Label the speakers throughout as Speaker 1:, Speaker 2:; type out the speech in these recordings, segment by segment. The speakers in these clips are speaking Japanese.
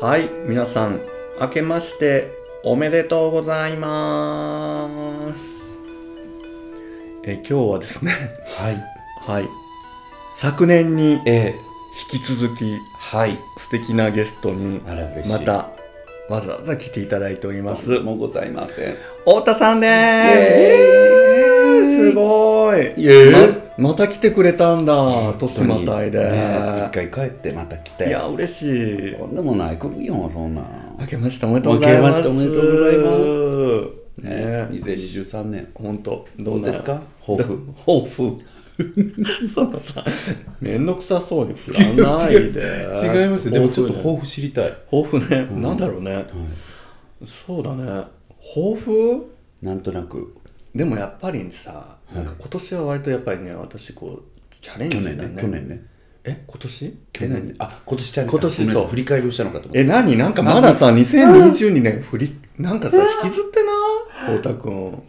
Speaker 1: はい、皆さん、明けましておめでとうございます。え、今日はですね、
Speaker 2: はい。
Speaker 1: はい、昨年に
Speaker 2: え
Speaker 1: 引き続き
Speaker 2: ー、はい。
Speaker 1: 素敵なゲストに
Speaker 2: あら、嬉しい。
Speaker 1: またわざわざ来ていただいておりま
Speaker 2: ますす。。もうございません。
Speaker 1: 太田さんで
Speaker 2: エ
Speaker 1: ーす。すごい。
Speaker 2: イエー
Speaker 1: ままた来てくれたんだ、年またいで。
Speaker 2: ね一回帰ってまた来て。
Speaker 1: いや、嬉しい。
Speaker 2: とんでもない。来るよ、そんなん。
Speaker 1: 明けましておめでとうございます。
Speaker 2: 明けましておめでとうござい
Speaker 1: ます。ね
Speaker 2: ね、
Speaker 1: え、
Speaker 2: 2023年。
Speaker 1: 本当ど
Speaker 2: ど
Speaker 1: う
Speaker 2: うですか抱負。
Speaker 1: 抱負。 そのさ、めんどくさそうに振らないで。抱
Speaker 2: 負知りたい。はい。
Speaker 1: 負ね。抱負ね、なんだろうね。そうだね。抱負
Speaker 2: なんとなく。
Speaker 1: でもやっぱりさ、なんか今年は割とやっぱりね、私こう、チャレン
Speaker 2: 去
Speaker 1: ジ
Speaker 2: 年
Speaker 1: だ
Speaker 2: ね
Speaker 1: ね。。
Speaker 2: 去年ね。
Speaker 1: え、今年
Speaker 2: 去年ね。あ、今年ちゃう
Speaker 1: 今年
Speaker 2: ごめんなさい
Speaker 1: そう
Speaker 2: 振り返りをしたのかと思っ
Speaker 1: え、
Speaker 2: て。
Speaker 1: なになんかまださ、2022年振り、なんかさ、引きずってな、太田くん。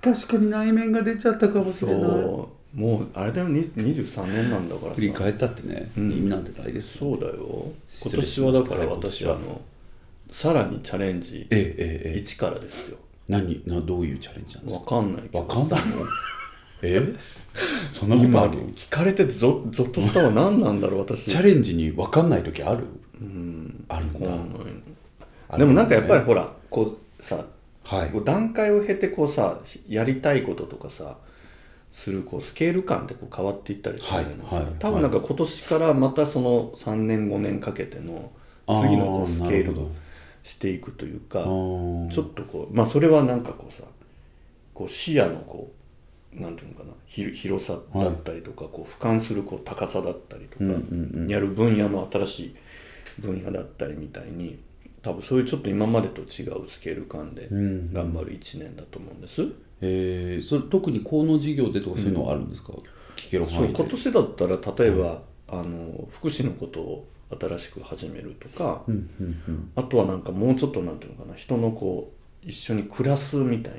Speaker 2: 確かに内面が出ちゃったかも
Speaker 1: そうもうあれだよに23年なんだからさ
Speaker 2: 振り返ったってね、意味なんてないです
Speaker 1: そ
Speaker 2: よ。
Speaker 1: うだよ今
Speaker 2: 失礼
Speaker 1: 年
Speaker 2: し
Speaker 1: は
Speaker 2: ました
Speaker 1: だから私はあ
Speaker 2: はい
Speaker 1: のさらにチャレンジ
Speaker 2: ええええええ
Speaker 1: 1からですよ
Speaker 2: 何などういうチャレンジなんです
Speaker 1: わかんないけ
Speaker 2: かわ
Speaker 1: ど
Speaker 2: かんない のえそんなこと
Speaker 1: 今
Speaker 2: ある
Speaker 1: 聞かれてゾゾッとしたのは何なんだろう私
Speaker 2: チャレンジに分かんない時ある
Speaker 1: わかんな
Speaker 2: あるんだ
Speaker 1: い
Speaker 2: ある
Speaker 1: でもなんかやっぱりほらこうさ
Speaker 2: はい
Speaker 1: こう段階を経てこうさやりたいこととかさするこうスケール感ってこう変わっていったりするじゃないですか、
Speaker 2: はいはい
Speaker 1: 多分なんか今年からまたその3年5年かけての次のこう
Speaker 2: あー
Speaker 1: スケー
Speaker 2: なる
Speaker 1: ル
Speaker 2: ほど
Speaker 1: していくというか
Speaker 2: あー
Speaker 1: ちょっとこうまあそれはなんかこうさこう視野のこうなんていうのかなひ広さだったりとか、こう俯瞰するこう高さだったりとか、やる分野の新しい分野だったりみたいに多分そういうちょっと今までと違うスケール感で頑張る1年だと思うんです、
Speaker 2: えー、それ特にこの事業でとかそういうのはあるんですか、聞ける範
Speaker 1: そう
Speaker 2: 囲で
Speaker 1: 今年だったら例えば、あの福祉のことを新しく始めるとか、あとはなんかもうちょっとなんていうのかな人のこう一緒に暮らすみたい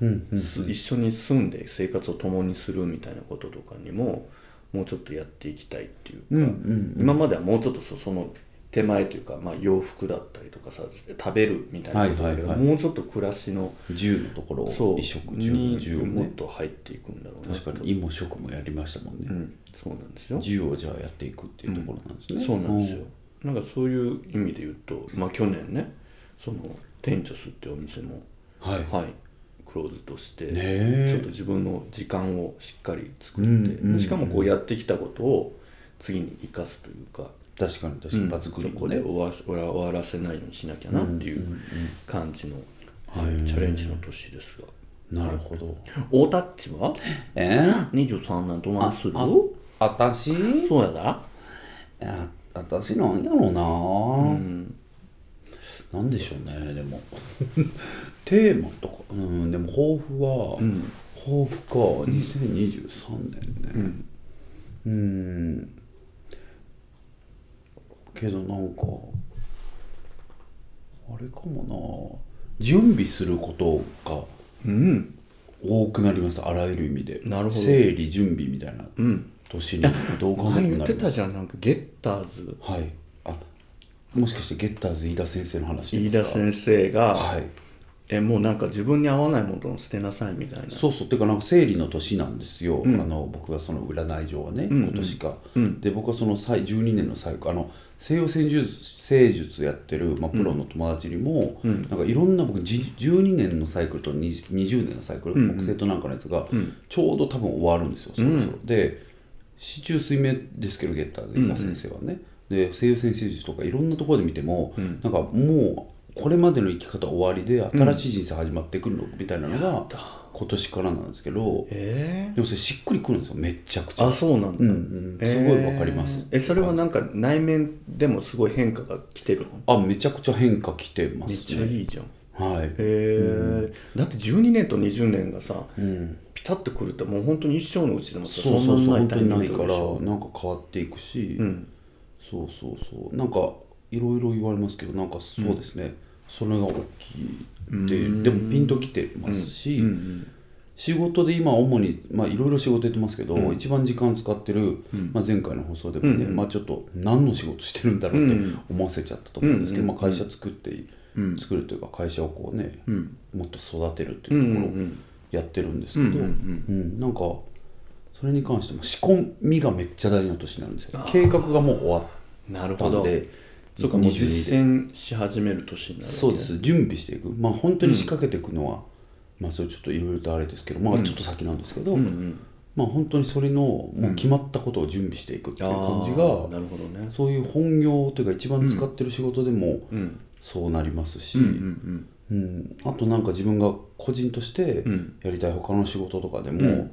Speaker 1: な、す一緒に住んで生活を共にするみたいなこととかにももうちょっとやっていきたいっていうか、今まではもうちょっとそその手前というか、まあ、洋服だったりとかさ食べるみたいなことだけど、
Speaker 2: はいはいはい
Speaker 1: もうちょっと暮らしの
Speaker 2: 10のところ
Speaker 1: そ
Speaker 2: を
Speaker 1: う
Speaker 2: 一食
Speaker 1: に
Speaker 2: 10十を
Speaker 1: もっ
Speaker 2: ね
Speaker 1: と入っていくんだろうな
Speaker 2: 確かに芋食もやりましたもん
Speaker 1: う
Speaker 2: ね、
Speaker 1: ん、そうなんですよ
Speaker 2: 十10をじゃあやっていくっていうところなんですね、
Speaker 1: そうなんですよなんかそういう意味で言うと、まあ、去年ねその店長スってお店も
Speaker 2: うんはい
Speaker 1: はいクローズとして、
Speaker 2: え
Speaker 1: ちょっと自分の時間をしっかり作って、
Speaker 2: うんうんうん
Speaker 1: しかもこうやってきたことを次に生かすというか、
Speaker 2: 確かに確かに場作り
Speaker 1: そ
Speaker 2: も
Speaker 1: こ
Speaker 2: ね、
Speaker 1: で終わ終わ終わらせないようにしなきゃなっていう感じの、はいチャレンジの年ですが
Speaker 2: なるほど
Speaker 1: 大田っちは
Speaker 2: えー、
Speaker 1: 23なんと何する
Speaker 2: あ私
Speaker 1: そうやだ
Speaker 2: いや私なんやろうな、なんでしょうねでも テーマとかうんでも抱負は、抱負か2023年ねうんけどなんかあれかもな準備することが
Speaker 1: うん
Speaker 2: 多くなりますあらゆる意味で
Speaker 1: なるほど
Speaker 2: 整理準備みたいな年にどう考え
Speaker 1: 前
Speaker 2: ても
Speaker 1: 言っ
Speaker 2: な
Speaker 1: て
Speaker 2: りま
Speaker 1: た
Speaker 2: す
Speaker 1: じゃんなんかゲッターズ
Speaker 2: はい。あ、もしかしてゲッターズ飯田先生の話
Speaker 1: 飯
Speaker 2: です
Speaker 1: 田
Speaker 2: か。
Speaker 1: 先生が、
Speaker 2: はい。
Speaker 1: えもうなんか自分に合わないものを捨てなさいみたいな
Speaker 2: そうそう。てかなんか生理の年なんですよ。あの僕はその占い上はね、今年か。で僕はその最12年の最後あの西洋戦術聖術やってるまあプロの友達にも、なんかいろんな僕じ12年のサイクルと20 20年のサイクル、木星となんかのやつが、ちょうど多分終わるんですよ。そろそろ。で。市中水面ですけどゲッターで伊賀先生はね、で西洋先生術とかいろんなところで見ても、なんかもうこれまでの生き方終わりで新しい人生始まってくるのみたいなのが今年からなんですけど
Speaker 1: え
Speaker 2: でもそれしっくりくるんですよめっちゃくち
Speaker 1: ー、
Speaker 2: ゃ
Speaker 1: あそうなんだ、
Speaker 2: うんうんすごいわかります
Speaker 1: えーえそれはなんか内面でもすごい変化が来てるの
Speaker 2: あめちゃくちゃ変化きてま
Speaker 1: めっ
Speaker 2: す
Speaker 1: ちゃ
Speaker 2: ね
Speaker 1: いいじゃんへ
Speaker 2: はい
Speaker 1: えだって12年と20年がさ、ピタッとくるってもう本当に一生のうちでもさ
Speaker 2: そうそ
Speaker 1: んな
Speaker 2: うそう
Speaker 1: ん
Speaker 2: 本
Speaker 1: な
Speaker 2: 当
Speaker 1: いタイミ
Speaker 2: に
Speaker 1: ン
Speaker 2: な
Speaker 1: グ
Speaker 2: い
Speaker 1: で
Speaker 2: か
Speaker 1: し
Speaker 2: ら
Speaker 1: ょ
Speaker 2: なんか変わっていくし、そうそうそうなんかいろいろ言われますけどなんかそうですね、それが大きいで、でもピンときてますし、仕事で今主にまあいろいろ仕事やってますけど、一番時間使ってる、まあ、前回の放送でもね、まあ、ちょっと何の仕事してるんだろうって思わせちゃったと思うんですけど、まあ、会社作って作るというか会社をこうね、もっと育てるっていうところをやってるんですけど、うんなんかそれに関しても仕込みがめっちゃ大事な年になるんですよ計画がもう終わ
Speaker 1: なる
Speaker 2: った
Speaker 1: ほ
Speaker 2: ん
Speaker 1: ど
Speaker 2: で
Speaker 1: そうかもう
Speaker 2: 22
Speaker 1: 実
Speaker 2: で
Speaker 1: 践し始める年になるわけね
Speaker 2: そうです準備していくまあ本当に仕掛けていくのは、まあそれちょっといろいろとあれですけどまあちょっと先なんですけど、まあ本当にそれのもう決まったことを準備していくっていう感じが、
Speaker 1: あーなるほどね
Speaker 2: そういう本業というか一番使ってる仕事でもそうなりますし、うんあとなんか自分が個人としてやりたい他の仕事とかでも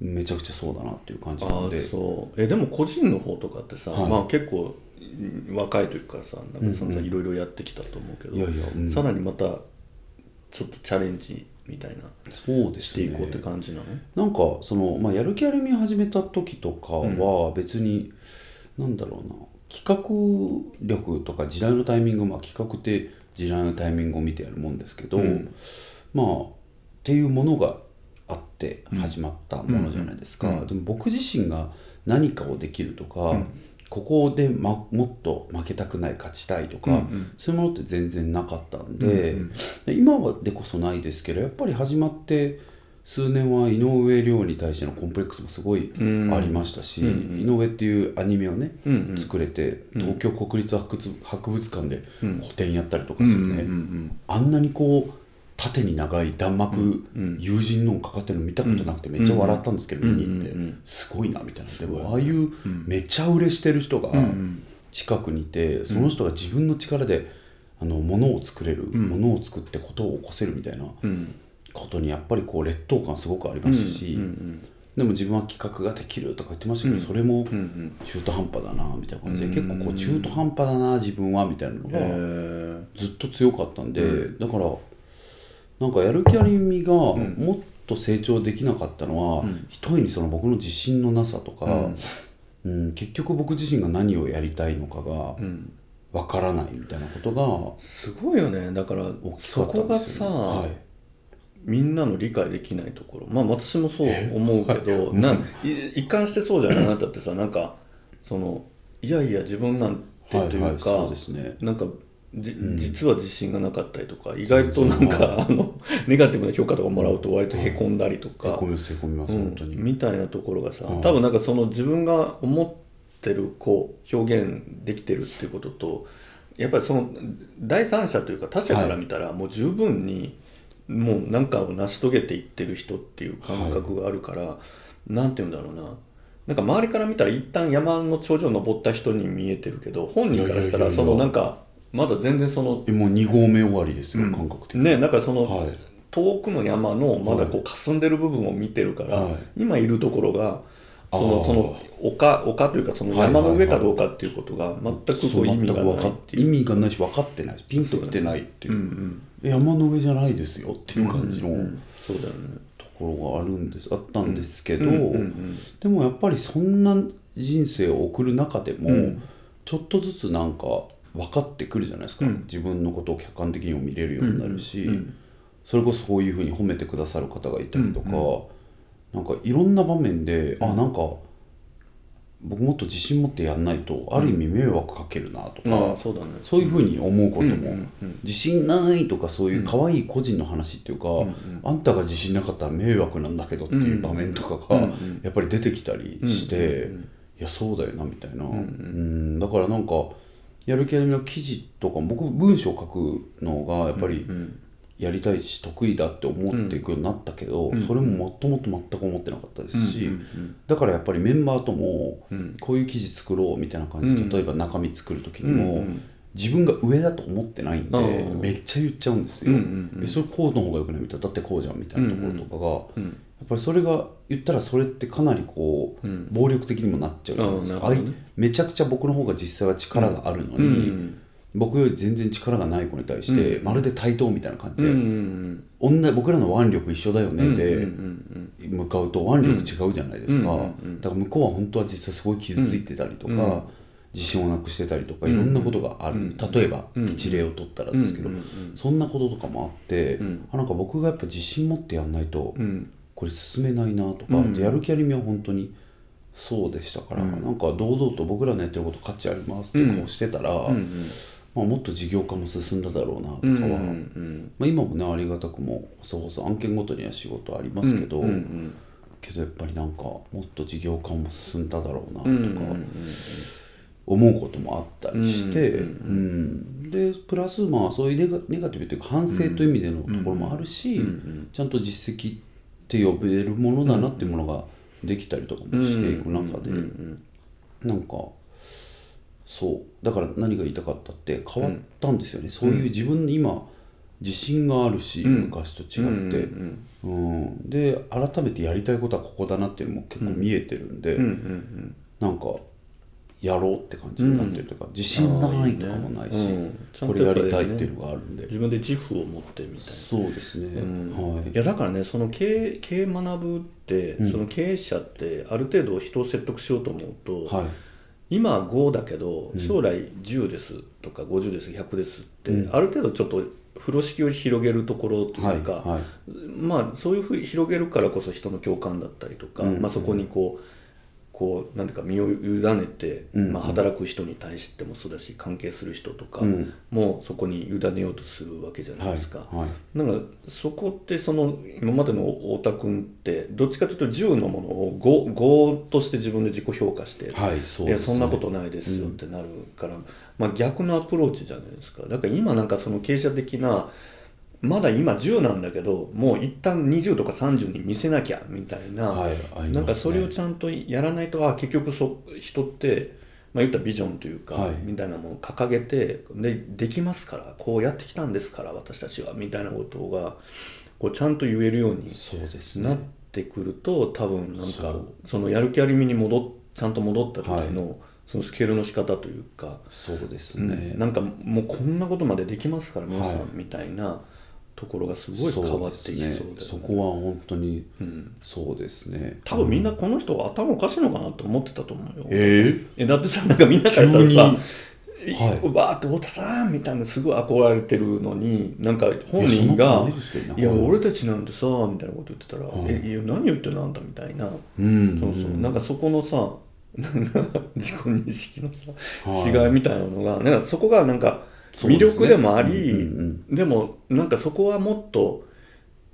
Speaker 2: めちゃくちゃそうだなっていう感じな
Speaker 1: あ
Speaker 2: んで、
Speaker 1: あそうえでも個人の方とかってさ、まあ結構うん若い時からさなんかさんざんいろいろやってきたと思うけど、
Speaker 2: いやいやうん
Speaker 1: さらにまたちょっとチャレンジみたいな
Speaker 2: そうで
Speaker 1: し
Speaker 2: す
Speaker 1: て
Speaker 2: ね
Speaker 1: いこうって感じなの、
Speaker 2: なんかその、まあ、やる気ありみ始めた時とかは別に、なんだろうな企画力とか時代のタイミング、まあ、企画って時代のタイミングを見てやるもんですけど、まあっていうものがあって始まったものじゃないですか、でも僕自身が何かをできるとか、ここで、ま、もっと負けたくない勝ちたいとか、そういうものって全然なかったんで、で今はでこそないですけどやっぱり始まって数年は井上涼に対してのコンプレックスもすごいありましたし、井上っていうアニメをね、作れて東京国立博物博物館で個展やったりとかするね、あんなにこう縦に長い弾幕、友人のかかってるの見たことなくてめっちゃ笑ったんですけど、見に行って、すごいなみたいなでもああいうめちゃ売れしてる人が近くにいてその人が自分の力であの物を作れる、物を作ってことを起こせるみたいなことにやっぱりこう劣等感すごくありましたし、でも自分は企画ができるとか言ってましたけど、それも中途半端だなみたいな感じで、結構こう中途半端だな自分はみたいなのが。
Speaker 1: えー
Speaker 2: ずっと強かったんで、だからなんかやる気ありみがもっと成長できなかったのは、ひとえにその僕の自信のなさとか、うん結局僕自身が何をやりたいのかがわからないみたいなことが
Speaker 1: すごいよねだから
Speaker 2: 大きか
Speaker 1: そ
Speaker 2: った
Speaker 1: こ
Speaker 2: んで
Speaker 1: が
Speaker 2: す
Speaker 1: さ、
Speaker 2: よね。はい
Speaker 1: みんなの理解できないところまあ私もそう思うけど、ない一貫してそうじゃないなだってさなんかそのいやいや自分なんてというか、
Speaker 2: はいはいそうですね
Speaker 1: なんかじ、実は自信がなかったりとか意外となんかあのネガティブな評価とかもらうと割とへこんだりとか、
Speaker 2: へこみますへこみます、本当に、
Speaker 1: みたいなところがさ、多分なんかその自分が思ってるこう表現できてるっていうこととやっぱりその第三者というか他者から見たらもう十分にもう何かを成し遂げていってる人っていう感覚があるから何、なんて言うんだろうな。なんか周りから見たら一旦山の頂上に登った人に見えてるけど本人からした
Speaker 2: いやいやいやい
Speaker 1: ら
Speaker 2: や
Speaker 1: そのなんかまだ全然その
Speaker 2: えもう2合目終わりですよ、感覚的に、
Speaker 1: ねなんかその、
Speaker 2: はい
Speaker 1: 遠くの山のまだこう霞んでる部分を見てるから、
Speaker 2: はい
Speaker 1: 今いるところがそ
Speaker 2: あ
Speaker 1: の
Speaker 2: ー
Speaker 1: その丘丘というかその
Speaker 2: はいはいは
Speaker 1: 山
Speaker 2: い
Speaker 1: の上かどうかっていうことが全くこ
Speaker 2: そう
Speaker 1: う意
Speaker 2: 全
Speaker 1: 味
Speaker 2: く
Speaker 1: が
Speaker 2: 分
Speaker 1: な
Speaker 2: か
Speaker 1: いっ
Speaker 2: って意
Speaker 1: いう
Speaker 2: 味がないし分かってないしピンときてないっていうえ山の上じゃないですよっていう感じの、
Speaker 1: そうだよね
Speaker 2: ところがあるんですあったんですけど、でもやっぱりそんな人生を送る中でも、ちょっとずつなんか分かってくるじゃないですか、自分のことを客観的にも見れるようになるし、それこそそういうふうに褒めてくださる方がいたりとか、なんかいろんな場面で、あなんか僕もっと自信持ってやんないとある意味迷惑かけるなとか、
Speaker 1: ああそうだね
Speaker 2: そういうふうに思うことも自信ないとかそういう可愛い個人の話っていうか、あんたが自信なかったら迷惑なんだけどっていう場面とかがやっぱり出てきたりして、いやそうだよなみたいな、うんだからなんかやる気ありみの記事とか僕文章書くのがやっぱりやりたいし得意だって思っていくようになったけど、それももっともっと全く思ってなかったですし、だからやっぱりメンバーともこういう記事作ろうみたいな感じで、例えば中身作る時にも、自分が上だと思ってないんで、
Speaker 1: うん
Speaker 2: めっちゃ言っちゃうんですよ、えそれこうの方がよくないみたいなだってこうじゃんみたいなところとかが、やっぱりそれが言ったらそれってかなりこう、暴力的にもなっちゃうじゃないですか、
Speaker 1: あーなるほどね
Speaker 2: あいめちゃくちゃ僕の方が実際は力があるのに、僕より全然力がない子に対して、まるで対等みたいな感じで、
Speaker 1: うん
Speaker 2: 同じ僕らの腕力一緒だよねで向かうと腕力違うじゃないですか、だから向こうは本当は実際すごい傷ついてたりとか、自信をなくしてたりとかいろんなことがある、例えば一例を取ったらですけど、そんなこととかもあって、あなんか僕がやっぱ自信持ってやんないと、ここれ進めないなとか、でやる気ありみは本当にそうでしたから、なんか堂々と僕らのやってること価値ありますって顔してたら、まあ、もっと事業化も進んだだろうなとかは、まあ、今もねありがたくも細々案件ごとには仕事ありますけど、けどやっぱりなんかもっと事業化も進んだだろうなとか。思うこともあったりして、うんでプラスまあそういうネガティブというか反省という意味でのところもあるし、ちゃんと実績って呼べるものだなっていうものができたりとかもしていく中で、なんかそうだから何が言いたかったって変わったんですよね、そういう自分の今自信があるし、昔と違って、うんで改めてやりたいことはここだなっていうのも結構見えてるんで、なんか。やろうって感じになってるとか、自信の範囲とかもないしこれやりたいっていうのがあるんで
Speaker 1: 自分で自負を持ってみたいな、
Speaker 2: そうですね、はい
Speaker 1: いやだからねその経営経営学ぶって、その経営者ってある程度人を説得しようと思うと、はい、今5だけど将来10ですとか50です100ですって、ある程度ちょっと風呂敷を広げるところというか、はいまあそういうふうに広げるからこそ人の共感だったりとか、まあ、そこにこう、こうなんていうか身を委ねて、まあ、働く人に対してもそうだし関係する人とかもそこに委ねようとするわけじゃないですか。なんかそこってその今までの太田君ってどっちかというと10のものを 5, 5として自分で自己評価して、
Speaker 2: はいそうで
Speaker 1: ね、
Speaker 2: す
Speaker 1: そんなことないですよってなるから、まあ、逆のアプローチじゃないですか。だから今なんかその経営者的なまだ今10なんだけどもう一旦20とか30に見せなきゃみたいな、
Speaker 2: はいありますね
Speaker 1: なんかそれをちゃんとやらないとあ結局そ人って、まあ、言ったらビジョンというか、
Speaker 2: はい
Speaker 1: みたいなものを掲げてでできますからこうやってきたんですから私たちはみたいなことがこうちゃんと言えるように
Speaker 2: そうです
Speaker 1: なっ
Speaker 2: ね
Speaker 1: てくると多分なん
Speaker 2: そ
Speaker 1: か
Speaker 2: う
Speaker 1: そのやる気ありみに戻っちゃんと戻った時の、
Speaker 2: は
Speaker 1: そのスケールの仕方というか。
Speaker 2: そうです
Speaker 1: うん
Speaker 2: ね、
Speaker 1: なんかもうこんなことまでできますから皆さん、
Speaker 2: はい
Speaker 1: みたいなところがすごい変わっていきそうだ
Speaker 2: です
Speaker 1: よ
Speaker 2: ねそ
Speaker 1: ね
Speaker 2: こは本当にそうですね、
Speaker 1: 多分みんなこの人は頭おかしいのかなって思ってたと思うよ、
Speaker 2: え
Speaker 1: えだってさなんかみんなからさ
Speaker 2: 急に
Speaker 1: さ、
Speaker 2: はい
Speaker 1: わーって太田さんみたいなすごい憧れてるのになんか本人
Speaker 2: いやそんなこと
Speaker 1: が
Speaker 2: ないですけど
Speaker 1: 「
Speaker 2: ね
Speaker 1: いや俺たちなんてさ」みたいなこと言ってたら「えいや何言ってんのあんた」みたいな、
Speaker 2: えうん
Speaker 1: そうそうなんかそこのさ 自己認識のさ、
Speaker 2: は
Speaker 1: 違いみたいなのがなんかそこがなんか
Speaker 2: そうで
Speaker 1: 魅
Speaker 2: すね
Speaker 1: 力でもありで,、
Speaker 2: うんう
Speaker 1: もなんかそこはもっと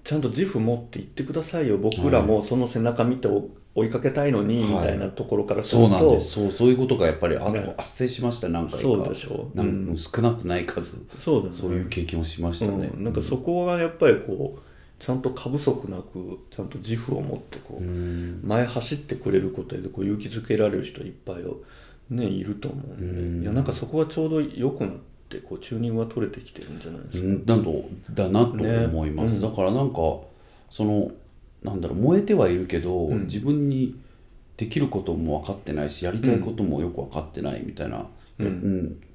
Speaker 1: ちゃんと自負持って言ってくださいよ僕らもその背中見てお追いかけたいのに、
Speaker 2: はい
Speaker 1: みたいなところからする
Speaker 2: そ
Speaker 1: と
Speaker 2: うなんですそうそういうことがやっぱりあ
Speaker 1: ね
Speaker 2: 発生しました何回か
Speaker 1: そうでしょ
Speaker 2: なん
Speaker 1: うん
Speaker 2: 少なくない数
Speaker 1: そうだよね
Speaker 2: そういう経験をしましたね、
Speaker 1: うん、なんかそこはやっぱりこうちゃんと過不足なくちゃんと自負を持ってこう、前走ってくれることでこう勇気づけられる人いっぱいを、ね、いると思うんで、いやなんかそこはちょうど良くなってこうチューニングが取れてきてるんじゃないですか、
Speaker 2: うんなどだなと思います、だからなんかそのなんだろう燃えてはいるけど、自分にできることも分かってないしやりたいこともよく分かってないみたいな、うん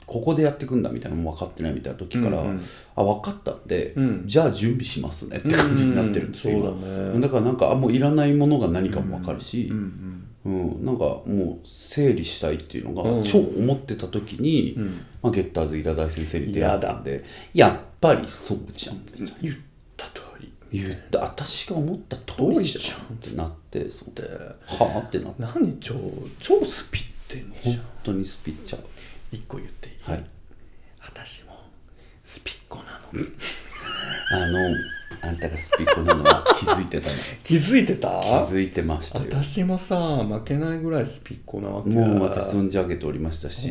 Speaker 2: ここでやってくんだみたいなのも分かってないみたいな時から、あ分かったって、じゃあ準備しますねって感じになってるんですよ、
Speaker 1: うんうん
Speaker 2: 今
Speaker 1: そう
Speaker 2: だからなんかあもういらないものが何かも分かるし、うんなんかもう整理したいっていうのが、超思ってた時に、まあ、ゲッターズ稲田先生に出会ったんでやっぱりそうじゃんって
Speaker 1: 言った通り
Speaker 2: 言った私が思った通りじゃんってなってそうではあってなって
Speaker 1: 何超超スピってんじゃん
Speaker 2: 本当にスピっちゃう
Speaker 1: 一個言っていい、
Speaker 2: はい
Speaker 1: 私もスピッコなの
Speaker 2: あのあんたがスピコなのは気づいてたの
Speaker 1: 気づいてた
Speaker 2: 気づいてましたよ
Speaker 1: 私もさ負けないぐらいスピッコなわけ
Speaker 2: もう私存じ上げておりましたし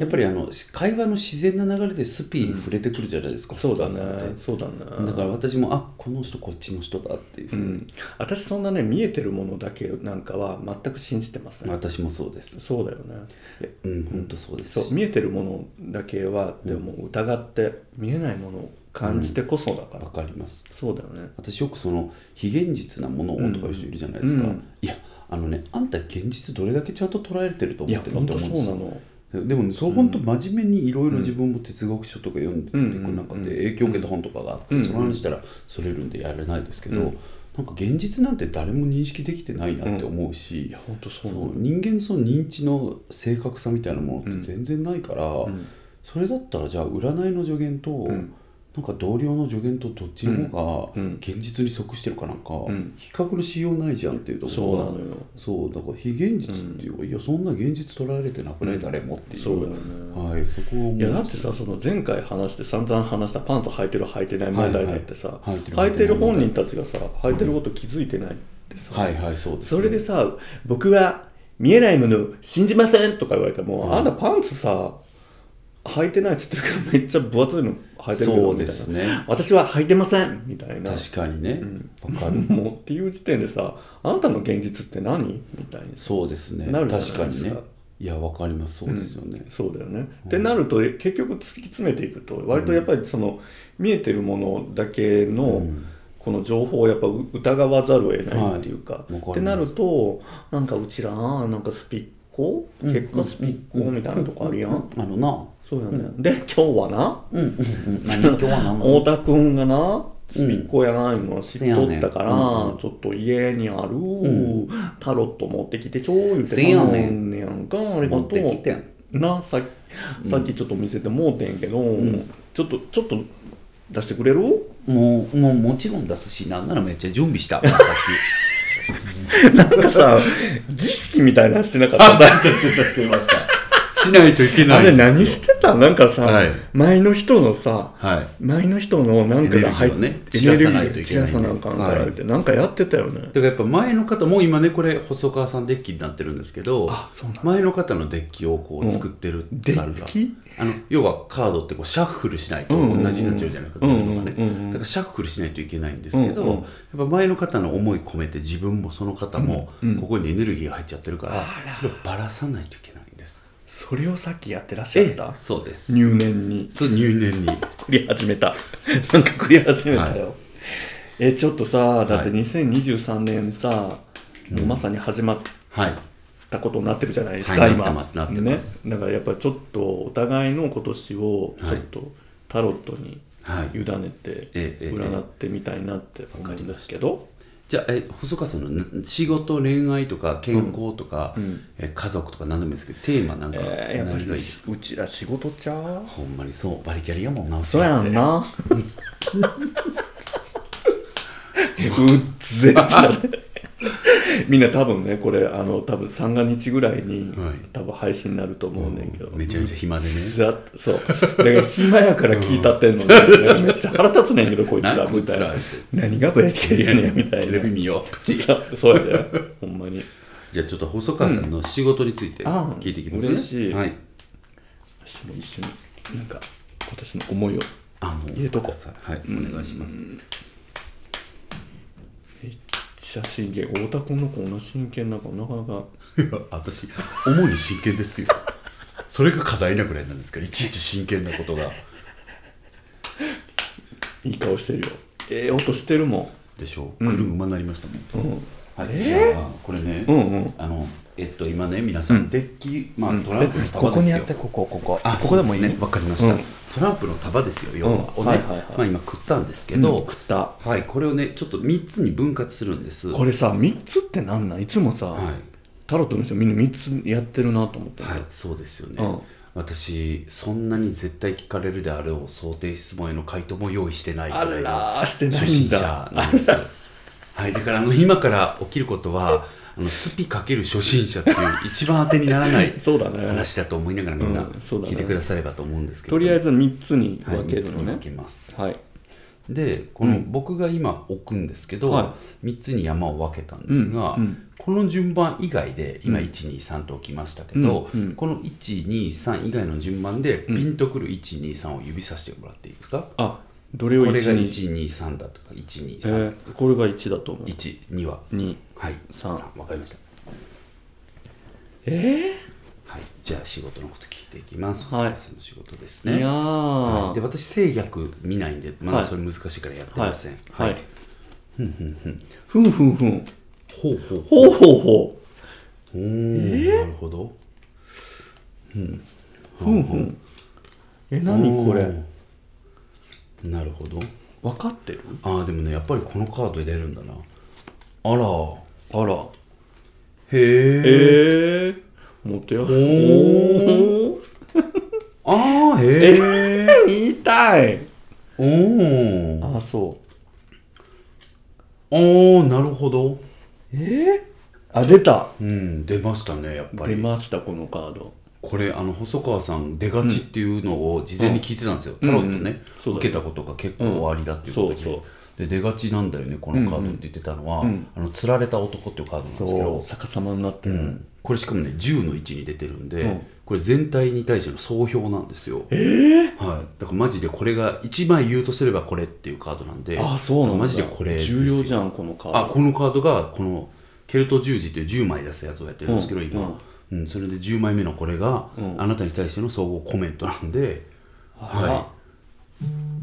Speaker 2: やっぱりあの会話の自然な流れでスピに触れてくるじゃないですか、
Speaker 1: そうだ
Speaker 2: 福田さんって
Speaker 1: ねそうだね
Speaker 2: だから私もあこの人こっちの人だっていうふうに、
Speaker 1: 私そんなね見えてるものだけなんかは全く信じてません、
Speaker 2: 私もそうです
Speaker 1: そうだよね
Speaker 2: いやうん本当そうです
Speaker 1: そう見えてるものだけはでも疑って見えないものを感じてこそだから、
Speaker 2: わかります
Speaker 1: そうだよね
Speaker 2: 私よくその非現実なものをとかいう人いるじゃないですか、いやあのねあんた現実どれだけちゃんと捉えてると
Speaker 1: い
Speaker 2: 思
Speaker 1: や
Speaker 2: ってるのっ
Speaker 1: 本
Speaker 2: て
Speaker 1: 当
Speaker 2: 思
Speaker 1: そううん
Speaker 2: です
Speaker 1: な
Speaker 2: よ
Speaker 1: の
Speaker 2: でもねそう本当真面目にいろいろ自分も哲学書とか読んでいく中で影響を受けた本とかがあってその話したらそれるんでやれないですけどなんか現実なんて誰も認識できてないなって思うし
Speaker 1: 本当そう
Speaker 2: そう人間のその認知の正確さみたいなものって全然ないからそれだったらじゃあ占いの助言となんか同僚の助言とどっちの方が現実に即してるかなんか、
Speaker 1: ん
Speaker 2: 比較のしようないじゃんっていうところ
Speaker 1: そう
Speaker 2: が
Speaker 1: なのよ
Speaker 2: そうだから非現実っていうか、いやそんな現実捉えられてなくない、誰もっていう
Speaker 1: そうだよね
Speaker 2: はい、そこを思う
Speaker 1: いやだってさその前回話して散々話したパンツ履いてる履いてない問題だってさ、
Speaker 2: はいはい
Speaker 1: 履いてる本人たちがさ履いてること気づいてないってさ、
Speaker 2: はいはいそうです、
Speaker 1: それでさ僕は見えないものを信じませんとか言われても、あんたパンツさ履いてないっつってるからめっちゃ分厚いの履いてるけど
Speaker 2: そうですね
Speaker 1: みたいな私は履いてませんみたいな
Speaker 2: 確かにねわ、かる
Speaker 1: もうっていう時点でさあんたの現実って何みたいにさ
Speaker 2: そうですね
Speaker 1: なる
Speaker 2: 確
Speaker 1: じゃないですか
Speaker 2: かにねいやわかりますそうですよね、
Speaker 1: そうだよね。ってなると結局突き詰めていくと割とやっぱりその見えてるものだけのこの情報をやっぱ疑わざるを得ないっていうか、
Speaker 2: はいわかります
Speaker 1: ってなるとなんかうちらなんかスピッコ結果スピッコみたいなとこあるやん。
Speaker 2: あのな
Speaker 1: そうやね、で今日はな、
Speaker 2: 何今日は何
Speaker 1: 太田君がなスピッコやないの知っとったから、
Speaker 2: せや
Speaker 1: ちょっと家にある、タロット持ってきてちょう言って
Speaker 2: せや
Speaker 1: 頼
Speaker 2: ね
Speaker 1: んねやんかありがとう
Speaker 2: 持ってきてん
Speaker 1: なさっきさっきちょっと見せてもうてんけど、ちょっとちょっと出してくれる
Speaker 2: もうもうもちろん出すしなんならめっちゃ準備したさっき
Speaker 1: なんかさ儀式みたいなのしてなかったさ
Speaker 2: 出してましたしないといけ
Speaker 1: あれ何してたなんかさ、
Speaker 2: はい
Speaker 1: 前の人のさ、
Speaker 2: はい
Speaker 1: 前の人のなんかが入っ
Speaker 2: エ
Speaker 1: て
Speaker 2: ネルギーをね散らさないといけない
Speaker 1: 散らさなあかんから言って、なんかやってたよね
Speaker 2: だからやっぱ前の方もう今ねこれ細川さんデッキになってるんですけど
Speaker 1: あそうなん
Speaker 2: 前の方のデッキをこう作ってるってなる
Speaker 1: デ
Speaker 2: が
Speaker 1: ッキ
Speaker 2: あの要はカードってこうシャッフルしないと同じになっちゃうじゃないかというのがねだからシャッフルしないといけないんですけど、やっぱ前の方の思い込めて自分もその方もここにエネルギーが入っちゃってるから、それをばらさないといけないんです。
Speaker 1: それをさっきやってらっしゃった
Speaker 2: そうです
Speaker 1: 入念に
Speaker 2: そう入念に
Speaker 1: 繰り始めた なんか繰り始めたよ、えちょっとさだって
Speaker 2: は
Speaker 1: 2023年さ、もうまさに始まっ
Speaker 2: はい
Speaker 1: たことになってるじゃないですか、
Speaker 2: はい
Speaker 1: 今
Speaker 2: なってますなってます
Speaker 1: ね、だからやっぱりちょっとお互いの今年をちょっとタロットに
Speaker 2: はい
Speaker 1: 委ねて
Speaker 2: ええええ
Speaker 1: 占ってみたいなって思うんですけど、
Speaker 2: じゃあえ細川さんのな仕事恋愛とか健康とか、え家族とか何でもいいですけどテーマなんか
Speaker 1: えーやっぱ
Speaker 2: 何
Speaker 1: り
Speaker 2: がいいですか
Speaker 1: うちら仕事ちゃう
Speaker 2: ほんまにそうバリキャリやもんな
Speaker 1: そうやんな。うっぜってなってみんな多分ね、これ、あの、多分三が日ぐらいに、
Speaker 2: はい
Speaker 1: 多分配信になると思うねんけど。
Speaker 2: めちゃめちゃ暇でね
Speaker 1: ざっそう。だから暇やから聞いたってんのに、なん かめっちゃ腹立つねんけど、こいつ
Speaker 2: な
Speaker 1: ら、
Speaker 2: んこい
Speaker 1: み
Speaker 2: つ
Speaker 1: た
Speaker 2: ら
Speaker 1: いな。何がブレーキやねん、みたいな。
Speaker 2: テレビ見ようプチ
Speaker 1: そうそうやで、ほんまに。
Speaker 2: じゃあちょっと細川さんの仕事について
Speaker 1: んあー
Speaker 2: 聞いていきますね、
Speaker 1: 嬉しい
Speaker 2: はい
Speaker 1: 私も一緒に、なんか、今年の思いを。
Speaker 2: あの
Speaker 1: 入れとこ
Speaker 2: はいお願いします
Speaker 1: めっちゃ真剣。太田君のこんな真剣なんか、なかなか。
Speaker 2: いや私主に真剣ですよそれが課題なぐらいなんですからいちいち真剣なことが
Speaker 1: いい顔してるよ。ええ音してるも
Speaker 2: でしょう車馬になりましたもん
Speaker 1: ん。うん。
Speaker 2: はい、じゃあこれね、
Speaker 1: うんうん
Speaker 2: あのえっと今ね皆さんデッキ、まあトランプの束ですよ
Speaker 1: ここにあって、ここ、ここ。
Speaker 2: あ
Speaker 1: ここでもいい
Speaker 2: そう
Speaker 1: ね。
Speaker 2: すわかりました、
Speaker 1: うん
Speaker 2: トランプの束ですよ要は、
Speaker 1: うん
Speaker 2: をね、
Speaker 1: はいはいはい
Speaker 2: まあ今食ったんですけ
Speaker 1: けど、
Speaker 2: ど、
Speaker 1: 食った。
Speaker 2: はいこれをねちょっと三つに分割するんです
Speaker 1: これさ、3つってなんなんいつもさ、
Speaker 2: はい
Speaker 1: タロットの人みんな3つやってるなと思って。
Speaker 2: はいそうですよね、
Speaker 1: うん
Speaker 2: 私そんなに絶対聞かれるであろう想定質問への回答も用意してない
Speaker 1: あ
Speaker 2: ぐらいの
Speaker 1: らー、してな
Speaker 2: 初
Speaker 1: いん
Speaker 2: 心
Speaker 1: だ。
Speaker 2: 者なんですはいだからあの今から起きることはあのスピかける初心者っていう一番当てにならない
Speaker 1: そうだね。
Speaker 2: 話だと思いながらみんな
Speaker 1: うんそうだね
Speaker 2: 聞いてくださればと思うんですけど、
Speaker 1: とりあえず3つに
Speaker 2: はい
Speaker 1: 分け
Speaker 2: 三
Speaker 1: る
Speaker 2: つ
Speaker 1: の
Speaker 2: に分
Speaker 1: ね。
Speaker 2: けます
Speaker 1: はい。
Speaker 2: でこの僕が今置くんですけど、
Speaker 1: は
Speaker 2: 3つに山を分けたんですが、
Speaker 1: うんうん
Speaker 2: この順番以外で今123と置きましたけど、
Speaker 1: うんうん
Speaker 2: この123以外の順番でピンとくる123を指さしてもらっていいですか、
Speaker 1: あ、どれを
Speaker 2: これが
Speaker 1: 1に。
Speaker 2: 123だとか
Speaker 1: え
Speaker 2: 123、
Speaker 1: ー、これが1だと思う。
Speaker 2: 12は
Speaker 1: 2。
Speaker 2: はい
Speaker 1: 三
Speaker 2: 三わかりました
Speaker 1: え
Speaker 2: はいじゃあ仕事のこと聞いていきます
Speaker 1: はい
Speaker 2: その仕事です
Speaker 1: ー、い
Speaker 2: ね
Speaker 1: や
Speaker 2: はいで
Speaker 1: ー。
Speaker 2: 私制約見ないんでま
Speaker 1: は
Speaker 2: だ
Speaker 1: い
Speaker 2: それ難しいからやって
Speaker 1: はい。
Speaker 2: ません
Speaker 1: はい。ふんふんふん。
Speaker 2: ほうほうほ
Speaker 1: ほう
Speaker 2: う
Speaker 1: ほうほう。
Speaker 2: おーなるほど
Speaker 1: ふんふん。え、何これ。
Speaker 2: おーなるほど
Speaker 1: 分かってる
Speaker 2: あーでもねやっぱりこのカードで出るんだなあら
Speaker 1: あら。
Speaker 2: へえ
Speaker 1: えー、持ってやすおー
Speaker 2: あーへえ
Speaker 1: 言いたい
Speaker 2: おー
Speaker 1: ああそう
Speaker 2: おーなるほど
Speaker 1: えー、あ出た
Speaker 2: うん出ましたねやっぱ
Speaker 1: 出
Speaker 2: り
Speaker 1: ましたこのカード
Speaker 2: これあの細川さん出がちっていうのを事前に聞いてたんですよ、タロットね、
Speaker 1: そうだ
Speaker 2: 受けたことが結構おありだっていうことで,、
Speaker 1: うんそうそ
Speaker 2: で出がちなんだよねこのカードって言ってたのは「あの釣られた男」っていうカードなんですけ
Speaker 1: そ
Speaker 2: ど
Speaker 1: う逆さまになってる、
Speaker 2: これしかもね10の位置に出てるんで、これ全体に対しての総評なんですよはい、だからマジでこれが1枚言うとすればこれっていうカードなんで
Speaker 1: ああそうなんだ
Speaker 2: マジでこれですよ
Speaker 1: 重要じゃんこのカード
Speaker 2: あこのカードがこのケルト十字という10枚出すやつをやってるんですけど、今、うんそれで10枚目のこれが、あなたに対しての総合コメントなんで、は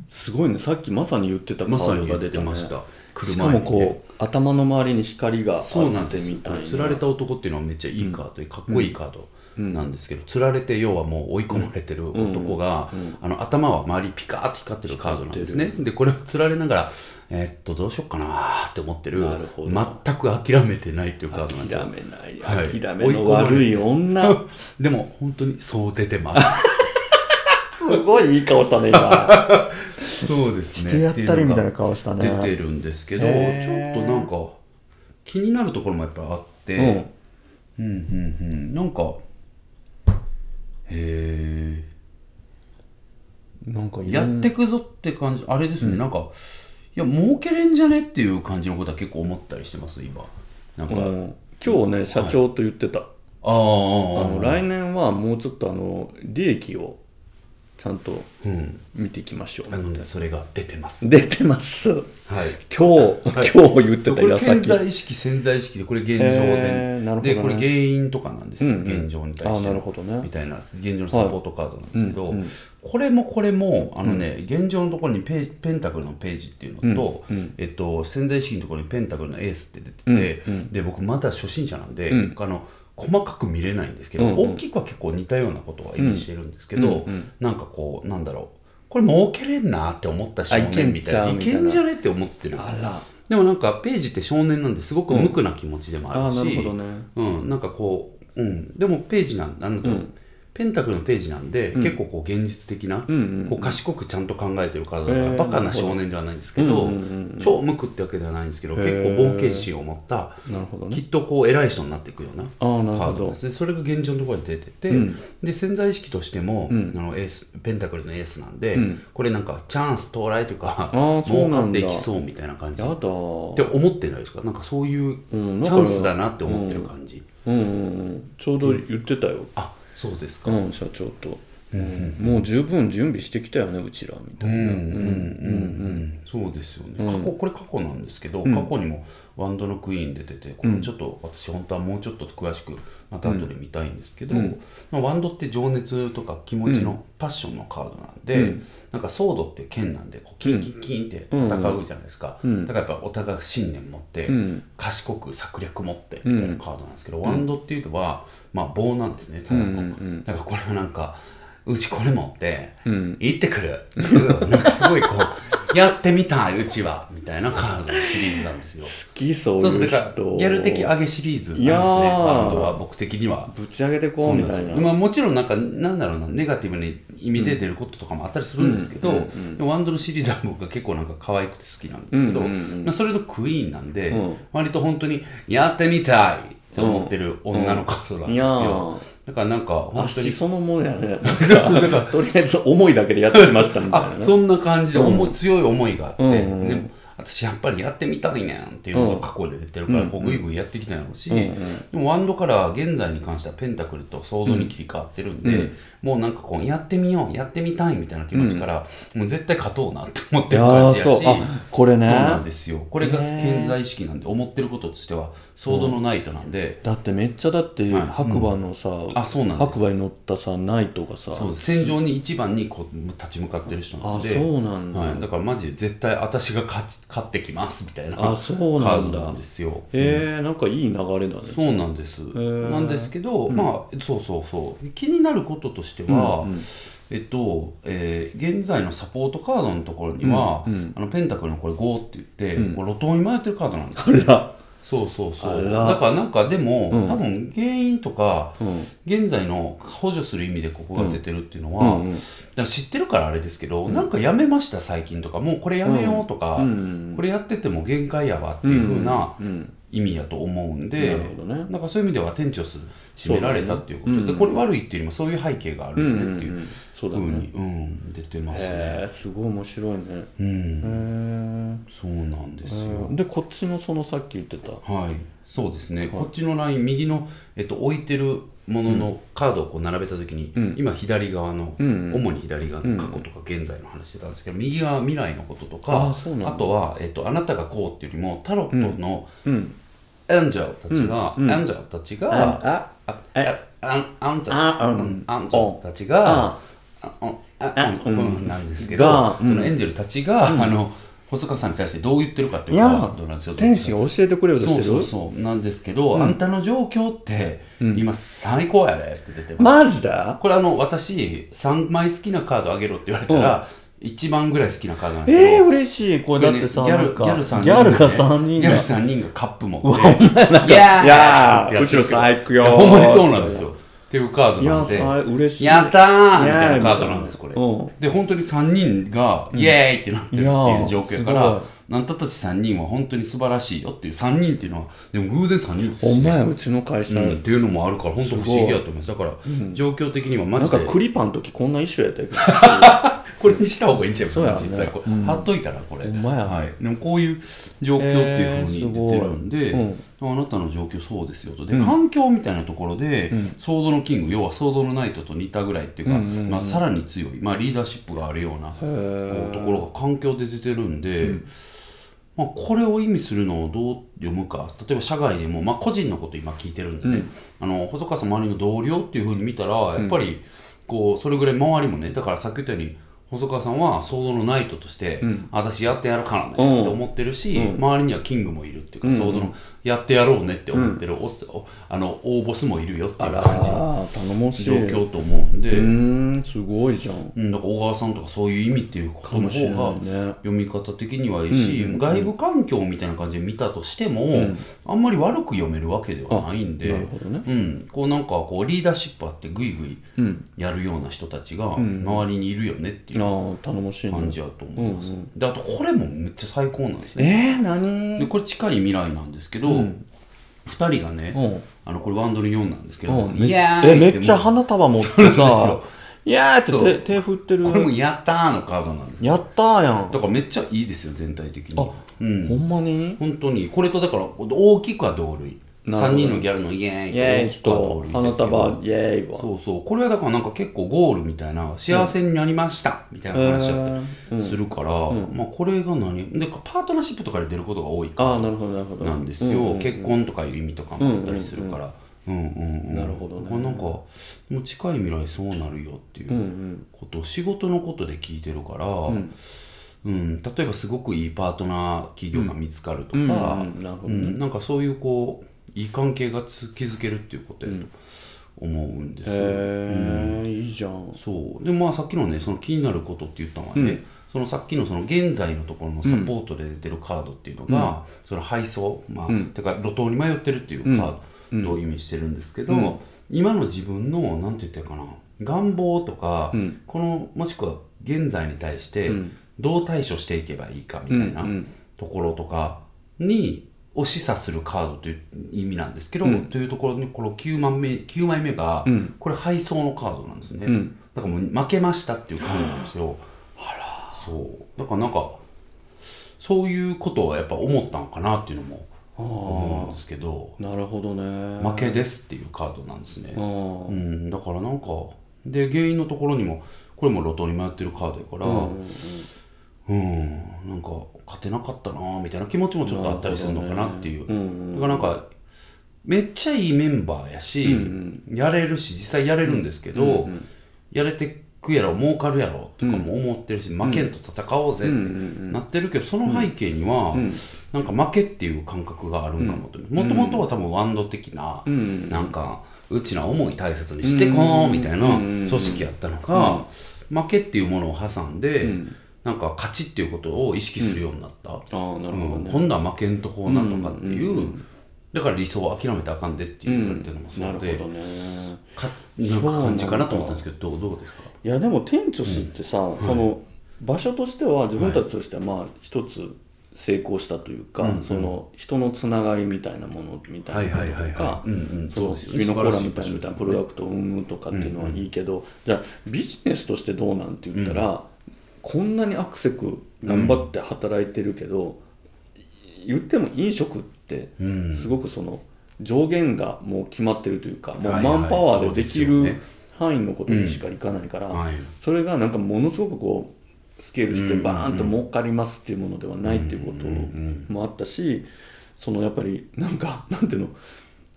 Speaker 1: すごいねさっきまさに言ってた
Speaker 2: い、
Speaker 1: カー
Speaker 2: まさ
Speaker 1: ド
Speaker 2: に
Speaker 1: が
Speaker 2: 言っ
Speaker 1: 出
Speaker 2: て
Speaker 1: た、ね
Speaker 2: ました
Speaker 1: しかもこう、
Speaker 2: ね
Speaker 1: 頭の周りに光が
Speaker 2: そうな
Speaker 1: 当
Speaker 2: ん
Speaker 1: て
Speaker 2: で
Speaker 1: て
Speaker 2: す
Speaker 1: みたいな
Speaker 2: 釣られた男っていうのはめっちゃいいカードでかっこいいカードなんですけど、釣られて要はもう追い込まれてる男が、あの頭は周りピカーッと光ってるカードなんですねでこれを釣られながらえーっとどうしよっかなーって思ってる
Speaker 1: なるほ
Speaker 2: 全く諦めてないっていうカードなんですよ
Speaker 1: 諦めない、
Speaker 2: はい
Speaker 1: 諦めの悪い女
Speaker 2: でも本当にそう出てます
Speaker 1: すごいいい顔したね今
Speaker 2: そう ですね
Speaker 1: してやったりみたいな
Speaker 2: ってうのが
Speaker 1: 顔したね
Speaker 2: 出てるんですけどちょ
Speaker 1: へー
Speaker 2: っとなんか気になるところもやっぱりあって、
Speaker 1: うん
Speaker 2: うんうんうんなんかへ
Speaker 1: なんか
Speaker 2: え
Speaker 1: いろ
Speaker 2: や
Speaker 1: ん
Speaker 2: っ
Speaker 1: な
Speaker 2: てくぞって感じあれですね、なんかいや儲けれんじゃねっていう感じのことは結構思ったりしてます今なんか、
Speaker 1: う
Speaker 2: あー
Speaker 1: ん今日ね社長と言ってた、
Speaker 2: あー
Speaker 1: あの来年はもうちょっとあの利益をちゃんと
Speaker 2: うん
Speaker 1: 見ていきましょう、
Speaker 2: なのでそれが出てます
Speaker 1: 出てます今
Speaker 2: はい
Speaker 1: 日、今日言って
Speaker 2: そう
Speaker 1: た
Speaker 2: これ
Speaker 1: 矢
Speaker 2: 潜
Speaker 1: 先
Speaker 2: 在意識潜在意識でこれ現状で、
Speaker 1: へーなるほどね
Speaker 2: でこれ原因とかなんですよ、
Speaker 1: うんうん
Speaker 2: 現状に対して
Speaker 1: あーなるほどね
Speaker 2: みたいな現状のサポートカードなんですけど、これもこれもあのね、現状のところにペペンタクルのページっていうのと、えっと、潜在意識のところにペンタクルのエースって出てて、で僕まだ初心者なんで、あの細かく見れないんですけど、大きくは結構似たようなことは意味してるんですけど、なんかこうなんだろうこれ儲けれんなって思った少
Speaker 1: あいけ
Speaker 2: 年
Speaker 1: ん
Speaker 2: みたい
Speaker 1: ち
Speaker 2: な
Speaker 1: ゃう
Speaker 2: い
Speaker 1: みたいな
Speaker 2: け
Speaker 1: ん
Speaker 2: じゃねって思ってる
Speaker 1: あら
Speaker 2: でもなんかページって少年なんですごく無垢な気持ちでもあるし、
Speaker 1: あ
Speaker 2: う
Speaker 1: ー
Speaker 2: ん
Speaker 1: なるほどね
Speaker 2: なんかこう、うん、でもページなんなんだろう、ペンタクルのページなんで、結構こう現実的な、こう賢くちゃんと考えてる体だから、
Speaker 1: へー
Speaker 2: バカな少年ではないんですけど、超無垢ってわけではないんですけど、結構冒険心を持った
Speaker 1: なるほどね
Speaker 2: きっとこう偉い人になっていくような
Speaker 1: あーなるほど
Speaker 2: カードですねそれが現状のところに出てて、で潜在意識としても、あのエースペンタクルのエースなんで、これなんかチャンス到来というか
Speaker 1: ーそう
Speaker 2: 儲
Speaker 1: な
Speaker 2: か
Speaker 1: んだ
Speaker 2: っていきそうみたいな感じ
Speaker 1: やだ
Speaker 2: って思ってないですかなんかそういうチ
Speaker 1: んだ
Speaker 2: ャ
Speaker 1: から
Speaker 2: ンスだなって思ってる感じ、
Speaker 1: うんうんうんちょうど言ってたよ、
Speaker 2: あそうですか、
Speaker 1: うん、社長と、もう十分準備してきたよねうちらみたいな、
Speaker 2: そうですよね、過去これ過去なんですけど、過去にも「ワンドのクイーン」で出ててこれちょっと私本当はもうちょっと詳しくまた後で見たいんですけど、まあ、ワンドって情熱とか気持ちのパッションのカードなんで、なんかソードって剣なんでこうキンキンキンって戦うじゃないですか、だからやっぱお互い信念持って、賢く策略持ってみたいなカードなんですけど、ワンドっていうのは、まあ、棒なんですねただの、だからこれはなんかうちこれ持って、行ってくるって いうなんかすごいこうやってみたいうちはみたいなカードのシリーズなんですよ
Speaker 1: 好きそう
Speaker 2: そうそう
Speaker 1: い
Speaker 2: だ
Speaker 1: う
Speaker 2: から
Speaker 1: 人
Speaker 2: ギャル的上げシリーズなんですね
Speaker 1: いやー
Speaker 2: バンドは僕的には
Speaker 1: ぶち上げてこ
Speaker 2: そううな
Speaker 1: み
Speaker 2: んです
Speaker 1: たい
Speaker 2: よ
Speaker 1: な
Speaker 2: まあ、もちろんなんかなんだろうなネガティブに意味で出ることとかもあったりするんですけど、でもワンドのシリーズは僕が結構なんか可愛くて好きなんですけど、まあ、それのクイーンなんで、
Speaker 1: ん
Speaker 2: 割と本当にやってみたいと思ってる女のカードなんですよ、
Speaker 1: うんいや
Speaker 2: だからなんか本
Speaker 1: あ
Speaker 2: 当に
Speaker 1: しそのもんや ねとりあえず思いだけでやってきましたみたい
Speaker 2: あ
Speaker 1: なね
Speaker 2: そんな感じで思い、強い思いがあって、
Speaker 1: うんうんうん
Speaker 2: でも私やっぱりやってみたいねんっていうのが過去で出てるから、こうグイグイやってきたんやろうし、でもワンドから現在に関してはペンタクルとソードに切り替わってるんで、もうなんかこうやってみようやってみたいみたいな気持ちから、もう絶対勝とうなって思ってる感じや
Speaker 1: い
Speaker 2: し
Speaker 1: やーそうあこれね
Speaker 2: そうなんですよこれが潜在意識なんで思ってることとしてはソードのナイトなんで、
Speaker 1: だってめっちゃだって
Speaker 2: はい
Speaker 1: 白馬のさ、
Speaker 2: あそうなんです
Speaker 1: 白馬に乗ったさナイトがさ
Speaker 2: そう戦場に一番にこう立ち向かってる人なんで
Speaker 1: あそうなんだ
Speaker 2: はい、だからマジで絶対私が勝ち勝ってきますみたいな
Speaker 1: あそうなんだ
Speaker 2: カードなんですよ
Speaker 1: えー、なんかいい流れだね
Speaker 2: そうなんです、
Speaker 1: ー
Speaker 2: なんですけど、まあそうそうそう気になることとしては、えっとえー現在のサポートカードのところには、あのペンタクルのこれ5って言って、これ路頭に迷ってるカードなんですよ
Speaker 1: あら
Speaker 2: そうそうそう
Speaker 1: あら
Speaker 2: だからなんかでも、
Speaker 1: うん
Speaker 2: 多分原因とか、
Speaker 1: うん
Speaker 2: 現在の補助する意味でここが出てるっていうのは、
Speaker 1: うんうん
Speaker 2: だから知ってるからあれですけど、なんかやめました最近とかもうこれやめようとか、
Speaker 1: うんうん
Speaker 2: これやってても限界やわっていう風な
Speaker 1: うん
Speaker 2: 意味やと思うんで、
Speaker 1: なるほどね
Speaker 2: なんかそういう意味では店長する締められたっていうことで,、これ悪いっていうよりもそういう背景があるよねっていう
Speaker 1: うんうんうんそう
Speaker 2: 風
Speaker 1: だね
Speaker 2: に、うん、出てますね。
Speaker 1: へえすごい面白いね
Speaker 2: う
Speaker 1: へ
Speaker 2: ん、
Speaker 1: え
Speaker 2: そうなんですよ。
Speaker 1: でこっちのそのさっき言ってた
Speaker 2: はい、そうですね、こっちのライン右の、えっと、置いてるもののカードをこう並べた時に、今左側の、
Speaker 1: ん
Speaker 2: 主に左側の過去とか現在の話してたんですけど、右側未来のことと
Speaker 1: あ
Speaker 2: か
Speaker 1: ーそうなんだ
Speaker 2: とは、えっと、あなたがこうっていうよりもタロットの
Speaker 1: うん
Speaker 2: エンジェルたちが、エンジェルたちが、
Speaker 1: あ
Speaker 2: あえあんあんちゃん
Speaker 1: あ
Speaker 2: あ
Speaker 1: うん
Speaker 2: んあんちゃんたちがあうんあうんうんなんですけど
Speaker 1: が
Speaker 2: そのエンジェルたちが、あの細川さんに対してどう言ってるかっていうカードなんですよ
Speaker 1: 天使が教えてくれようとして
Speaker 2: そう
Speaker 1: る
Speaker 2: そうそうなんですけど、あんたの状況って今最高やねって出てます、
Speaker 1: マジだ
Speaker 2: これあの私3枚好きなカードあげろって言われたら、一1番ぐらい好きなカードなんですけど、
Speaker 1: えー、嬉しいこ
Speaker 2: こ
Speaker 1: れ
Speaker 2: れ
Speaker 1: だっ
Speaker 2: ね
Speaker 1: てさ
Speaker 2: ギャ
Speaker 1: なん
Speaker 2: ルギ
Speaker 1: か
Speaker 2: ャルさん
Speaker 1: ギャルが3人
Speaker 2: ギ
Speaker 1: が
Speaker 2: ャル3人がカッ プ持って「いやー
Speaker 1: いやー
Speaker 2: ってやってるんですよ
Speaker 1: 後ろさん行くよー
Speaker 2: いやほんまにそうなんですよっていうカードなんで
Speaker 1: いやーさ嬉しい
Speaker 2: やったーみた
Speaker 1: イエーイ
Speaker 2: いなカードなんですこれ
Speaker 1: うん
Speaker 2: で本当に3人がイエーイってなってるっていう状況やか
Speaker 1: いやー
Speaker 2: ら
Speaker 1: す
Speaker 2: あんたたち3人は本当に素晴らしいよっていう3人っていうのはでも偶然3人です
Speaker 1: お
Speaker 2: しね
Speaker 1: 前うちの会社、
Speaker 2: うんっていうのもあるから本当不思議やと思いますだから状況的にはマ
Speaker 1: なん
Speaker 2: ジで
Speaker 1: かクリパンの時こんな衣装やったけど
Speaker 2: これにした方がいいんちゃいます
Speaker 1: そうやね
Speaker 2: 実際これ、貼っといたらこれ
Speaker 1: ほんまや
Speaker 2: はい、でもこういう状況っていうふう
Speaker 1: えー
Speaker 2: に
Speaker 1: すごい
Speaker 2: 出てるんで、
Speaker 1: うん
Speaker 2: あなたの状況そうですよとで、環境みたいなところで、想像のキング要は想像のナイトと似たぐらいっていうか、まあ、さらに強い、まあ、リーダーシップがあるようなこうところが環境で出てるんで。まあ、これを意味するのをどう読むか例えば社外でも、まあ、個人のこと今聞いてるんでね、あの細川さん周りの同僚っていうふうに見たらやっぱりこうそれぐらい周りもねだからさっき言ったように細川さんは想像のナイトとして、私やってやるからねって思ってるし、周りにはキングもいるっていうか、想像のやってやろうねって思ってる、おっおあの大ボスもいるよっていう感じの
Speaker 1: ああ頼もしい
Speaker 2: 状況と思うんで、
Speaker 1: うーんすごいじゃん
Speaker 2: うん、だから小川さんとかそういう意味っていうこと
Speaker 1: かも
Speaker 2: の方
Speaker 1: しれないね
Speaker 2: が読み方的にはいいし、外部環境みたいな感じで見たとしても、あんまり悪く読めるわけではないんで、
Speaker 1: なるほどね
Speaker 2: うん、こうなんかこうリーダーシップあってグイグイやるような人たちが周りにいるよねっていう
Speaker 1: ああ頼もしいね
Speaker 2: 感じやと思います、であとこれもめっちゃ最高なんですね
Speaker 1: えー、何
Speaker 2: でこれ近い未来なんですけど、2人がね、
Speaker 1: うん
Speaker 2: あのこれワンドル4なんですけど、
Speaker 1: うんめ
Speaker 2: いやー
Speaker 1: え
Speaker 2: い
Speaker 1: め
Speaker 2: て
Speaker 1: っちゃ花束持っ
Speaker 2: そう
Speaker 1: て
Speaker 2: なんです
Speaker 1: さ
Speaker 2: よ
Speaker 1: いやーって
Speaker 2: そう
Speaker 1: 手手振ってる
Speaker 2: これも「やったー」のカードなんです
Speaker 1: やったーやん
Speaker 2: だからめっちゃいいですよ全体的に
Speaker 1: あ
Speaker 2: うん
Speaker 1: ほんまに
Speaker 2: 本当にこれとだから大きくは同類
Speaker 1: なるほど
Speaker 2: 3人のギャルのイエーイ
Speaker 1: イエ
Speaker 2: 大
Speaker 1: ー
Speaker 2: き
Speaker 1: イ
Speaker 2: くは同
Speaker 1: と
Speaker 2: 類
Speaker 1: 花
Speaker 2: ですけど
Speaker 1: 束イエーイは
Speaker 2: そうそうこれはだからなんか結構ゴールみたいな幸せになりましたみたいな話だったりするから、まあ、これが何でパートナーシップとかで出ることが多い
Speaker 1: ああなるほどなるほど
Speaker 2: なんですよ、結婚とかいう意味とかもあったりするから、うんうんうん
Speaker 1: なるほどね
Speaker 2: まあなんかもう近い未来そうなるよっていうことを仕事のことで聞いてるから、うん例えばすごくいいパートナー企業が見つかると
Speaker 1: う
Speaker 2: か、
Speaker 1: んうんなるほどね
Speaker 2: うんなんかそういうこういい関係がつ築けるっていうことやと思うんですよ。
Speaker 1: へえいいじゃん
Speaker 2: そうでまあさっきのねその気になることって言ったのはね、そのさっきのその現在のところのサポートで出てるカードっていうのが、その配送まあ、てか路頭に迷ってるっていうカードを意味してるんですけど、今の自分のなんて言ったらいいかな願望とか、このもしくは現在に対してどう対処していけばいいかみたいなところとかにを示唆するカードという意味なんですけど、というところにこの9枚目 ,9 枚目が、これ配送のカードなんですね、だからもう負けましたっていうカードなんですよあらそうだからなんかそういうことはやっぱ思ったのかなっていうのも思うんですけど
Speaker 1: なるほどね
Speaker 2: 負けですっていうカードなんですね、
Speaker 1: あ
Speaker 2: う
Speaker 1: ー
Speaker 2: ん、だからなんかで原因のところにもこれも路頭に迷ってるカードやからうん、なんか勝てなかったなーみたいな気持ちもちょっとあったりするのかなっていう、だからなんかめっちゃいいメンバーやし、やれるし実際やれるんですけど、やれてくやろ儲かるやろとかも思ってるし、負けんと戦おうぜってなってるけどその背景には、なんか負けっていう感覚があるんかもともともとは多分ワンド的な、なんかうちの思い大切にしてこうみたいな組織やったのか、負けっていうものを挟んで、なんか勝ちっていうことを意識するようになった。
Speaker 1: あーなるほど
Speaker 2: うん今度は負けんとこうなとかっていうだから理想を諦めてあかんでって言われてるのもそうで、
Speaker 1: どね
Speaker 2: かなんか感じかなと思ったんですけどどうどうですか
Speaker 1: いやでもテンチョスってさ、その場所としては自分たちとしてはまあ一つ成功したというか、その人のつながりみたいなものみたいなものとか
Speaker 2: うんうん
Speaker 1: そ
Speaker 2: そう
Speaker 1: う
Speaker 2: ですよ
Speaker 1: ユ
Speaker 2: ね
Speaker 1: ニコーラみた
Speaker 2: 素晴らし
Speaker 1: い
Speaker 2: い
Speaker 1: なプロダクトを生むとかっていうのはいいけど、じゃあビジネスとしてどうなんて言ったら、こんなにアクセク頑張って働いてるけど、言っても飲食って
Speaker 2: うん
Speaker 1: すごくその上限がもう決まってるというか、もう
Speaker 2: はいはい
Speaker 1: マンパワーででき
Speaker 2: そうです
Speaker 1: る
Speaker 2: よね
Speaker 1: 範囲のことにしかいかないから、
Speaker 2: うんはい
Speaker 1: それがなんかものすごくこうスケールしてバーンと儲かりますっていうものではないっていうこともあったしそのやっぱりなんかなんていうの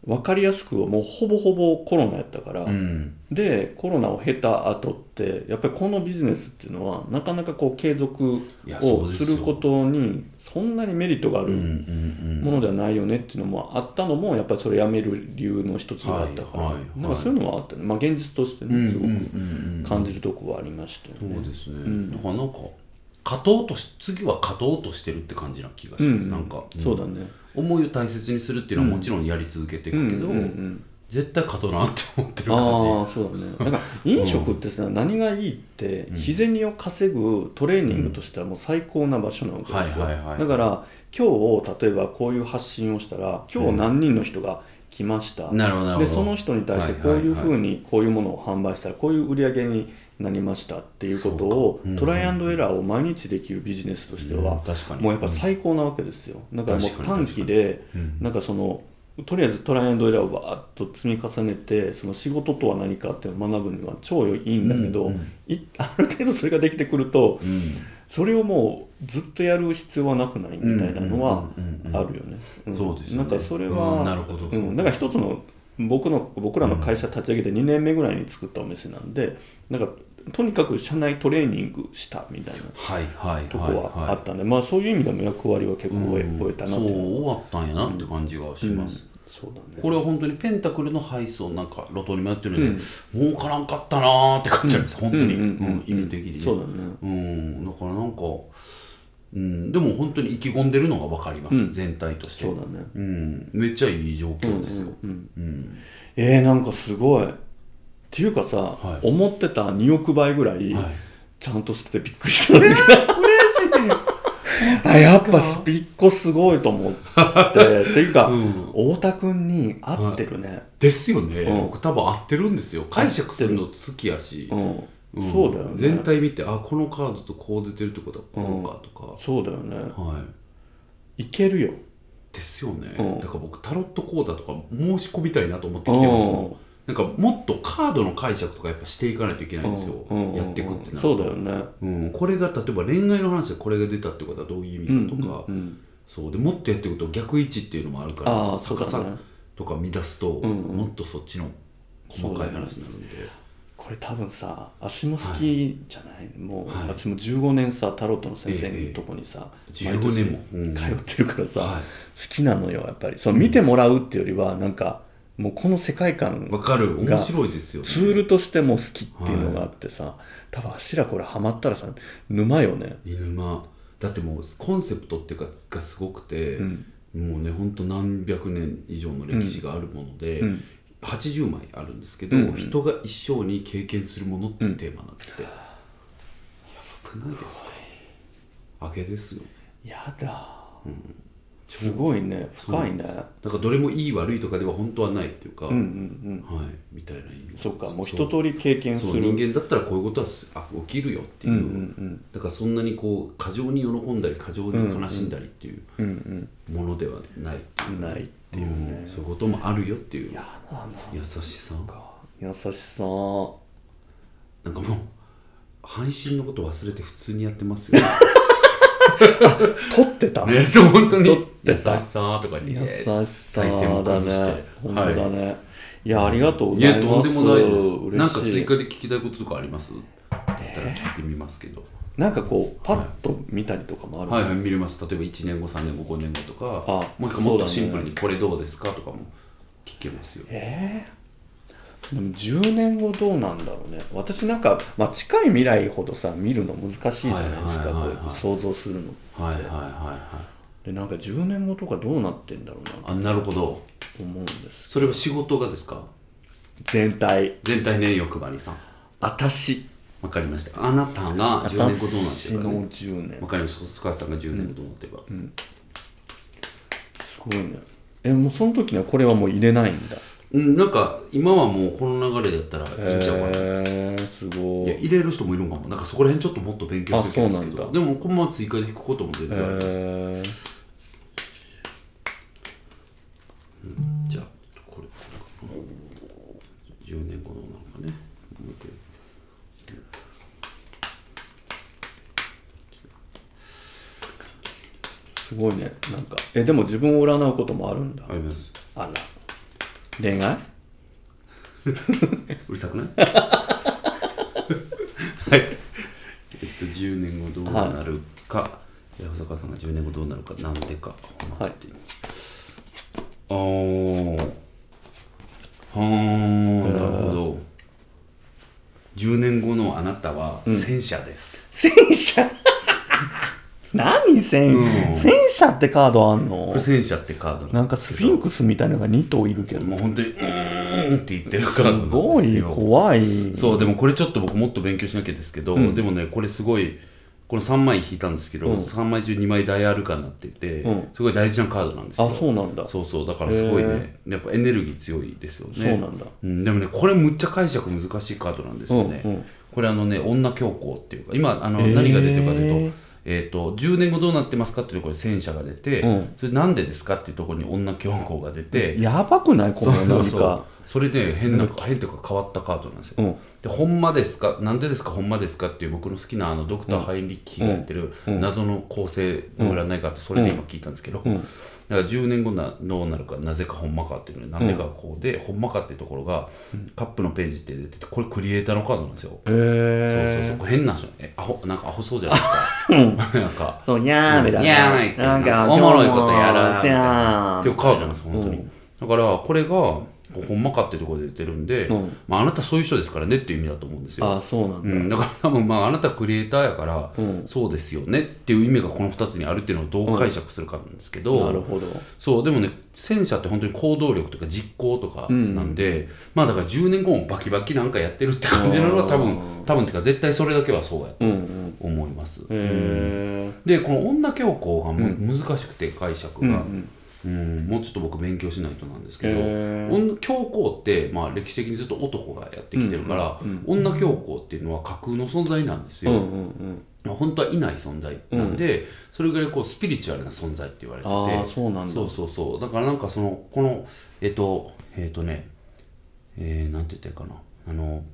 Speaker 1: 分かりやすくはもうほぼほぼコロナやったから、
Speaker 2: うん
Speaker 1: でコロナを経た後ってやっぱりこのビジネスっていうのはなかなかこう継続
Speaker 2: いやそ
Speaker 1: を
Speaker 2: うです
Speaker 1: す
Speaker 2: よ
Speaker 1: ることにそんなにメリットがあ
Speaker 2: うん
Speaker 1: る
Speaker 2: うん
Speaker 1: ものではないよねっていうのもあったのもやっぱりそれやめる理由の一つだったから、
Speaker 2: はいはいはい
Speaker 1: なんかそういうのはあったね、まあ、現実として
Speaker 2: うん
Speaker 1: ねすごく
Speaker 2: うん
Speaker 1: 感じるとこはありましたよ
Speaker 2: そ
Speaker 1: ね。
Speaker 2: うですね、
Speaker 1: ん
Speaker 2: だからなんか勝とうとし次は勝とうとしてるって感じな気がします、なんか、
Speaker 1: そうだね
Speaker 2: 思いを大切にするっていうのはもちろんやり続けていくけ
Speaker 1: う
Speaker 2: ど、
Speaker 1: んうんうん
Speaker 2: 絶対勝とうなって思ってる
Speaker 1: あ
Speaker 2: 感
Speaker 1: あそうだねだから飲食ってさ、何がいいって日銭を稼ぐトレーニングとしてはもう最高な場所なわけですよ、
Speaker 2: はいはいはい
Speaker 1: だから今日例えばこういう発信をしたら今日何人の人が来ました、
Speaker 2: じなるほどなるほ
Speaker 1: で
Speaker 2: ど
Speaker 1: その人に対してこういうふうにこういうものを販売したらこういう売り上げになりましたっていうことをトライアンドエラーを毎日できるビジネスとして
Speaker 2: うん
Speaker 1: は
Speaker 2: 確かに
Speaker 1: もうやっぱ最高なわけですよだからもう
Speaker 2: 確かに
Speaker 1: 短期でなんかそのとりあえずトライアンドエラーをバーッと積み重ねてその仕事とは何かっていうのを学ぶには超いいんだけど、い ある程度それができてくると、それをもうずっとやる必要はなくないみたいなのはあるよね。ん
Speaker 2: そうですよね
Speaker 1: なんかそれは、
Speaker 2: うんなるほど
Speaker 1: うんなんか一つの僕の僕らの会社立ち上げて2年目ぐらいに作ったお店なんで、なんかとにかく社内トレーニングしたみたいな
Speaker 2: はいはいはい
Speaker 1: とこはあ
Speaker 2: は
Speaker 1: ったんで、まあそういう意味でも役割は結構終え,、
Speaker 2: い
Speaker 1: 終えたな
Speaker 2: そ
Speaker 1: っ
Speaker 2: う
Speaker 1: ていう
Speaker 2: 終わったんやなって感じがします、
Speaker 1: そうだね
Speaker 2: これは本当にペンタクルの配送なんか路頭に迷ってるんで、儲からんかったなーって感じなんです、本当に、
Speaker 1: う
Speaker 2: うんん
Speaker 1: うんうん
Speaker 2: 意味的にね
Speaker 1: そうだね
Speaker 2: うん、だからなんか、うん、でも本当に意気込んでるのが分かります、全体として
Speaker 1: そうだね
Speaker 2: うん、めっちゃいい状況ですよ、
Speaker 1: えー、なんかすごいっていうかさ、
Speaker 2: い
Speaker 1: 思ってた2億倍ぐらい
Speaker 2: はい
Speaker 1: ちゃんとしててびっくりした、ね、 あやっぱスピッコすごいと 思ってっていうか、
Speaker 2: うん
Speaker 1: 太田君に合ってるね、
Speaker 2: ですよね、
Speaker 1: うん
Speaker 2: 僕多分合ってるんですよ解釈するの好きやし、
Speaker 1: うん
Speaker 2: ん
Speaker 1: そうだよね
Speaker 2: 全体見てあこのカードとこう出てるってことはこうかとか、
Speaker 1: そうだよね
Speaker 2: はい
Speaker 1: いけるよ
Speaker 2: ですよね、
Speaker 1: うん
Speaker 2: だから僕タロット講座とか申し込みたいなと思ってきてますもんなんかもっとカードの解釈とかやっぱしていかないといけないんですよ、
Speaker 1: うん
Speaker 2: やっていくってなると
Speaker 1: そうだよね
Speaker 2: うん、これが例えば恋愛の話でこれが出たってことはどういう意味かとか、
Speaker 1: うんうんうん
Speaker 2: そうでもっとやっていくと逆位置っていうのもあるか
Speaker 1: ああ
Speaker 2: ら
Speaker 1: そうだ
Speaker 2: 逆
Speaker 1: ね
Speaker 2: さとか乱すと、
Speaker 1: んうん
Speaker 2: もっとそっちの細かい話になるんで、
Speaker 1: これ多分さ足も好きじゃない、もう、
Speaker 2: はい
Speaker 1: 私も15年さタロットの先生
Speaker 2: え
Speaker 1: の
Speaker 2: え
Speaker 1: とこにさ、
Speaker 2: え
Speaker 1: 毎年
Speaker 2: 15年もうん
Speaker 1: 通ってるからさ、
Speaker 2: は
Speaker 1: 好
Speaker 2: い
Speaker 1: きなのよやっぱりその見てもらうっていうよりはなんかもうこの世界観
Speaker 2: わかる
Speaker 1: が
Speaker 2: 面白いですよね
Speaker 1: ツールとしても好きっていうのがあってさ、多分足らこれハマったらさ沼よね
Speaker 2: 犬間だってもうコンセプトっていうかがすごくて、
Speaker 1: ん
Speaker 2: もうねほんと何百年以上の歴史があるもので、
Speaker 1: ん
Speaker 2: 80枚あるんですけど、
Speaker 1: うんうん
Speaker 2: 人が一生に経験するものっていうテーマなんですって、やばくないですかあげですよね
Speaker 1: やだ、すごいね深いね
Speaker 2: だからどれもいい悪いとかでは本当はないっていうか、
Speaker 1: うんうんうん
Speaker 2: はいみたいな意味
Speaker 1: そっかもう一通り経験す
Speaker 2: そう
Speaker 1: る
Speaker 2: 人間だったらこういうことはすあ起きるよっていう,、だからそんなにこう過剰に喜んだり過剰に悲しんだりっていうものではないっていう,、
Speaker 1: ないっていうね、
Speaker 2: そういうこともあるよっていう
Speaker 1: やだな
Speaker 2: 優しさ
Speaker 1: 優しさい
Speaker 2: なんかもう配信のこと忘れて普通にやってますよ
Speaker 1: 取ってた
Speaker 2: ねそう本当に
Speaker 1: 撮って
Speaker 2: 優したさとか言
Speaker 1: 優
Speaker 2: って
Speaker 1: しさだ
Speaker 2: 体勢も崩して
Speaker 1: ね本当だ
Speaker 2: はい
Speaker 1: ね、い、やありがとうご
Speaker 2: い
Speaker 1: ざい
Speaker 2: や
Speaker 1: ます
Speaker 2: とんでもないですなんか
Speaker 1: 嬉しい
Speaker 2: 追加で聞きたいこととかありますだったら聞いてみますけど、
Speaker 1: なんかこうパッと見たりとかもある、
Speaker 2: はいはい見れます例えば1年後3年後5年後とか
Speaker 1: あ
Speaker 2: もう
Speaker 1: そ
Speaker 2: 一
Speaker 1: うだ
Speaker 2: 回
Speaker 1: ね
Speaker 2: もっとシンプルにこれどうですかとかも聞けますよ、
Speaker 1: えーでも10年後どうなんだろうね私なんか、まあ、近い未来ほどさ見るの難しいじゃないですか、
Speaker 2: は
Speaker 1: こ
Speaker 2: いはいはいはい
Speaker 1: うやって想像するの
Speaker 2: はいはいはいはい
Speaker 1: でなんか10年後とかどうなってんだろうな
Speaker 2: あなるほど
Speaker 1: と思うんです
Speaker 2: それは仕事がですか
Speaker 1: 全体
Speaker 2: 全体ね欲張りさん
Speaker 1: 私
Speaker 2: わかりましたあなたが10年後どうなって
Speaker 1: 私
Speaker 2: るか、
Speaker 1: の
Speaker 2: ね、
Speaker 1: 10年
Speaker 2: わかりました塚地さんが10年後どうなってるか、
Speaker 1: すごいねえもうその時にはこれはもう入れないんだ
Speaker 2: うん、なんか今はもうこの流れだったらいいんちゃうかな、
Speaker 1: へえすご
Speaker 2: いや
Speaker 1: い
Speaker 2: 入れる人もいるんかもなんかそこら辺ちょっともっと勉強していきたいですけ
Speaker 1: あそうな
Speaker 2: ど
Speaker 1: ん
Speaker 2: でもこのまま追加で弾くことも全然あります、
Speaker 1: え
Speaker 2: じゃあこれこれかな10年後のなんかねもう一回
Speaker 1: すごいねなんかえでも自分を占うこともあるんだ
Speaker 2: あります
Speaker 1: あら恋愛
Speaker 2: うるさくない はいえっと10年後どうなるか、いや保坂さんが10年後どうなるかなんでか
Speaker 1: はい
Speaker 2: あーはーなるほど10年後のあなたは戦車です、
Speaker 1: 戦車 何戦、
Speaker 2: うん
Speaker 1: 戦車ってカードあんの
Speaker 2: これ戦車ってカード
Speaker 1: な
Speaker 2: なんんで
Speaker 1: か
Speaker 2: す
Speaker 1: ス
Speaker 2: け
Speaker 1: フィ
Speaker 2: ど
Speaker 1: ンクスみたいのが2頭いるけど
Speaker 2: もう本当にうーんって言ってるカードなんですすよ
Speaker 1: ごい怖い
Speaker 2: そうでもこれちょっと僕もっと勉強しなきゃですけど、でもねこれすごいこの3枚引いたんですけど、3枚中2枚大アルカになってて、
Speaker 1: うん
Speaker 2: すごい大事なカードなんですよ
Speaker 1: あそうなんだ
Speaker 2: そうそうだからすごいねやっぱエネルギー強いですよね
Speaker 1: そうなんだ
Speaker 2: んでもねこれむっちゃ解釈難しいカードなんですよね、
Speaker 1: うんうん
Speaker 2: これあのね女教皇っていうか今あの
Speaker 1: えー
Speaker 2: 何が出てるかというと、えー、と10年後どうなってますかっていうところに戦車が出て、
Speaker 1: うん
Speaker 2: それなんでですかっていうところに女教皇が出て、
Speaker 1: やばくないこの
Speaker 2: そう
Speaker 1: 何
Speaker 2: そ
Speaker 1: か
Speaker 2: うそれで変な変っていうか変わったカードなんですよ、
Speaker 1: うん
Speaker 2: で「ほんまですかなんでですかほんまですか?」っていう僕の好きなあのドクター・ハインリッキーがやってる謎の構成の占いがあってそれで今聞いたんですけど、だから10年後などうなるかなぜかほんまかっていうのになんでかこうで、ほんまかっていうところがカップのページって出ててこれクリエイターのカードなんですよ、そうそう
Speaker 1: え
Speaker 2: そうこれ変な人えアホなんかアホそうじゃないですか なんか
Speaker 1: そうにゃーみたいな
Speaker 2: にゃーみたいな
Speaker 1: なんか
Speaker 2: おもろいことや
Speaker 1: 今日も
Speaker 2: らー
Speaker 1: せや
Speaker 2: ってい
Speaker 1: ー
Speaker 2: うカードなんです本当に、だからこれがほんまかってところで出てるんで、
Speaker 1: うん
Speaker 2: まあ、あなたそういう人ですからねっていう意味だと思うんですよ
Speaker 1: あそうなん
Speaker 2: う
Speaker 1: だ、
Speaker 2: ん、だから多分まああなたクリエイターやから、そうですよねっていう意味がこの2つにあるっていうのをどう解釈するかなんですけど、
Speaker 1: なるほど
Speaker 2: そうでもね戦車って本当に行動力とか実行とかなんで、まあだから10年後もバキバキなんかやってるって感じなのが多分多分っていうか絶対それだけはそうやと
Speaker 1: うんうん
Speaker 2: 思います、
Speaker 1: へえ
Speaker 2: でこの女教皇がむ、難しくて解釈が、うんもうちょっと僕勉強しないとなんですけど、
Speaker 1: へー
Speaker 2: 女教皇って、まあ、歴史的にずっと男がやってきてるから、女教皇っていうのは架空の存在なんです
Speaker 1: う
Speaker 2: よ、
Speaker 1: んうんうん
Speaker 2: まあ本当はいない存在なんで、それぐらいこうスピリチュアルな存在って言われてて
Speaker 1: ああそうなんだ
Speaker 2: そうそうそうだからなんかそのこのえっ、とえっ、とねえー、なんて言ったらいいかなあの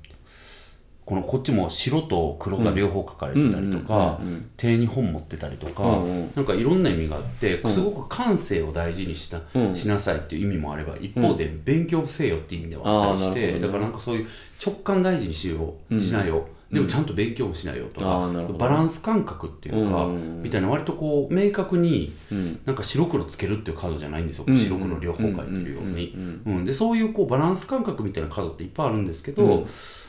Speaker 2: このこっちも白と黒が両方書かれてたりとか手に本持ってたりとか、
Speaker 1: うんうん
Speaker 2: なんかいろんな意味があって、すごく感性を大事にした、しなさいっていう意味もあれば一方で勉強せよっていう意味ではあったり
Speaker 1: あー
Speaker 2: して、
Speaker 1: なるほどね
Speaker 2: だからなんかそういう直感大事にしようしないよ、でもちゃんと勉強もしないよと
Speaker 1: あ
Speaker 2: か、
Speaker 1: ーなるほど
Speaker 2: バランス感覚っていうか、
Speaker 1: うんうん
Speaker 2: みたいな割とこう明確に
Speaker 1: うん
Speaker 2: なんか白黒つけるっていうカードじゃないんですよ、
Speaker 1: ん
Speaker 2: 白黒両方書いてるように、
Speaker 1: う
Speaker 2: うん
Speaker 1: うん
Speaker 2: でそういうこうバランス感覚みたいなカードっていっぱいあるんですけど、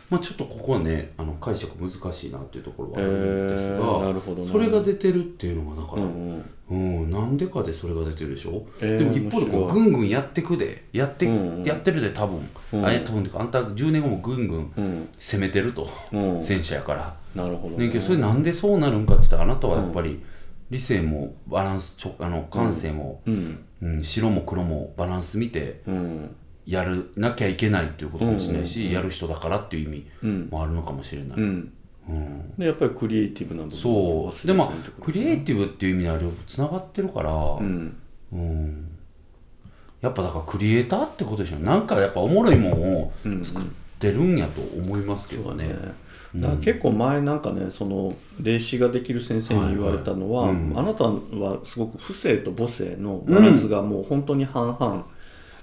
Speaker 2: まあ、ちょっとここはねあの解釈難しいなっていうところはあるんですが、
Speaker 1: えーなるほどね
Speaker 2: それが出てるっていうのがだか
Speaker 1: う
Speaker 2: ら、
Speaker 1: んうん
Speaker 2: うん、なんでかでそれが出てるでしょ、
Speaker 1: えー
Speaker 2: でも一方で
Speaker 1: 面
Speaker 2: こう
Speaker 1: 白
Speaker 2: ぐんぐんやってくでやって,、
Speaker 1: うんうん
Speaker 2: やってるで多分、
Speaker 1: うん
Speaker 2: あいや多分っていうかあんた10年後もぐんぐん
Speaker 1: うん
Speaker 2: 攻めてると、
Speaker 1: うん
Speaker 2: 戦車やから、
Speaker 1: なるほど
Speaker 2: ね、けどそれなんでそうなるんかって言ったらあなたはやっぱり理性もバランスちょあの感性も、
Speaker 1: うん
Speaker 2: うん白も黒もバランス見て
Speaker 1: うん
Speaker 2: やるなきゃいけないっていうことかもしれないし、やる人だからっていう意味もあるのかもしれない、
Speaker 1: うん
Speaker 2: うん
Speaker 1: でやっぱりクリエイティブな部分
Speaker 2: そ
Speaker 1: 忘
Speaker 2: う
Speaker 1: れ
Speaker 2: で
Speaker 1: ずに
Speaker 2: もクリエイティブっていう意味では両方つながってるから、
Speaker 1: うん
Speaker 2: うんやっぱだからクリエイターってことでしょなんかやっぱおもろいもんを作ってるんやと思いますけどね。
Speaker 1: だから結構前なんかねその霊視ができる先生に言われたのは、
Speaker 2: はいはいうん
Speaker 1: あなたはすごく不正と母性のバランスがもう本当に半々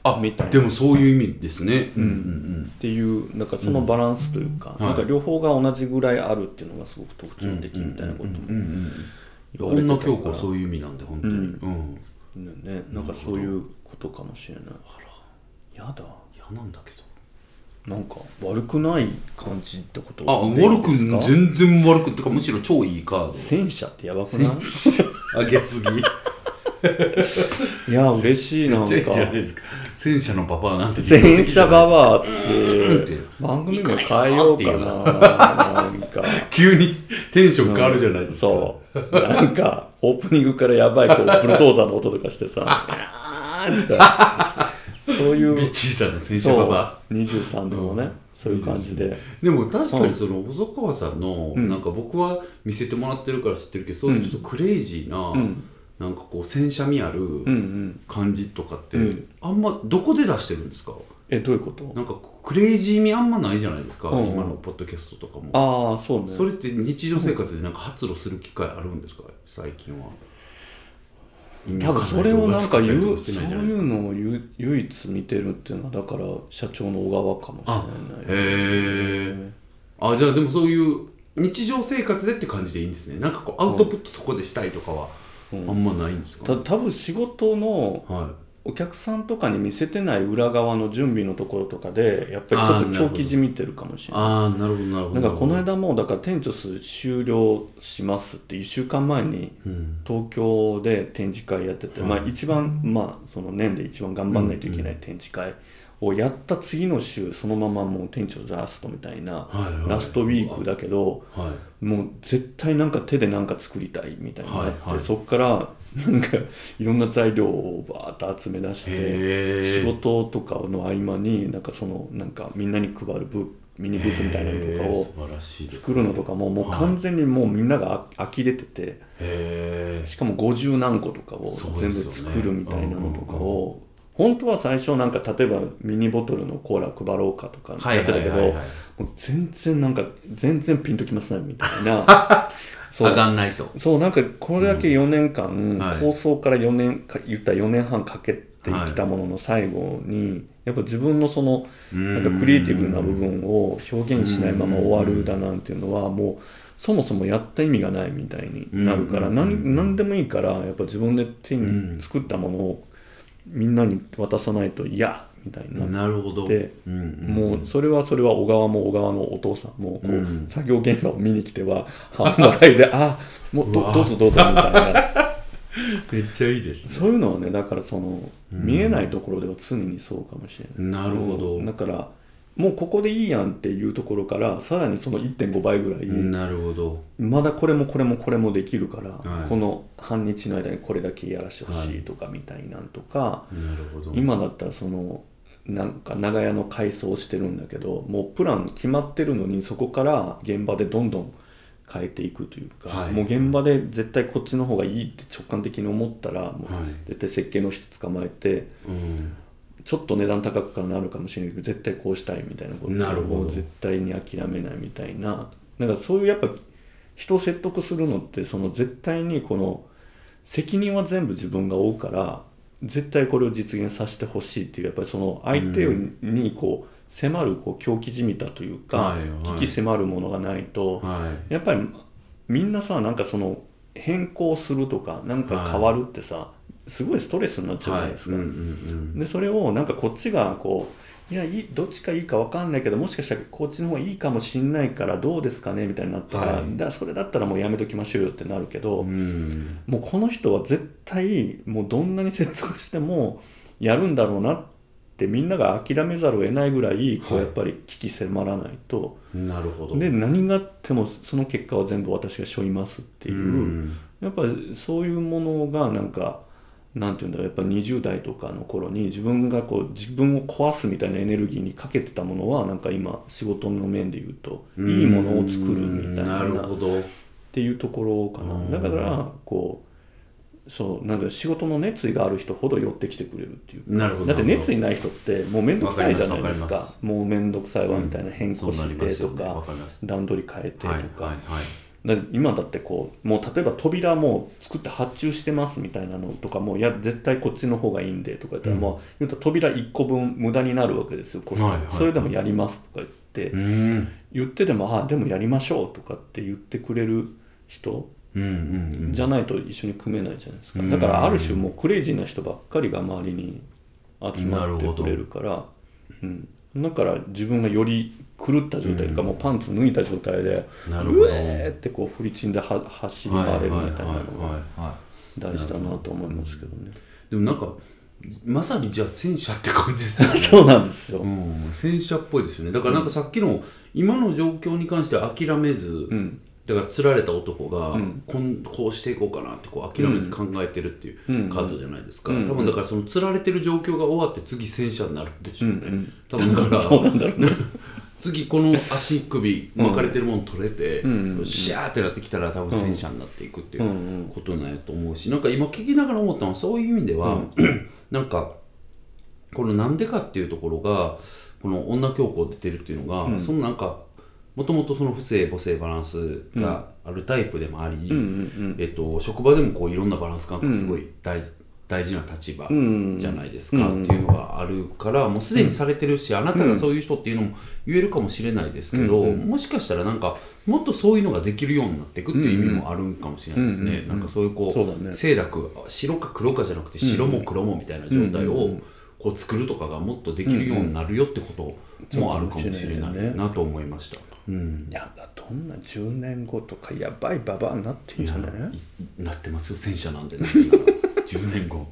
Speaker 2: あ
Speaker 1: みたいな
Speaker 2: でもそういう意味ですね。うん
Speaker 1: っていうなんかそのバランスというか,、
Speaker 2: うん
Speaker 1: なんか両方が同じぐらいあるっていうのがすごく特徴的みたいなことも
Speaker 2: うんうん
Speaker 1: 言
Speaker 2: うん、いや
Speaker 1: わ
Speaker 2: 女
Speaker 1: れてた
Speaker 2: 教
Speaker 1: か
Speaker 2: 皇
Speaker 1: ら
Speaker 2: そういう意味なんで本当に。うん
Speaker 1: ねなんかそういうことかもしれないやだ
Speaker 2: 嫌なんだけど。
Speaker 1: なんか悪くない感じってこと
Speaker 2: あ
Speaker 1: でいい
Speaker 2: 悪く
Speaker 1: ですか
Speaker 2: 全然悪くってかむしろ超いいカー
Speaker 1: 戦車ってやばくない
Speaker 2: ド。上げすぎ。
Speaker 1: いや嬉しいななんか
Speaker 2: じゃないですか戦車のババアなんて
Speaker 1: 戦車ババアっ
Speaker 2: うんってて
Speaker 1: 番組名変えようかななんか
Speaker 2: 急にテンション変わるじゃないですか、
Speaker 1: そうなんかオープニングからやばいこうブルドーザーの音とかして さあーっつってそうい
Speaker 2: ビ
Speaker 1: う
Speaker 2: ッチーさんの戦車
Speaker 1: そ
Speaker 2: バ
Speaker 1: う
Speaker 2: バア
Speaker 1: 23でもね、そういう感じで
Speaker 2: でも確かにその細川さんのなんか僕は見せてもらってるから知ってるけどそういうちょっとクレイジーななんかこう戦車味あ
Speaker 1: うんう
Speaker 2: る
Speaker 1: ん
Speaker 2: 感じとかってあんまどこで出してるんですか
Speaker 1: えどういうこと
Speaker 2: なんかクレイジー味あんまないじゃないですか
Speaker 1: うん
Speaker 2: 今のポッドキャストとかも
Speaker 1: ああそうね
Speaker 2: それって日常生活でなんか発露する機会あるんですか最近は
Speaker 1: 多分それをなんか言う
Speaker 2: そ
Speaker 1: そうう
Speaker 2: い
Speaker 1: いううのをゆ唯一見てるっていうのはだから社長の小川か
Speaker 2: あ
Speaker 1: もしれない
Speaker 2: へえあじゃあでもそういう日常生活でって感じでいいんですねなんかこうアウトプットそこでしたいとかはあんまないんですか、
Speaker 1: た多分仕事の
Speaker 2: は
Speaker 1: お客さんとかに見せてない裏側の準備のところとかでやっぱりちょ
Speaker 2: あ
Speaker 1: っ
Speaker 2: ーな
Speaker 1: と
Speaker 2: るほど
Speaker 1: 狂気じみてるかもし
Speaker 2: い
Speaker 1: れない
Speaker 2: ああなるほどなるほ
Speaker 1: な
Speaker 2: ど
Speaker 1: んかこの間もうだから店長数終了しますって1週間前に
Speaker 2: うん
Speaker 1: 東京で展示会やってて、
Speaker 2: はい
Speaker 1: まあ一番まあその年で一番頑張んないといけない展示会をやった次の週そのままもう店長じゃラストみたいな
Speaker 2: はいはい
Speaker 1: ラストウィークだけど
Speaker 2: はい
Speaker 1: もう絶対なんか手でなんか作りたいみたいになって、
Speaker 2: はいはい
Speaker 1: そっからなんかいろんな材料をバーッと集め出して。
Speaker 2: へえ
Speaker 1: 仕事とかの合間になんかそのなんかみんなに配るブーミニブーツみたいなのとか
Speaker 2: へえ
Speaker 1: を
Speaker 2: 素晴らしいです
Speaker 1: 作るのとかももう
Speaker 2: はい
Speaker 1: 完全にもうみんながあ呆れてて
Speaker 2: へえ
Speaker 1: しかも50何個とかを
Speaker 2: そう
Speaker 1: 全
Speaker 2: で
Speaker 1: 部
Speaker 2: すよね
Speaker 1: 作るみたいなのとかを本当は最初なんか例えばミニボトルのコーラ配ろうかとか
Speaker 2: は
Speaker 1: や
Speaker 2: い
Speaker 1: って
Speaker 2: は
Speaker 1: たけ
Speaker 2: い
Speaker 1: ど
Speaker 2: はいはい
Speaker 1: もう全然なんか全然ピンときますねみたい なそ
Speaker 2: 上
Speaker 1: う
Speaker 2: がんないと
Speaker 1: そうなんかこれだけ4年間、
Speaker 2: はい
Speaker 1: 構想から4年か言ったら4年半かけてきたものの最後に、やっぱ自分のそのなんかクリエイティブな部分を表現しないまま終わるだなんていうのはもうそもそもやった意味がないみたいになるから
Speaker 2: う
Speaker 1: 何何でもいいからやっぱ自分で手
Speaker 2: うん
Speaker 1: に作ったものをみんなに渡さないと嫌みたいになって
Speaker 2: なるほど
Speaker 1: で
Speaker 2: うんうん
Speaker 1: もうそれはそれは小川も小川のお父さんもこう、
Speaker 2: うん
Speaker 1: 作業現場を見に来て は半笑いで「あもうど
Speaker 2: うわ
Speaker 1: どうぞどうぞ」みたい な
Speaker 2: めっちゃいいです
Speaker 1: そういうのはねだからその、見えないところでは常にそうかもしれない。
Speaker 2: なるほど
Speaker 1: だからもうここでいいやんっていうところからさらにその1.5倍ぐらい、
Speaker 2: なるほど
Speaker 1: まだこれもこれもこれもできるから、
Speaker 2: はい
Speaker 1: この半日の間にこれだけやらしてほしいとかみたいなんとか、
Speaker 2: なるほど
Speaker 1: 今だったらそのなんか長屋の改装をしてるんだけどもうプラン決まってるのにそこから現場でどんどん変えていくというか、
Speaker 2: はい
Speaker 1: もう現場で絶対こっちの方がいいって直感的に思ったらもう
Speaker 2: はい
Speaker 1: 絶対設計の人捕まえて
Speaker 2: うん
Speaker 1: ちょっと値段高くなるかもしれないけど絶対こうしたいみたいなこと
Speaker 2: なるほど
Speaker 1: もう絶対に諦めないみたいななんかそういうやっぱ人を説得するのってその絶対にこの責任は全部自分が負うから絶対これを実現させてほしいっていうやっぱりその相手にこう迫るこう狂気じみたというか
Speaker 2: はいはい
Speaker 1: 危機迫るものがないと、
Speaker 2: はい
Speaker 1: やっぱりみんなさなんかその変更するとかなんか変わるってさ、すごいストレスになっちゃうじゃないですか。
Speaker 2: はい、うんうん
Speaker 1: でそれをなんかこっちがこういやいいどっちかいいか分かんないけどもしかしたらこっちの方がいいかもしんないからどうですかねみたいになったら、
Speaker 2: はい
Speaker 1: だそれだったらもうやめときましょうよってなるけど、
Speaker 2: うんうん
Speaker 1: もうこの人は絶対もうどんなに説得してもやるんだろうなってみんなが諦めざるを得ないぐらいこう
Speaker 2: は
Speaker 1: や
Speaker 2: い
Speaker 1: っぱり危機迫らないと、
Speaker 2: なるほど
Speaker 1: で何があってもその結果は全部私が背負いますっていう。
Speaker 2: うん
Speaker 1: やっぱりそういうものがなんかなんていうんだろうやっぱ20代とかの頃に自分がこう自分を壊すみたいなエネルギーにかけてたものはなんか今仕事の面で言うといいものを作るみたいな
Speaker 2: うんる
Speaker 1: っ
Speaker 2: ほど
Speaker 1: ていうところか
Speaker 2: うん
Speaker 1: なだからこうそうなんか仕事の熱意がある人ほど寄ってきてくれるっていう
Speaker 2: なるほど
Speaker 1: だって熱
Speaker 2: 意
Speaker 1: 意ない人ってもう面倒くさいじゃないです
Speaker 2: わ
Speaker 1: か
Speaker 2: かりますわかり
Speaker 1: もう面倒くさいわみたいな変更してとか、
Speaker 2: わかります
Speaker 1: 段取り変えてとか、
Speaker 2: はいはいはい
Speaker 1: だから今だってこうもう例えば扉もう作って発注してますみたいなのとかもいや絶対こっちの方がいいんでとか言ったら、まあ言うたら扉1個分無駄になるわけですよコスト
Speaker 2: はいはい
Speaker 1: それでもやりますとか言って、
Speaker 2: うん
Speaker 1: 言ってでもああでもやりましょうとかって言ってくれる人
Speaker 2: うんうん
Speaker 1: じゃないと一緒に組めないじゃないですか、
Speaker 2: うん
Speaker 1: だからある種もうクレイジーな人ばっかりが周りに集まってくれるからうん、だから自分がより狂った状態とか、もうパンツ脱いだ状態で
Speaker 2: なるほど
Speaker 1: うえーってこう振りちんでは走り回れるみたいなのが
Speaker 2: はいはいはいは
Speaker 1: 大事だなと思いますけどね。
Speaker 2: でもなんかまさにじゃあ戦車って感じですよね
Speaker 1: そうなんですよ。
Speaker 2: うん、戦車っぽいですよねだからなんかさっきの今の状況に関しては諦めず、だから釣られた男が、こんこうしていこうかなってこう諦めず考えてるっていうカードじゃないですか、多分だからその釣られてる状況が終わって次戦車になるんでしょうね、多分だから 次この足首巻かれてるもの取れて、シャーってなってきたら多分戦車になっていくっていうことなんやと思うしなんか今聞きながら思ったのはそういう意味では、 なんかこのなんでかっていうところがこの女教皇出てるっていうのが、そのなんかもともとその不正母性バランスがあるタイプでもあり、えっと、職場でもこういろんなバランス感覚すごい大,、大事な立場じゃないですかっていうのがあるから、もうすでにされてるし、あなたがそういう人っていうのも言えるかもしれないですけど、もしかしたらなんかもっとそういうのができるようになっていくっていう意味もあるんかもしれないですね、なんかそういうこ
Speaker 1: そうだね
Speaker 2: 清濁白か黒かじゃなくて白も黒もみたいな状態をこう作るとかがもっとできるようになるよってこともあるかもしれないなと思いました。うん、
Speaker 1: いやだどんな10年後とかやばいババアになってんじゃない
Speaker 2: なってますよ戦車なんで、ね、10年 後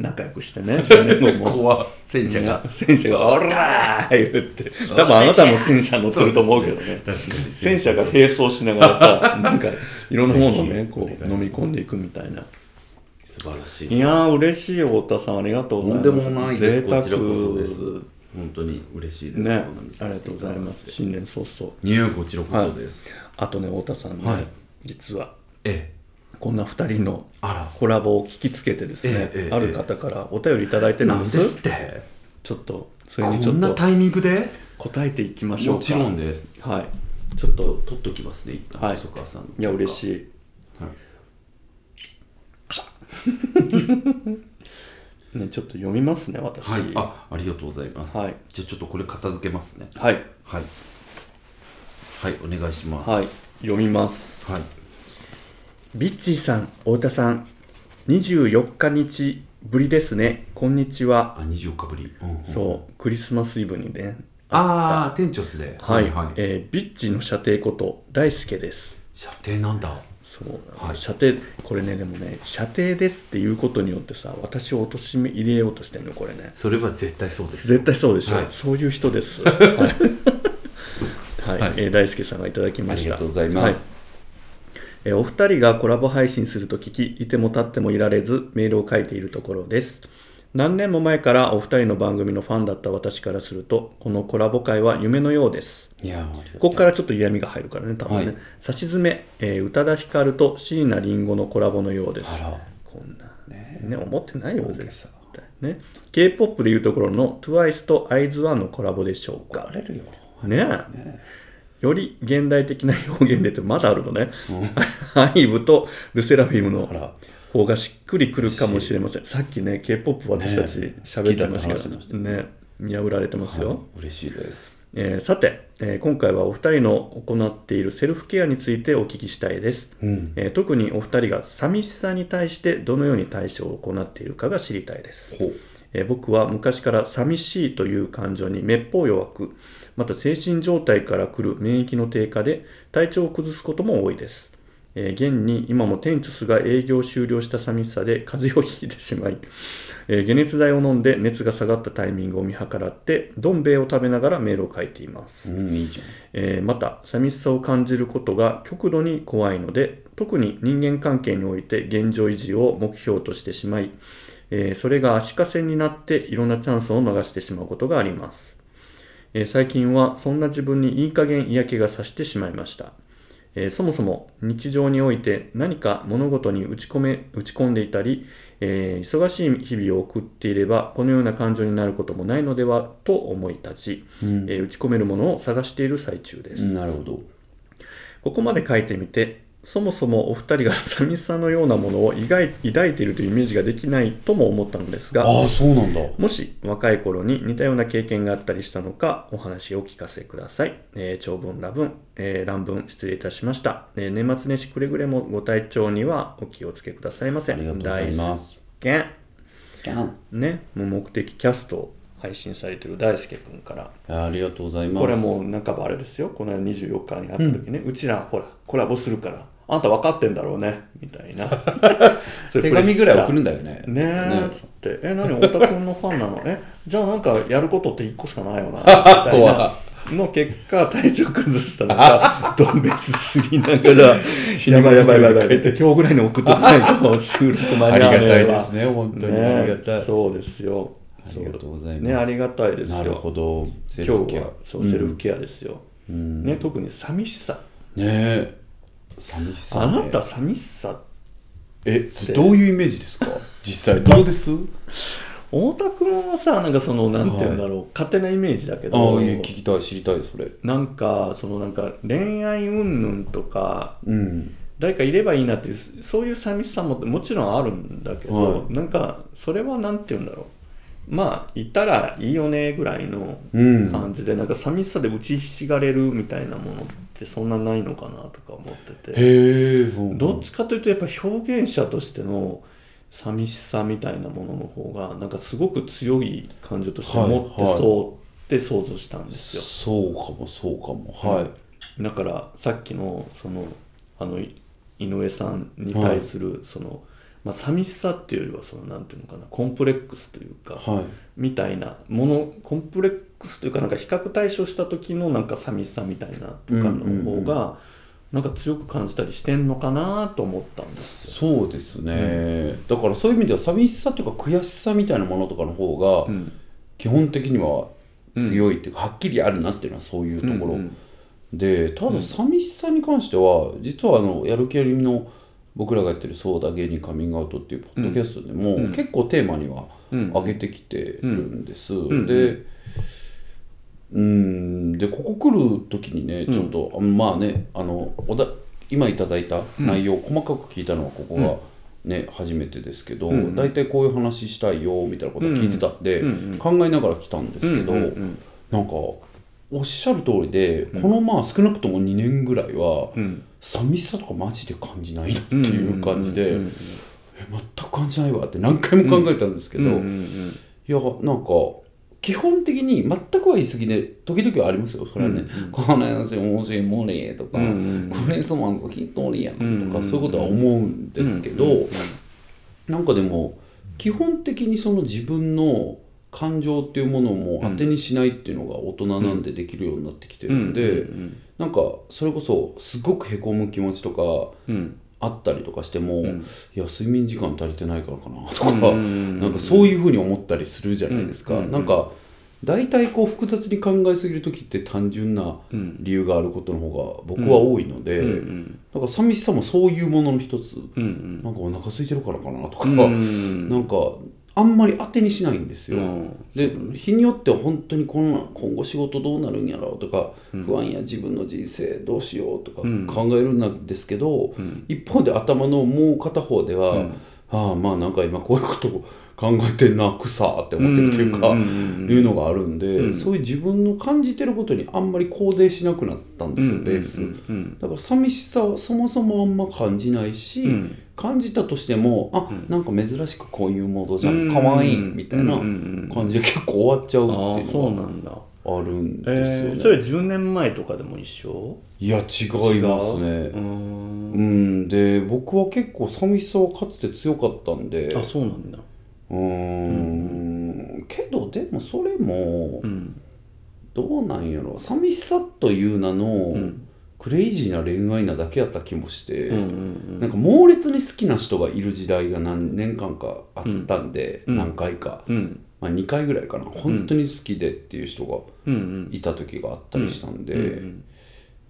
Speaker 1: 仲良くしてね10年後も
Speaker 2: 怖戦車が
Speaker 1: 戦車が「おらー!」言って多分あなたも戦車乗ってると思うけどね
Speaker 2: 確かに
Speaker 1: 戦車が並走しながら さなんかいろんなものをねこう飲み込んでいくみたいな
Speaker 2: 素晴らし
Speaker 1: い
Speaker 2: い
Speaker 1: やー嬉しい太田さんありがとうございます
Speaker 2: とんでもないです
Speaker 1: 贅沢
Speaker 2: こちらこそです本当に嬉しいです、
Speaker 1: ね
Speaker 2: こんな見
Speaker 1: あ
Speaker 2: さ
Speaker 1: りが
Speaker 2: せて
Speaker 1: とうございます新年早々
Speaker 2: いやこちらこそです、
Speaker 1: あとね太田さんね、
Speaker 2: はい
Speaker 1: 実は
Speaker 2: え
Speaker 1: こんな2人の
Speaker 2: あら
Speaker 1: コラボを聞きつけてですね、
Speaker 2: ええええ
Speaker 1: ある方からお便りいただいてる
Speaker 2: えなんん
Speaker 1: で
Speaker 2: です
Speaker 1: す
Speaker 2: って
Speaker 1: ちょっとそれ
Speaker 2: こ
Speaker 1: にちょ
Speaker 2: んな
Speaker 1: っと
Speaker 2: タイミングで
Speaker 1: 答えていきましょう
Speaker 2: も
Speaker 1: か
Speaker 2: ちろんです
Speaker 1: はい
Speaker 2: ちょっと取っときますね一旦、
Speaker 1: はい
Speaker 2: 細川さんの
Speaker 1: いや嬉しい
Speaker 2: はい
Speaker 1: ね、ちょっと読みますね、私。
Speaker 2: はい、あありがとうございます、
Speaker 1: はい
Speaker 2: じゃあちょっとこれ片付けますね
Speaker 1: はい。
Speaker 2: はいはいお願いします
Speaker 1: はい読みます。
Speaker 2: はい
Speaker 1: ビッチーさん、太田さん、24日日ぶりですね。こんにちは。
Speaker 2: あ24日ぶり、うんうん
Speaker 1: そう、クリスマスイブにね。
Speaker 2: ああ店長っすね
Speaker 1: はい。
Speaker 2: はい、
Speaker 1: えービッチーの射程こと、大輔です。
Speaker 2: 射程なんだ
Speaker 1: そう、
Speaker 2: はい
Speaker 1: 射程、これね、でもね、射程ですっていうことによってさ、私を貶としめ入れようとしてるの、これね。
Speaker 2: それは絶対そうです
Speaker 1: 絶対そうでしょ、
Speaker 2: はい
Speaker 1: そういう人 です。はい、
Speaker 2: は
Speaker 1: はいいえー大輔さんがいただきました。
Speaker 2: ありがとうございます
Speaker 1: はいえーお二人がコラボ配信すると聞き、いても立ってもいられず、メールを書いているところです。何年も前からお二人の番組のファンだった私からすると、このコラボ会は夢のようです。
Speaker 2: いやーありがとう
Speaker 1: ここからちょっと嫌味が入るからね、多分ね。
Speaker 2: はい
Speaker 1: 差し詰め、えー宇多田ヒカルと椎名林檎のコラボのようです。
Speaker 2: あら
Speaker 1: こんなね思ってないよ
Speaker 2: 大げ
Speaker 1: 絶
Speaker 2: さ
Speaker 1: 対ね K-POP でいうところの TWICE と IZONE のコラボでしょうか
Speaker 2: あれるよ
Speaker 1: ねえより現代的な表現でってまだあるのね、IVE とルセラフィム
Speaker 2: あら
Speaker 1: の方がしっくりくるかもしれませんさっきね K-POP 私たち
Speaker 2: ねえ
Speaker 1: 喋ってました
Speaker 2: 好きだって話してまし
Speaker 1: けどね見破られてますよ、
Speaker 2: 嬉しいです
Speaker 1: えーさて、えー今回はお二人の行っているセルフケアについてお聞きしたいです、
Speaker 2: ん
Speaker 1: えー特にお二人が寂しさに対してどのように対処を行っているかが知りたいです
Speaker 2: ほう
Speaker 1: えー僕は昔から寂しいという感情にめっぽう弱くまた精神状態から来る免疫の低下で体調を崩すことも多いです、えー現に今もテンチュスが営業終了した寂しさで風邪をひいてしまい、えー解熱剤を飲んで熱が下がったタイミングを見計らってどん兵衛を食べながらメールを書いています、
Speaker 2: うんいいじゃん
Speaker 1: えーまた寂しさを感じることが極度に怖いので特に人間関係において現状維持を目標としてしまい、えーそれが足かせになっていろんなチャンスを逃してしまうことがあります、えー最近はそんな自分にいい加減嫌気がさしてしまいました、えーそもそも日常において何か物事に打ち込め打ち込んでいたり、えー忙しい日々を送っていればこのような感情になることもないのではと思い立ち、えー打ち込めるものを探している最中です、
Speaker 2: なるほど
Speaker 1: ここまで書いてみてそもそもお二人が寂しさのようなものを抱い抱いているというイメージができないとも思ったのですが
Speaker 2: ああそうなんだ
Speaker 1: もし若い頃に似たような経験があったりしたのか、お話をお聞かせください。えー長文、羅文、えー乱文、失礼いたしました。えー年末年始くれぐれもご体調にはお気をつけくださいませ。
Speaker 2: ありがとうございます
Speaker 1: 大輔
Speaker 2: キャン
Speaker 1: ね、もう目的キャストを配信されてる大輔くんから。
Speaker 2: ありがとうございます
Speaker 1: これもう半ばあれですよ。この間24日に会った時ね、うちらほら、コラボするから、あんた分かってんだろうねみたい なそうい
Speaker 2: 手
Speaker 1: うプレッシャ
Speaker 2: 紙
Speaker 1: ー
Speaker 2: ぐらい送るんだよね
Speaker 1: ねえっつって「え何太田君のファンなのえじゃあなんかやることって1個しかないよな」みたい
Speaker 2: 怖
Speaker 1: なの結果体調崩したのがどんべつすりなが ら「やばいやばいやばい」って今日ぐらいに送ってこ ないと収録間
Speaker 2: あ
Speaker 1: に
Speaker 2: り
Speaker 1: 合
Speaker 2: が
Speaker 1: わない
Speaker 2: たいですね本当に
Speaker 1: ね
Speaker 2: ありがたい、
Speaker 1: そうですよ
Speaker 2: ありがとうございます
Speaker 1: ねありがたいですよ
Speaker 2: なるほどセル
Speaker 1: 今
Speaker 2: フ
Speaker 1: 日
Speaker 2: ケア
Speaker 1: はそうセルフケアですよ、ね、特に寂しさ
Speaker 2: ねえ寂しさ
Speaker 1: あ
Speaker 2: ね
Speaker 1: なた寂しさ
Speaker 2: えそれどういうイメージですか実際どうです
Speaker 1: 太田君はさなんかそのなんて言うんだろう、勝手なイメージだけ
Speaker 2: ああ
Speaker 1: ど
Speaker 2: 聞きたい知りたいそれ
Speaker 1: なんかそのなんか恋愛云々とか
Speaker 2: うん
Speaker 1: 誰かいればいいなっていうそういう寂しさももちろんあるんだけど、
Speaker 2: は
Speaker 1: なんかそれはなんて言うんだろうまあいたらいいよねぐらいの
Speaker 2: うん
Speaker 1: 感じで、なんか寂しさで打ちひしがれるみたいなものってそんなないのかなとか思ってて
Speaker 2: へえ
Speaker 1: どっちかというとやっぱ表現者としての寂しさみたいなものの方がなんかすごく強い感情として持ってそうって想像したんですよ。
Speaker 2: そうかもそうかもはい、
Speaker 1: だからさっきのそのあのい井上さんに対するその、まあ寂しさっていうよりはそのなんていうのかなコンプレックスというか、
Speaker 2: はい
Speaker 1: みたいなものコンプレックスというかなんか比較対象した時のなんか寂しさみたいなとかの方がなんか強く感じたりしてんのかなと思ったんですよ。
Speaker 2: そうですね、だからそういう意味では寂しさというか悔しさみたいなものとかの方が、
Speaker 1: ん
Speaker 2: 基本的には強いっていうか、はっきりあるなっていうのはそういうところ、
Speaker 1: うん
Speaker 2: でただ寂しさに関しては、実はあのやる気ありみの僕らがやってる「そうだ芸人カミングアウト」っていうポッドキャストでも、結構テーマには上げてきてるんです、で、うんでここ来る時にねちょっと、あまあねあのおだ今いただいた内容、細かく聞いたのはここが、ね初めてですけど、大体こういう話したいよみたいなことは聞いてたんで、考えながら来たんですけど、なんかおっしゃる通りで、このまあ少なくとも2年ぐらいは、寂しさとかマジで感じないなっていう感じで、え全く感じないわって何回も考えたんですけど、いやなんか基本的に全くは言い過ぎで時々はありますよそれはね「この話面白いもね」とか「クリスマス一人やん」とかそういうことは思うんですけどなんかでも基本的にその自分の感情っていうものも当てにしないっていうのが大人なんでできるようになってきてるんでなんかそれこそすごくへこむ気持ちとかあったりとかしても、いや睡眠時間足りてないからかなとか、なんかそういうふうに思ったりするじゃないですか、なんか大体こう複雑に考えすぎる時って単純な理由があることの方が僕は多いので、なんか寂しさもそういうものの一つ、なんかお腹空いてるからかなとか、なんかあんまり当てにしないんですよ、で日によっては本当にこんな今後仕事どうなるんやろうとか、不安や自分の人生どうしようとか考えるんですけど、一方で頭のもう片方では、ああまあなんか今こういうことを考えてんなくさって思ってるというか、いうのがあるんで、そういう自分の感じてることにあんまり肯定しなくなったんですよ、ベース、だから寂しさをそもそもあんま感じないし、感じたとしてもあ、なんか珍しくこういうモードじゃん、可愛かわいいみたいな感じで結構終わっちゃう
Speaker 1: ああ
Speaker 2: っていう
Speaker 1: そう
Speaker 2: の
Speaker 1: なんだ。
Speaker 2: があるんですよね、
Speaker 1: えー、それ10年前とかでも一緒
Speaker 2: いや違います
Speaker 1: う
Speaker 2: ね
Speaker 1: ーん
Speaker 2: うんで僕は結構寂しさはかつて強かったんで
Speaker 1: あそうなんだ。
Speaker 2: うーんけどでもそれも
Speaker 1: ん
Speaker 2: どうなんやろ寂しさという名のクレイジーな恋愛なだけやった気もして、なんか猛烈に好きな人がいる時代が何年間かあったんで、何回か、
Speaker 1: うん
Speaker 2: まあ、2回ぐらいかな本当に好きでっていう人がいた時があったりしたんで、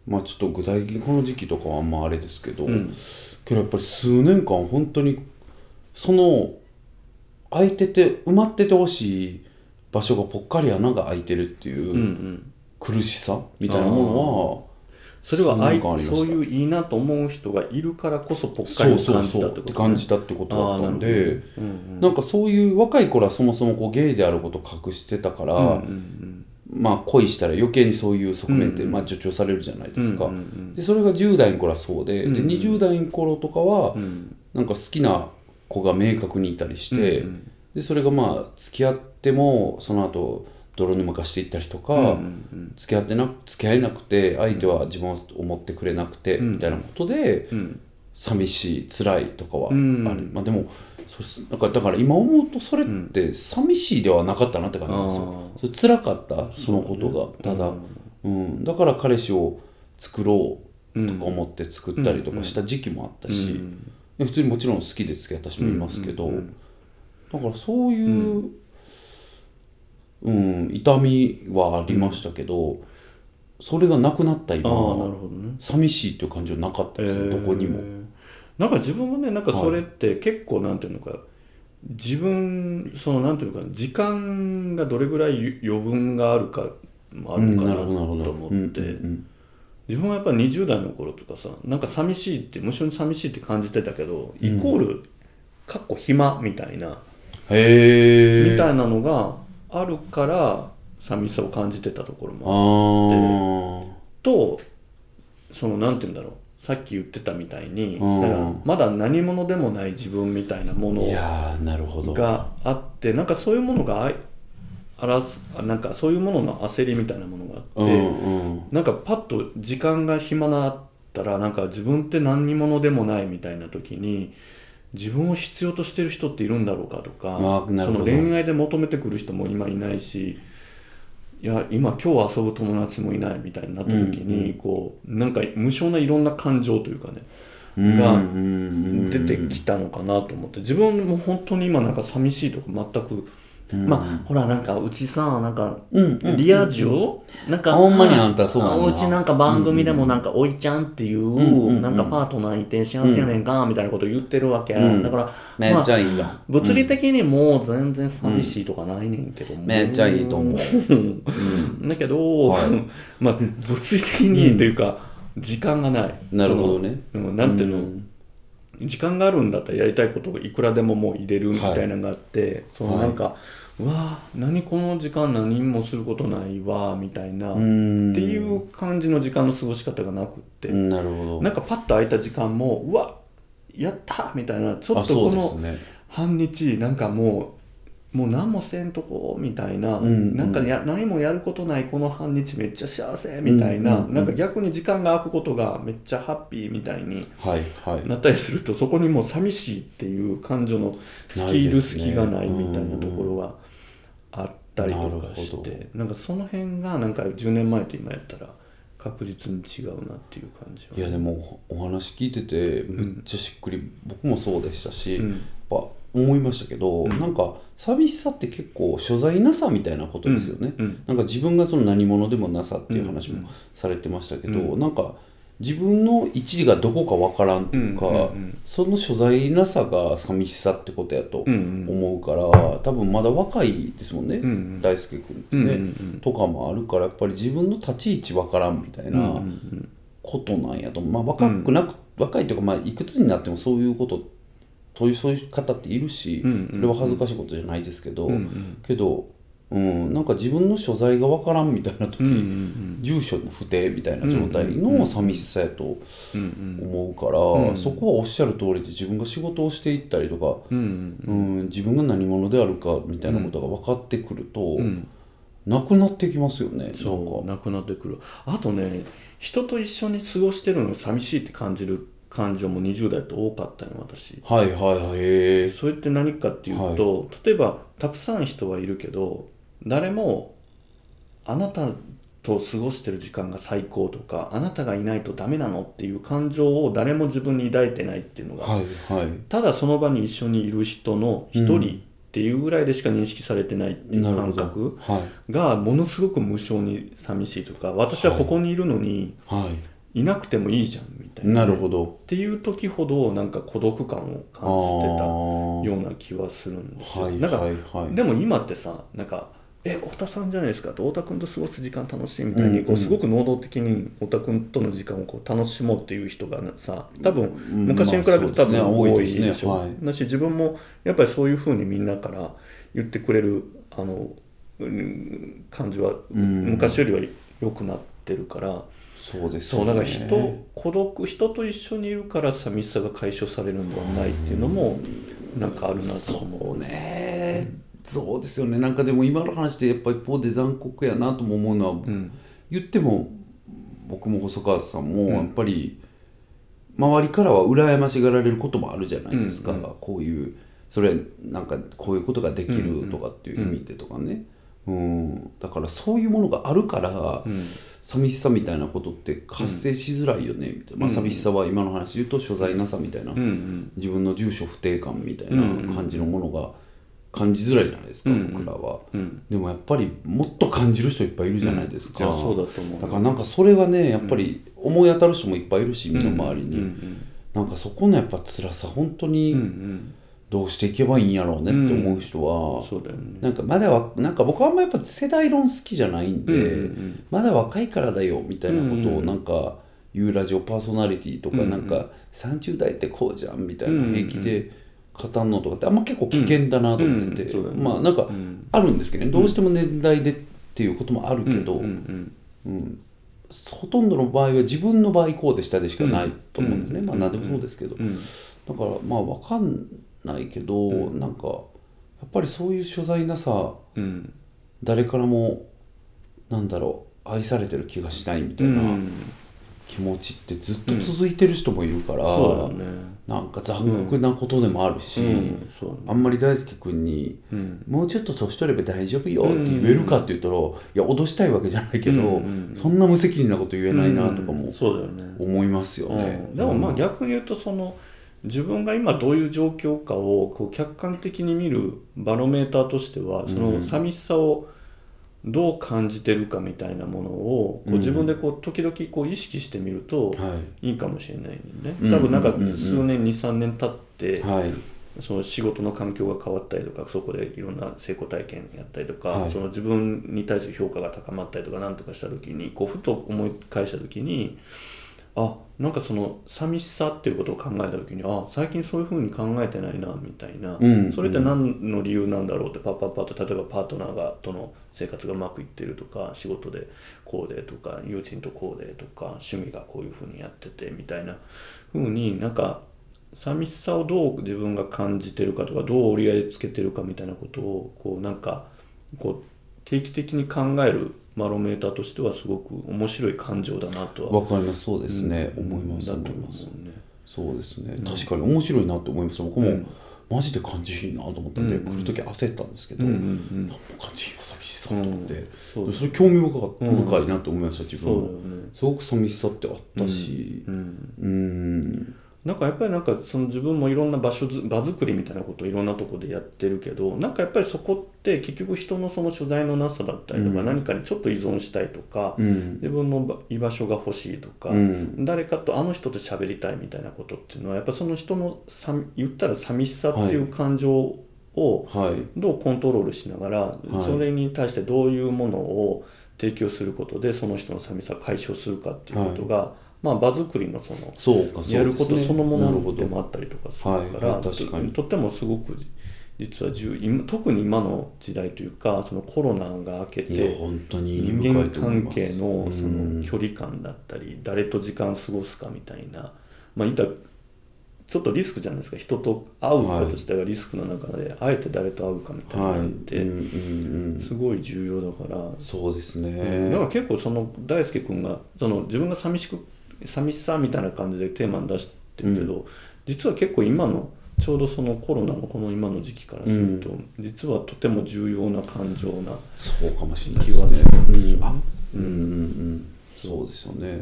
Speaker 2: まあちょっと具体的にこの時期とかはあんまあれですけど、けどやっぱり数年間本当にその空いてて埋まっててほしい場所がぽっかり穴が開いてるっていう苦しさみたいなものは。
Speaker 1: それはあい
Speaker 2: なんかありました
Speaker 1: そういういいなと思う人がいるからこそぽっかり
Speaker 2: そう
Speaker 1: を
Speaker 2: そう
Speaker 1: 感じ
Speaker 2: そ
Speaker 1: たっ
Speaker 2: う
Speaker 1: てこ
Speaker 2: って
Speaker 1: とね
Speaker 2: 感じたってことだったんでなんかそういう若い頃はそもそもこうゲイであることを隠してたから、まあ恋したら余計にそういう側面って、まあ、助長されるじゃないですか、でそれが10代の頃はそうで,、で20代の頃とかは、なんか好きな子が明確にいたりして、でそれがまあ付き合ってもその後泥沼化していったりとか、付き合ってな付き合えなくて相手は自分を思ってくれなくて、みたいなことで、寂しい辛いとかはある、まあでもそなんかだから今思うとそれって寂しいではなかったなって感じなんですよ、それ辛かったそのことが、ただ、うんだから彼氏を作ろうとか思って作ったりとかした時期もあったし、普通にもちろん好きで付き合った人もいますけど、だからそういう、うん痛みはありましたけど、それがなくなった今は、ね、寂しいっていう感じはなかったです、ね、どこにも。
Speaker 1: なんか自分もねなんかそれって結構なんていうのか、自分そのなんていうのか時間がどれぐらい余分があるかもあるのかなと思って、自分はやっぱ20代の頃とかさなんか寂しいって無性に寂しいって感じてたけど、イコールかっこ暇みたいな
Speaker 2: へ
Speaker 1: みたいなのがあるから寂しさを感じてたところもあってとそのなんて言うんだろうさっき言ってたみたいに、
Speaker 2: うん
Speaker 1: だからまだ何者でもない自分みたいなもの
Speaker 2: いやーなるほど
Speaker 1: があってなんかそういうものがあい表すなんかそういうものの焦りみたいなものがあって、
Speaker 2: うんうん
Speaker 1: なんかパッと時間が暇なったらなんか自分って何者でもないみたいな時に自分を必要としてる人っているんだろうかとか
Speaker 2: あ
Speaker 1: そ
Speaker 2: なるほ
Speaker 1: の
Speaker 2: ど
Speaker 1: 恋愛で求めてくる人も今いないしいや今今日遊ぶ友達もいないみたいになった時に、こうなんか無償ないろんな感情というかねが
Speaker 2: うんうんうん
Speaker 1: 出てきたのかなと思って自分も本当に今なんか寂しいとか全く。まあほらなんかうちさなんか
Speaker 2: うんうん
Speaker 1: リア充なんか
Speaker 2: ほんまにあんたそうなんだ
Speaker 1: うちなんか番組でもなんかおいちゃんってい
Speaker 2: んうんう
Speaker 1: うんなんかパートナーいて幸せやねんかみたいなこと言ってるわけ
Speaker 2: ん
Speaker 1: だから
Speaker 2: めっち
Speaker 1: ま
Speaker 2: ゃ
Speaker 1: あ
Speaker 2: いいや、
Speaker 1: 物理的にもう全然寂しいとかないねんけども
Speaker 2: めっちゃいいと思う
Speaker 1: だけど、
Speaker 2: はい
Speaker 1: まあ物理的にというか、時間がない
Speaker 2: なるほどね
Speaker 1: そのうんなんていうの、時間があるんだったらやりたいことをいくらでももう入れるみたいなのがあって、そのなんか、うわあ何この時間何もすることないわみたいな、
Speaker 2: ん
Speaker 1: っていう感じの時間の過ごし方がなくって、
Speaker 2: うんなるほ
Speaker 1: なんかパッと空いた時間もうわやったーみたいなちょ
Speaker 2: ど
Speaker 1: っ
Speaker 2: あ
Speaker 1: と
Speaker 2: そ
Speaker 1: こ
Speaker 2: うで
Speaker 1: の
Speaker 2: すね
Speaker 1: 半日なんかもうもう何もせんとこみたいな、
Speaker 2: んうん
Speaker 1: なんかや何もやることないこの半日めっちゃ幸せみたいな、
Speaker 2: うんうんうん
Speaker 1: なんか逆に時間が空くことがめっちゃハッピーみたいに
Speaker 2: はいはい
Speaker 1: なったりするとそこにもう寂しいっていう感情の隙
Speaker 2: ないい
Speaker 1: る
Speaker 2: ですね
Speaker 1: 隙がないみたいなところがあったりとかし
Speaker 2: なる
Speaker 1: てなんかその辺がなんか10年前と今やったら確実に違うなっていう感じ
Speaker 2: いやでもおお話聞いててめっちゃしっくり、僕もそうでしたし、
Speaker 1: ん
Speaker 2: やっぱ思いましたけど、なんか寂しさって結構所在なさみたいなことですよね、
Speaker 1: うんうん
Speaker 2: なんか自分がその何者でもなさっていう話もされてましたけど、なんか自分の位置がどこかわからんというか、
Speaker 1: うんうんう
Speaker 2: その所在なさが寂しさってことやと
Speaker 1: うん
Speaker 2: 思うから、多分まだ若いですもんね、
Speaker 1: んうん
Speaker 2: 大輔君ってね、
Speaker 1: うんうん
Speaker 2: とかもあるからやっぱり自分の立ち位置わからんみたいな。
Speaker 1: うんうんうん
Speaker 2: ことなんやと思う、まあ、若くなく、若いというか、まあ、いくつになってもそういうことそういうそういう方っている
Speaker 1: ん
Speaker 2: し、
Speaker 1: うんうん
Speaker 2: それは恥ずかしいことじゃないですけど、
Speaker 1: うんうん
Speaker 2: けど、うん、なんか自分の所在がわからんみたいな時、
Speaker 1: うんうんうん
Speaker 2: 住所の不定みたいな状態の寂しさやと
Speaker 1: うんうん
Speaker 2: 思うから、そこはおっしゃる通りで自分が仕事をしていったりとか、
Speaker 1: うんうん
Speaker 2: うん、自分が何者であるかみたいなことが分かってくると、
Speaker 1: ん
Speaker 2: なくなってきますよね
Speaker 1: そうなくなってくるあとね人と一緒に過ごしてるのが寂しいって感じる感情も20代って多かったよ私
Speaker 2: なんかはいはいはいへえ
Speaker 1: それって何かっていうと、例えばたくさん人はいるけど誰もあなたと過ごしてる時間が最高とかあなたがいないとダメなのっていう感情を誰も自分に抱いてないっていうのが、
Speaker 2: はいはい
Speaker 1: ただその場に一緒にいる人の一人っていうぐらいでしか認識されてないっていう
Speaker 2: なるほ
Speaker 1: 感
Speaker 2: ど
Speaker 1: 覚、
Speaker 2: はい
Speaker 1: がものすごく無性に寂しいとか私はここにいるのに
Speaker 2: はい
Speaker 1: なくてもいいじゃんみたい
Speaker 2: い、
Speaker 1: な、
Speaker 2: なるほど
Speaker 1: っていう時ほどなんか孤独感を
Speaker 2: あ
Speaker 1: 感じてた
Speaker 2: ー
Speaker 1: ような気はするんですよ、
Speaker 2: はい
Speaker 1: なんか、
Speaker 2: はいはい
Speaker 1: でも今ってさなんか「え太田さんじゃないですか」って「太田君と過ごす時間楽しい」みたいに、
Speaker 2: うん
Speaker 1: こうすごく能動的に太田君との時間をこう楽しもうっていう人がなさ多分昔に比べて多分
Speaker 2: まあそうですね
Speaker 1: 多
Speaker 2: 多い
Speaker 1: い
Speaker 2: ですね
Speaker 1: でしょ、
Speaker 2: はい
Speaker 1: だし自分もやっぱりそういうふうにみんなから言ってくれるあのうん感じは
Speaker 2: ん
Speaker 1: 昔よりは良くなってるから、
Speaker 2: そうです
Speaker 1: そう
Speaker 2: よね
Speaker 1: だから人、孤独人と一緒にいるから寂しさが解消されるんではないっていうのもなんかあるなと思
Speaker 2: そううねそうですよねなんかでも今の話でやっぱ一方で残酷やなとも思うのは、
Speaker 1: ん
Speaker 2: 言っても僕も細川さんもやっぱり、周りからは羨ましがられることもあるじゃないですか、こういうそれなんかこういうことができるとかっていう意味でとかね、うんだからそういうものがあるから、寂しさみたいなことって発生しづらいよねみたいな、まあ、寂しさは今の話で言うと所在なさみたいな、自分の住所不定感みたいな感じのものが感じづらいじゃないですか、僕らは、でもやっぱりもっと感じる人いっぱいいるじゃないですか、
Speaker 1: うんいやそうだと思う
Speaker 2: だからなんかそれがねやっぱり思い当たる人もいっぱいいるし身の回りに、なんかそこのやっぱ辛さ本当に、どうしていけばいいんやろうねって思う人は、
Speaker 1: そうだよね
Speaker 2: なんかまだわなんか僕はあんまやっぱ世代論好きじゃないんで、まだ若いからだよみたいなことをなんか言うラジオパーソナリティとかなんか30代ってこうじゃんみたいな平気で語るのとかってあんま結構危険だなと思っ
Speaker 1: うん
Speaker 2: てて、
Speaker 1: うんそうだね
Speaker 2: まあなんかあるんですけどねどうしても年代でっていうこともあるけど、
Speaker 1: うん
Speaker 2: ほとんどの場合は自分の場合こうでしたでしかないと思うんですね、まあ何でもそうですけど、だからまあ分かんないけど、なんかやっぱりそういう所在なさ
Speaker 1: うんうん
Speaker 2: 誰からもなんだろう愛されてる気がしないみたいな気持ちってずっと続いてる人もいるから、
Speaker 1: そうだね
Speaker 2: なんか残酷なことでもあるし、
Speaker 1: うんそうだね
Speaker 2: あんまり大輔君に、もうちょっと年取れば大丈夫よって言えるかって言ったら、いや脅したいわけじゃないけど、そんな無責任なこと言えないなとかも
Speaker 1: そうだよね
Speaker 2: 思いますよね。
Speaker 1: うんでもまあ逆に言うとその自分が今どういう状況かをこう客観的に見るバロメーターとしてはその寂しさをどう感じてるかみたいなものをこう自分でこう時々こう意識してみるといいかもしれないね
Speaker 2: うん
Speaker 1: 多分なんか
Speaker 2: うんうんうん
Speaker 1: 数年23年経って
Speaker 2: はい、はい
Speaker 1: その仕事の環境が変わったりとかそこでいろんな成功体験やったりとか、
Speaker 2: はい
Speaker 1: その自分に対する評価が高まったりとかなんとかした時にこうふと思い返した時にあなんかその寂しさっていうことを考えた時にあ最近そういうふうに考えてないなみたいな、
Speaker 2: うん
Speaker 1: それって何の理由なんだろうってパッパッパッと例えばパートナーがとの生活がうまくいってるとか仕事でこうでとか友人とこうでとか趣味がこういうふうにやっててみたいなふうになんか寂しさをどう自分が感じてるかとかどう折り合いつけてるかみたいなことをこうなんかこう定期的に考えるバロメーターとしてはすごく面白い感情だなとは
Speaker 2: わかりますそうですね、思います
Speaker 1: だと
Speaker 2: 思
Speaker 1: 思
Speaker 2: いう
Speaker 1: もん
Speaker 2: ます
Speaker 1: ね。
Speaker 2: そうですね、確かに面白いなって思います僕も、マジで感じいいなと思ったんで、来る時焦ったんですけど、何も感じいいわ寂しさと思って、
Speaker 1: う
Speaker 2: それ興味深かった、深いなって思いました自分も
Speaker 1: そうだよね
Speaker 2: すごく寂しさってあったしうん、
Speaker 1: なんかやっぱりなんかその自分もいろんな場所づ場作りみたいなことをいろんなとこでやってるけどなんかやっぱりそこって結局人のその所在のなさだったりとか、何かにちょっと依存したいとか、自分のば居場所が欲しいとか、誰かとあの人と喋りたいみたいなことっていうのはやっぱその人のさ言ったら寂しさっていう感情を、
Speaker 2: はい
Speaker 1: どうコントロールしながら、
Speaker 2: い
Speaker 1: それに対してどういうものを提供することでその人の寂しさを解消するかっていうことが、まあ場作りのその
Speaker 2: そうかそうですね
Speaker 1: やることそのも
Speaker 2: なる
Speaker 1: の
Speaker 2: ほ
Speaker 1: で
Speaker 2: ど
Speaker 1: もあったりとかするから、
Speaker 2: はい確かに
Speaker 1: ととってもすごく実は重今特に今の時代というかそのコロナが明け
Speaker 2: いや
Speaker 1: て
Speaker 2: 本当に意味
Speaker 1: 人
Speaker 2: 深
Speaker 1: 間
Speaker 2: いと思い
Speaker 1: 関
Speaker 2: ます
Speaker 1: 係のその距離感だったり誰と時間過ごすかみたいなまあいったらちょっとリスクじゃないですか人と会うこと自体がリスクの中で、あえて誰と会うかみたいな
Speaker 2: はい、
Speaker 1: のっ
Speaker 2: うん
Speaker 1: て
Speaker 2: うんうん、
Speaker 1: すごい重要だから、
Speaker 2: そうです
Speaker 1: だか
Speaker 2: ね
Speaker 1: ら結構その大輔君がその自分が寂しく寂しさみたいな感じでテーマに出してるけど、実は結構今のちょうどそのコロナのこの今の時期からすると、実はとても重要な感情な、
Speaker 2: そうかもしれないですね
Speaker 1: 気は
Speaker 2: うんあうんうんうんそうですよね、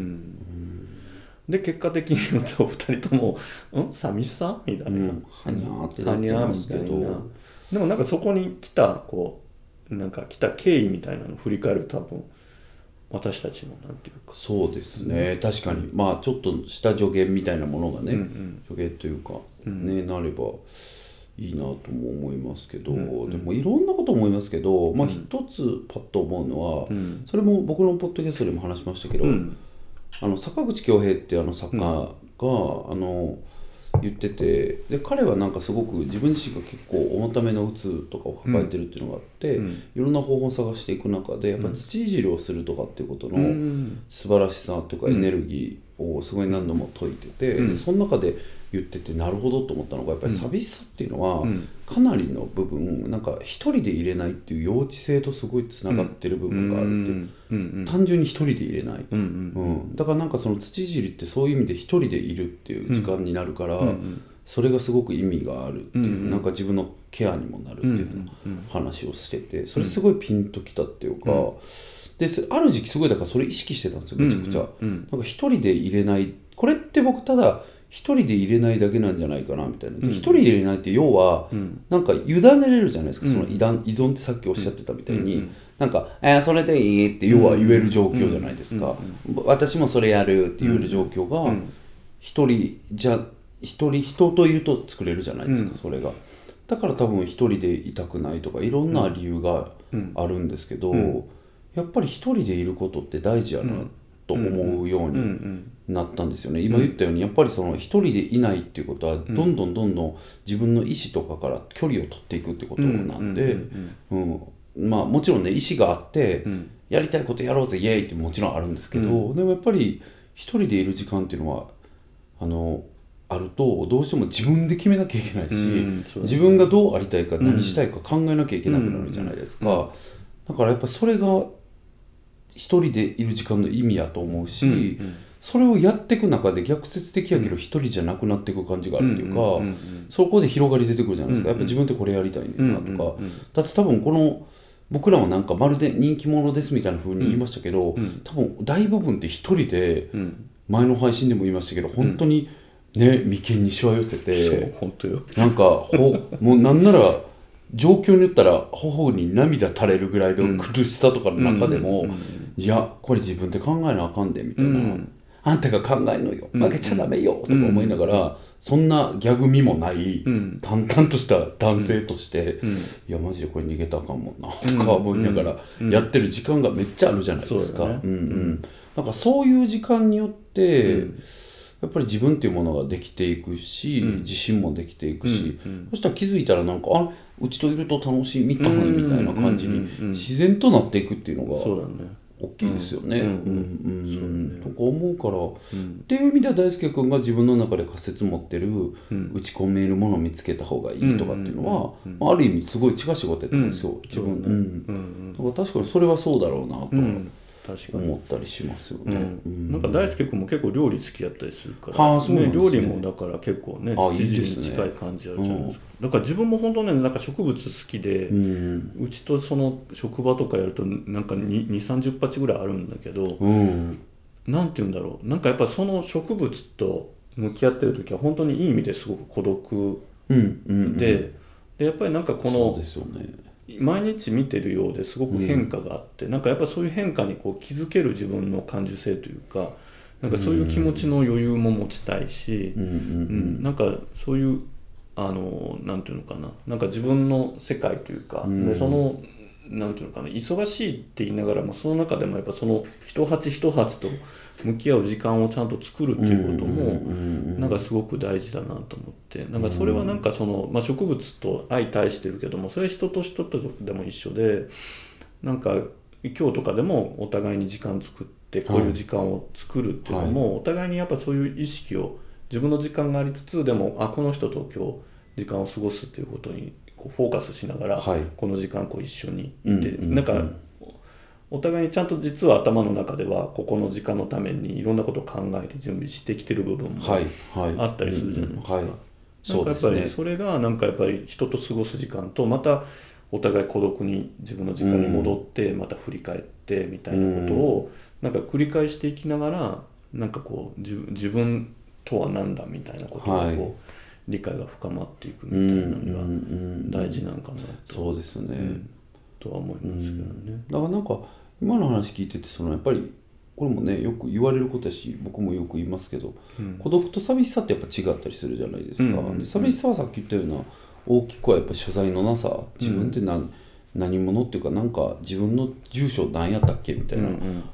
Speaker 1: で結果的にまたお二人とも「うん寂しさ?」みたいな。
Speaker 2: うん、はにゃーってな
Speaker 1: 何や
Speaker 2: ってま
Speaker 1: み
Speaker 2: す
Speaker 1: た
Speaker 2: け
Speaker 1: いな
Speaker 2: ど
Speaker 1: でもなんかそこに来たこうなんか来た経緯みたいなのを振り返ると多分私たちもなんていうか
Speaker 2: そうですね、確かにまあちょっとした助言みたいなものがね、助言というか、ねなればいいなとも思いますけど、でもいろんなこと思いますけど、まあ一つパッと思うのは、それも僕のポッドキャストでも話しましたけど、
Speaker 1: ん
Speaker 2: あの坂口恭平ってあの作家が、あの言っててで彼はなんかすごく自分自身が結構重ための鬱とかを抱えてるっていうのがあって、いろんな方法を探していく中でやっぱり土いじりをするとかっていうことの素晴らしさとかエネルギーをすごい何度も解いてて、でその中で言っててなるほどと思ったのがやっぱり寂しさっていうのはかなりの部分なんか一人で入れないっていう幼稚性とすごいつながってる部分があるって単純に一人で入れない、うんだからなんかその土いじりってそういう意味で一人でいるっていう時間になるから。それがすごく意味があるっていう、うんうん、なんか自分のケアにもなるっていう話をしててそれすごいピンときたっていうか、うんうん、である時期すごいだからそれ意識してたんですよめちゃくちゃ。なんか一人で入れないこれって僕ただ一人で入れないだけなんじゃないかなみたいな一人で入れないって要は、うん、なんか委ねれるじゃないですか、うん、その依存ってさっきおっしゃってたみたいに、うん、なんか「えー、それでいい」って要は言える状況じゃないですか、私もそれやるって言える状況が、一人じゃ一人人といると作れるじゃないですか、うん、それがだから多分一人でいたくないとかいろんな理由があるんですけど、うん、やっぱり一人でいることって大事やなと思うようになったんですよね今言ったようにやっぱりその一人でいないっていうことはどんどんどんどん自分の意思とかから距離を取っていくってことなんで、うんまあもちろんね意思があって、やりたいことやろうぜイエーイってもちろんあるんですけど、うん、でもやっぱり一人でいる時間っていうのはあのあるとどうしても自分で決めなきゃいけないし、うんね、自分がどうありたいか何したいか考えなきゃいけなくなるじゃないですか、うんうん、だからやっぱそれが一人でいる時間の意味やと思うし、それをやっていく中で逆説的やけど一人じゃなくなっていく感じがあるっていうか、そこで広がり出てくるじゃないですか、やっぱ自分ってこれやりたいねんなとか、だって多分この僕らはなんかまるで人気者ですみたいな風に言いましたけど、多分大部分って一人で前の配信でも言いましたけど本当に、ね眉間にしわ寄せて
Speaker 1: 本当よ
Speaker 2: なんかほもうなんなら状況によったら頬に涙垂れるぐらいの苦しさとかの中でも、いやこれ自分で考えなあかんでみたいな、うん、あんたが考えんのよ負けちゃダメよ、とか思いながら、うん、そんなギャグ味もない、うん、淡々とした男性として、いやマジでこれ逃げたあかんもんなとか思いながら、やってる時間がめっちゃあるじゃないですか。う,ね、うんうん、なんかそういう時間によって、やっぱり自分っていうものができていくし、うん、自信もできていくし、うんうん、そしたら気づいたらなんかあうちといると楽しいみたいなみたいな感じに自然となっていくっていうのが大きいですよね。とか思うから、うん、っていう意味では大輔君が自分の中で仮説持ってる、うん、打ち込めるものを見つけた方がいいとかっていうのは、ある意味すごい違う仕事やったんですよ、うん、自分、ね、うんだから確かにそれはそうだろうなと。
Speaker 1: 確
Speaker 2: かに思ったりしますよね、
Speaker 1: なんか大輔君も結構料理好きやったりするからね、料理もだから結構ね土に近い感じあるじゃないですかだから自分も本当ねなんか植物好きで、うちとその職場とかやるとなんか2 3 0鉢ぐらいあるんだけど、うなんて言うんだろうなんかやっぱその植物と向き合ってる時は本当にいい意味ですごく孤独で,、でやっぱりなんかこの。
Speaker 2: そうですよね
Speaker 1: 毎日見てるようですごく変化があって、うん、なんかやっぱそういう変化にこう気づける自分の感受性というかなんかそういう気持ちの余裕も持ちたいし、うん、うん、なんかそういうあのなんていうのかななんか自分の世界というか、うん、でそのなんていうのかな忙しいって言いながらもその中でもやっぱその一鉢一鉢と向き合う時間をちゃんと作るっていうこともなんかすごく大事だなと思ってなんかそれはなんかその、まあ、植物と相対してるけどもそれは人と人とでも一緒でなんか今日とかでもお互いに時間作ってこういう時間を作るっていうのも、お互いにやっぱそういう意識を自分の時間がありつつでもあこの人と今日時間を過ごすっていうことにフォーカスしながら、はい、この時間こう一緒にいて、なんかお互いにちゃんと実は頭の中ではここの時間のためにいろんなことを考えて準備してきてる部分もあったりするじゃないですか。はい、はいうんはい、やっぱりそれがなんかやっぱり人と過ごす時間とまたお互い孤独に自分の時間に戻ってまた振り返ってみたいなことをなんか繰り返していきながらなんかこう自分とは何だみたいなことをこう、はい理解が深まっていくみたいなのが大事なんかな、
Speaker 2: そうですね、うん
Speaker 1: とは思いますけどね、
Speaker 2: だからなんか今の話聞いててそのやっぱりこれもねよく言われることだし僕もよく言いますけど、うん、孤独と寂しさってやっぱ違ったりするじゃないですか、で寂しさはさっき言ったような大きくはやっぱ所在のなさ自分って何,うん、何者っていうかなんか自分の住所何やったっけみたいな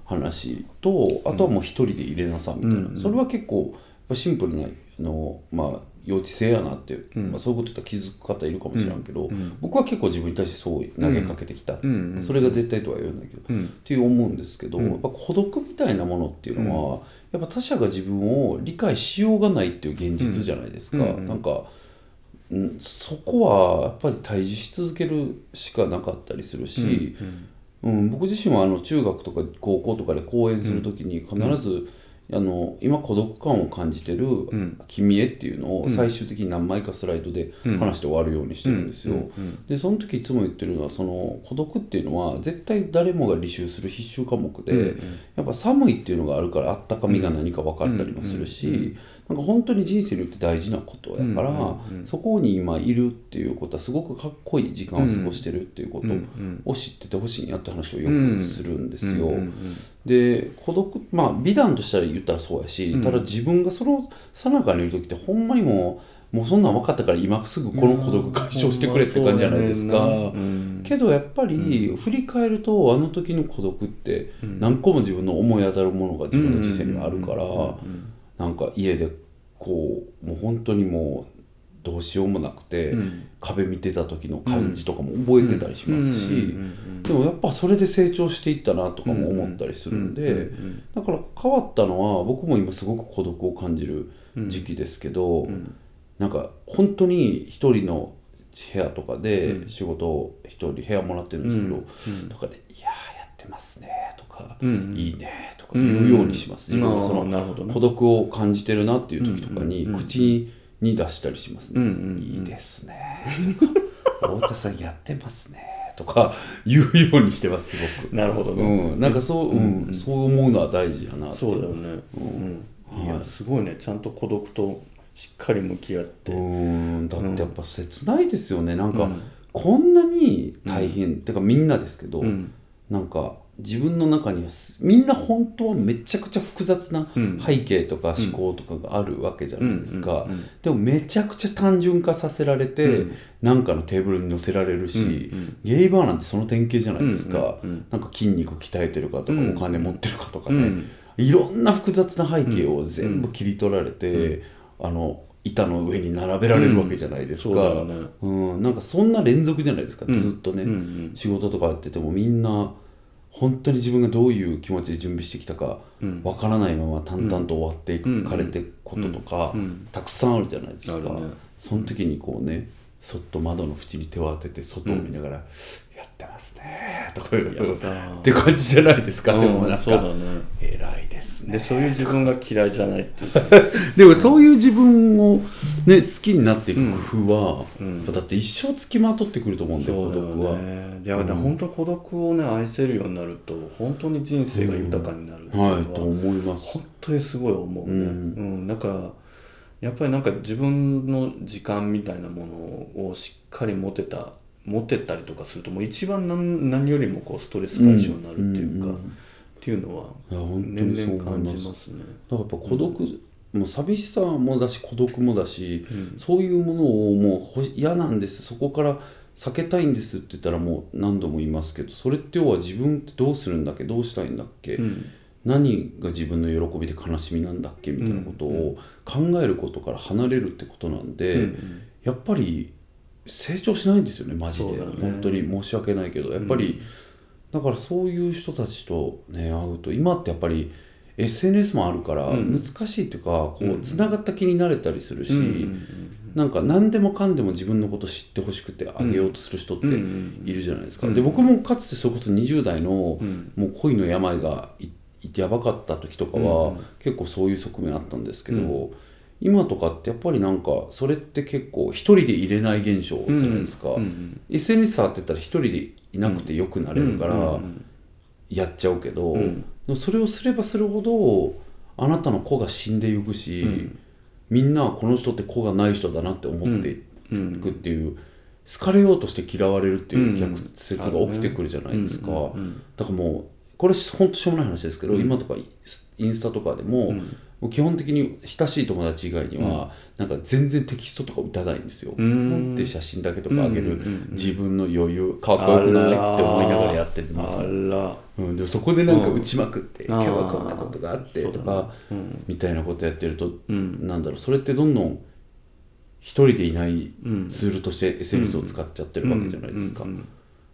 Speaker 2: 話と、あとはもう一人で入れなさみたいな、それは結構やっぱシンプルなあのまあ幼稚性やなって、まあ、そういうことって気づく方いるかもしれんけど、僕は結構自分に対してそう投げかけてきた、それが絶対とは言わないけど、っていう思うんですけど、やっぱ孤独みたいなものっていうのは、やっぱ他者が自分を理解しようがないっていう現実じゃないですか、
Speaker 1: うんうんうん
Speaker 2: なんか、うん、そこはやっぱり対峙し続けるしかなかったりするし、うん僕自身はあの中学とか高校とかで講演する時に必ず、あの今孤独感を感じてる「君へ」っていうのを最終的に何枚かスライドで話して終わるようにしてるんですよ。でその時いつも言ってるのはその孤独っていうのは絶対誰もが履修する必修科目で、やっぱ寒いっていうのがあるからあったかみが何か分かったりもするし、なんか本当に人生によって大事なことやから、そこに今いるっていうことはすごくかっこいい時間を過ごしてるっていうことを知っててほしいなって話をよくするんですよ。で孤独まあ美談としたら言ったらそうやし、ただ自分がそのさなかにいる時ってほんまにもうもうそんなん分かったから今すぐこの孤独解消してくれって感じじゃないですか。けどやっぱり振り返るとあの時の孤独って何個も自分の思い当たるものが自分の人生にはあるからなんか家でこうもう本当にもうどうしようもなくて、壁見てた時の感じとかも覚えてたりしますしでもやっぱそれで成長していったなとかも思ったりするんでだから変わったのは僕も今すごく孤独を感じる時期ですけど、なんか本当に一人の部屋とかで仕事を一人部屋もらってるんですけど、とかで「いやーやってますね」とか「いいね」とか言うようにします、自分がその
Speaker 1: なるほどね
Speaker 2: 孤独を感じてるなっていう時とかに口に出したりしますね「いいですね」とか「太田さんやってますね」とか言うようにしてますすごく。
Speaker 1: なるほど
Speaker 2: う
Speaker 1: ね、
Speaker 2: ん、なんかそう、うんそう思うのは大事やなって
Speaker 1: そうだよね、うんいやすごいねちゃんと孤独としっかり向き合って、
Speaker 2: うーんだってやっぱ切ないですよねなんか、こんなに大変、てかみんなですけど、なんか自分の中にはすみんな本当はめちゃくちゃ複雑な背景とか思考とかがあるわけじゃないですか、でもめちゃくちゃ単純化させられて、なんかのテーブルに乗せられるし、ゲイバーなんてその典型じゃないですか、なんか筋肉鍛えてるかとか、お金持ってるかとかね、いろんな複雑な背景を全部切り取られて、あの板の上に並べられるわけじゃないです
Speaker 1: うん
Speaker 2: か、
Speaker 1: そう
Speaker 2: う
Speaker 1: だよ
Speaker 2: ん
Speaker 1: ね
Speaker 2: なんかそんな連続じゃないですか、ずっとね、仕事とかやっててもみんな本当に自分がどういう気持ちで準備してきたかわからないまま淡々と終わっていくかれていくこととか、たくさんあるじゃないですか、
Speaker 1: あるね
Speaker 2: その時にこうねそっと窓の縁に手を当てて外を見ながら「やってますね」とかいうって感じじゃないですか、でもなん
Speaker 1: そうだ
Speaker 2: か
Speaker 1: ね
Speaker 2: 「偉いですね
Speaker 1: で」そういう自分が嫌いじゃない っていうか
Speaker 2: でもそういう自分を、ね、好きになっていく工夫は、だって一生つきまとってくると思うんだよ
Speaker 1: そ
Speaker 2: 孤
Speaker 1: うだ
Speaker 2: 独
Speaker 1: よ
Speaker 2: は。
Speaker 1: ねいやだから本当孤独をね愛せるようになると本当に人生が豊かになるっていうのは、
Speaker 2: はいと思います。
Speaker 1: 本当にすごい思うね、うんだからやっぱりなんか自分の時間みたいなものをしっかり持てた持てたりとかするともう一番何何よりもこうストレス解消になるっていうか、っていうのはい
Speaker 2: や本当
Speaker 1: 年
Speaker 2: にそう思い
Speaker 1: 々感
Speaker 2: ま
Speaker 1: じ
Speaker 2: す
Speaker 1: ますね。
Speaker 2: だからやっぱ孤独、もう寂しさもだし孤独もだし、そういうものをもうほし嫌なんですそこから避けたいんですって言ったらもう何度も言いますけどそれって要は自分ってどうするんだっけどうしたいんだっけ、何が自分の喜びで悲しみなんだっけみたいなことを考えることから離れるってことなんで、やっぱり成長しないんですよねマジで、
Speaker 1: そうだよね
Speaker 2: 本当に申し訳ないけどやっぱり、だからそういう人たちとね会うと今ってやっぱり SNS もあるから難しいというか、こうつながった気になれたりするし、なんか何でもかんでも自分のこと知ってほしくてあげようとする人っているじゃないですか、で僕もかつてそれこそ20代のもう恋の病がいやばかった時とかは結構そういう側面あったんですけど、今とかってやっぱりなんかそれって結構一人でいれない現象じゃないですか、SNS 触ってたら一人でいなくてよくなれるから、やっちゃうけど、でもそれをすればするほどあなたの子が死んでいくし、みんなはこの人って子がない人だなって思っていくっていう、好かれようとして嫌われるっていう逆説が起きてくるじゃないですか、だからもうこれほんとしょうもない話ですけど、今とかイインスタとかでも,、もう基本的に親しい友達以外には、なんか全然テキストとか打たないんですよ。持って写真だけとかあげる、自分の余裕かっこよくないって思いながらやってます
Speaker 1: あら
Speaker 2: うん、でもそこでなんか打ちまくって、
Speaker 1: あー
Speaker 2: 今日はこんなことがあってとか、みたいなことやってると、なんだろうそれってどんどん一人でいないツールとして SNS を使っちゃってるわけじゃないですか、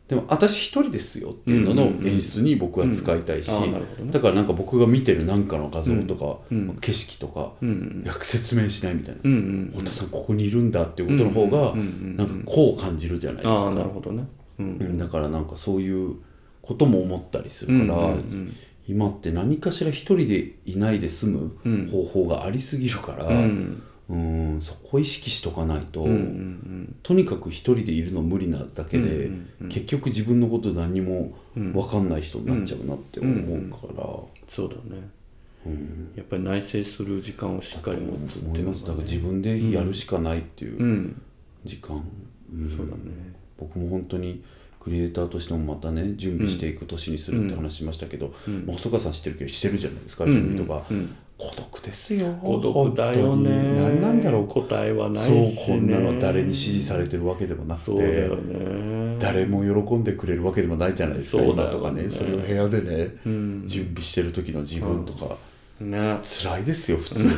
Speaker 2: でも私一人ですよっていうのの演出に僕は使いたいし、
Speaker 1: うんうんうんあーなるほどね
Speaker 2: だからなんか僕が見てるなんかの画像とか、
Speaker 1: うんうん
Speaker 2: 景色とか、
Speaker 1: うん
Speaker 2: 訳説明しないみたいな、
Speaker 1: うんうん
Speaker 2: 太田さんここにいるんだっていうことの方が、
Speaker 1: うんうん
Speaker 2: なんかこう感じるじゃないです
Speaker 1: あ
Speaker 2: か
Speaker 1: あ、なるほどねうん
Speaker 2: うんだからなんかそういうことも思ったりするから、
Speaker 1: うんうんうん
Speaker 2: 今って何かしら一人でいないで済む方法がありすぎるから、
Speaker 1: うん
Speaker 2: うんそこを意識しとかないと、
Speaker 1: うんうん
Speaker 2: とにかく一人でいるの無理なだけで、
Speaker 1: うん
Speaker 2: 結局自分のこと何にも分かんない人になっちゃうなって思うから、
Speaker 1: そうだねやっぱり内省する時間をしっかり持つっ
Speaker 2: 思
Speaker 1: ていの
Speaker 2: いうま
Speaker 1: は
Speaker 2: すだから自分でやるしかないっていううん時間、うん僕も本当にクリエイターとしてもまたね準備していく年にするって話しましたけど、まあ細川さん知ってるけどしてるじゃないですか、準備とか、孤独ですよ
Speaker 1: 孤独だよ
Speaker 2: 本当
Speaker 1: ね
Speaker 2: に何なんだろう
Speaker 1: 答えはないし
Speaker 2: そう
Speaker 1: ね
Speaker 2: こんなの誰に支持されてるわけでもなく
Speaker 1: そうだ
Speaker 2: て
Speaker 1: よね
Speaker 2: 誰も喜んでくれるわけでもないじゃないですか、
Speaker 1: そうだ
Speaker 2: 今
Speaker 1: よね
Speaker 2: とかねそれを部屋でね、準備してる時の自分とか、
Speaker 1: ね
Speaker 2: 辛いですよ普通に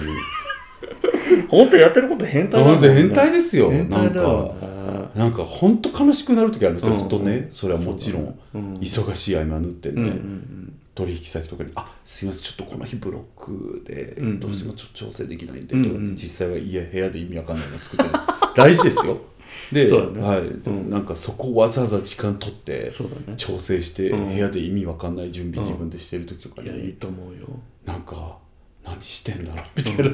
Speaker 1: 本当やってること変態
Speaker 2: な
Speaker 1: だ
Speaker 2: ん
Speaker 1: も
Speaker 2: で
Speaker 1: んね
Speaker 2: 変態ですよ
Speaker 1: 変
Speaker 2: なん
Speaker 1: 態だ
Speaker 2: か
Speaker 1: よね
Speaker 2: なんかほんと悲しくなる時あるんですよ、
Speaker 1: うん
Speaker 2: ずっとねそれはもちろん、忙しい合間縫ってね、
Speaker 1: うんうんうん
Speaker 2: 取引先とかに「あすいませんちょっとこの日ブロックで
Speaker 1: んうん
Speaker 2: どうしてもちょ調整できないんで」
Speaker 1: うんう
Speaker 2: と
Speaker 1: ん
Speaker 2: かって実際はいや部屋で意味わかんないの作ってるんです大事 ですよで、
Speaker 1: そうだね
Speaker 2: はい、でもなんかそこわざわざ時間取って
Speaker 1: そうだね
Speaker 2: 調整して
Speaker 1: うん
Speaker 2: 部屋で意味わかんない準備自分でしてる時とか
Speaker 1: いやいい
Speaker 2: に
Speaker 1: と思うよ
Speaker 2: なんか何してんだろうみたいな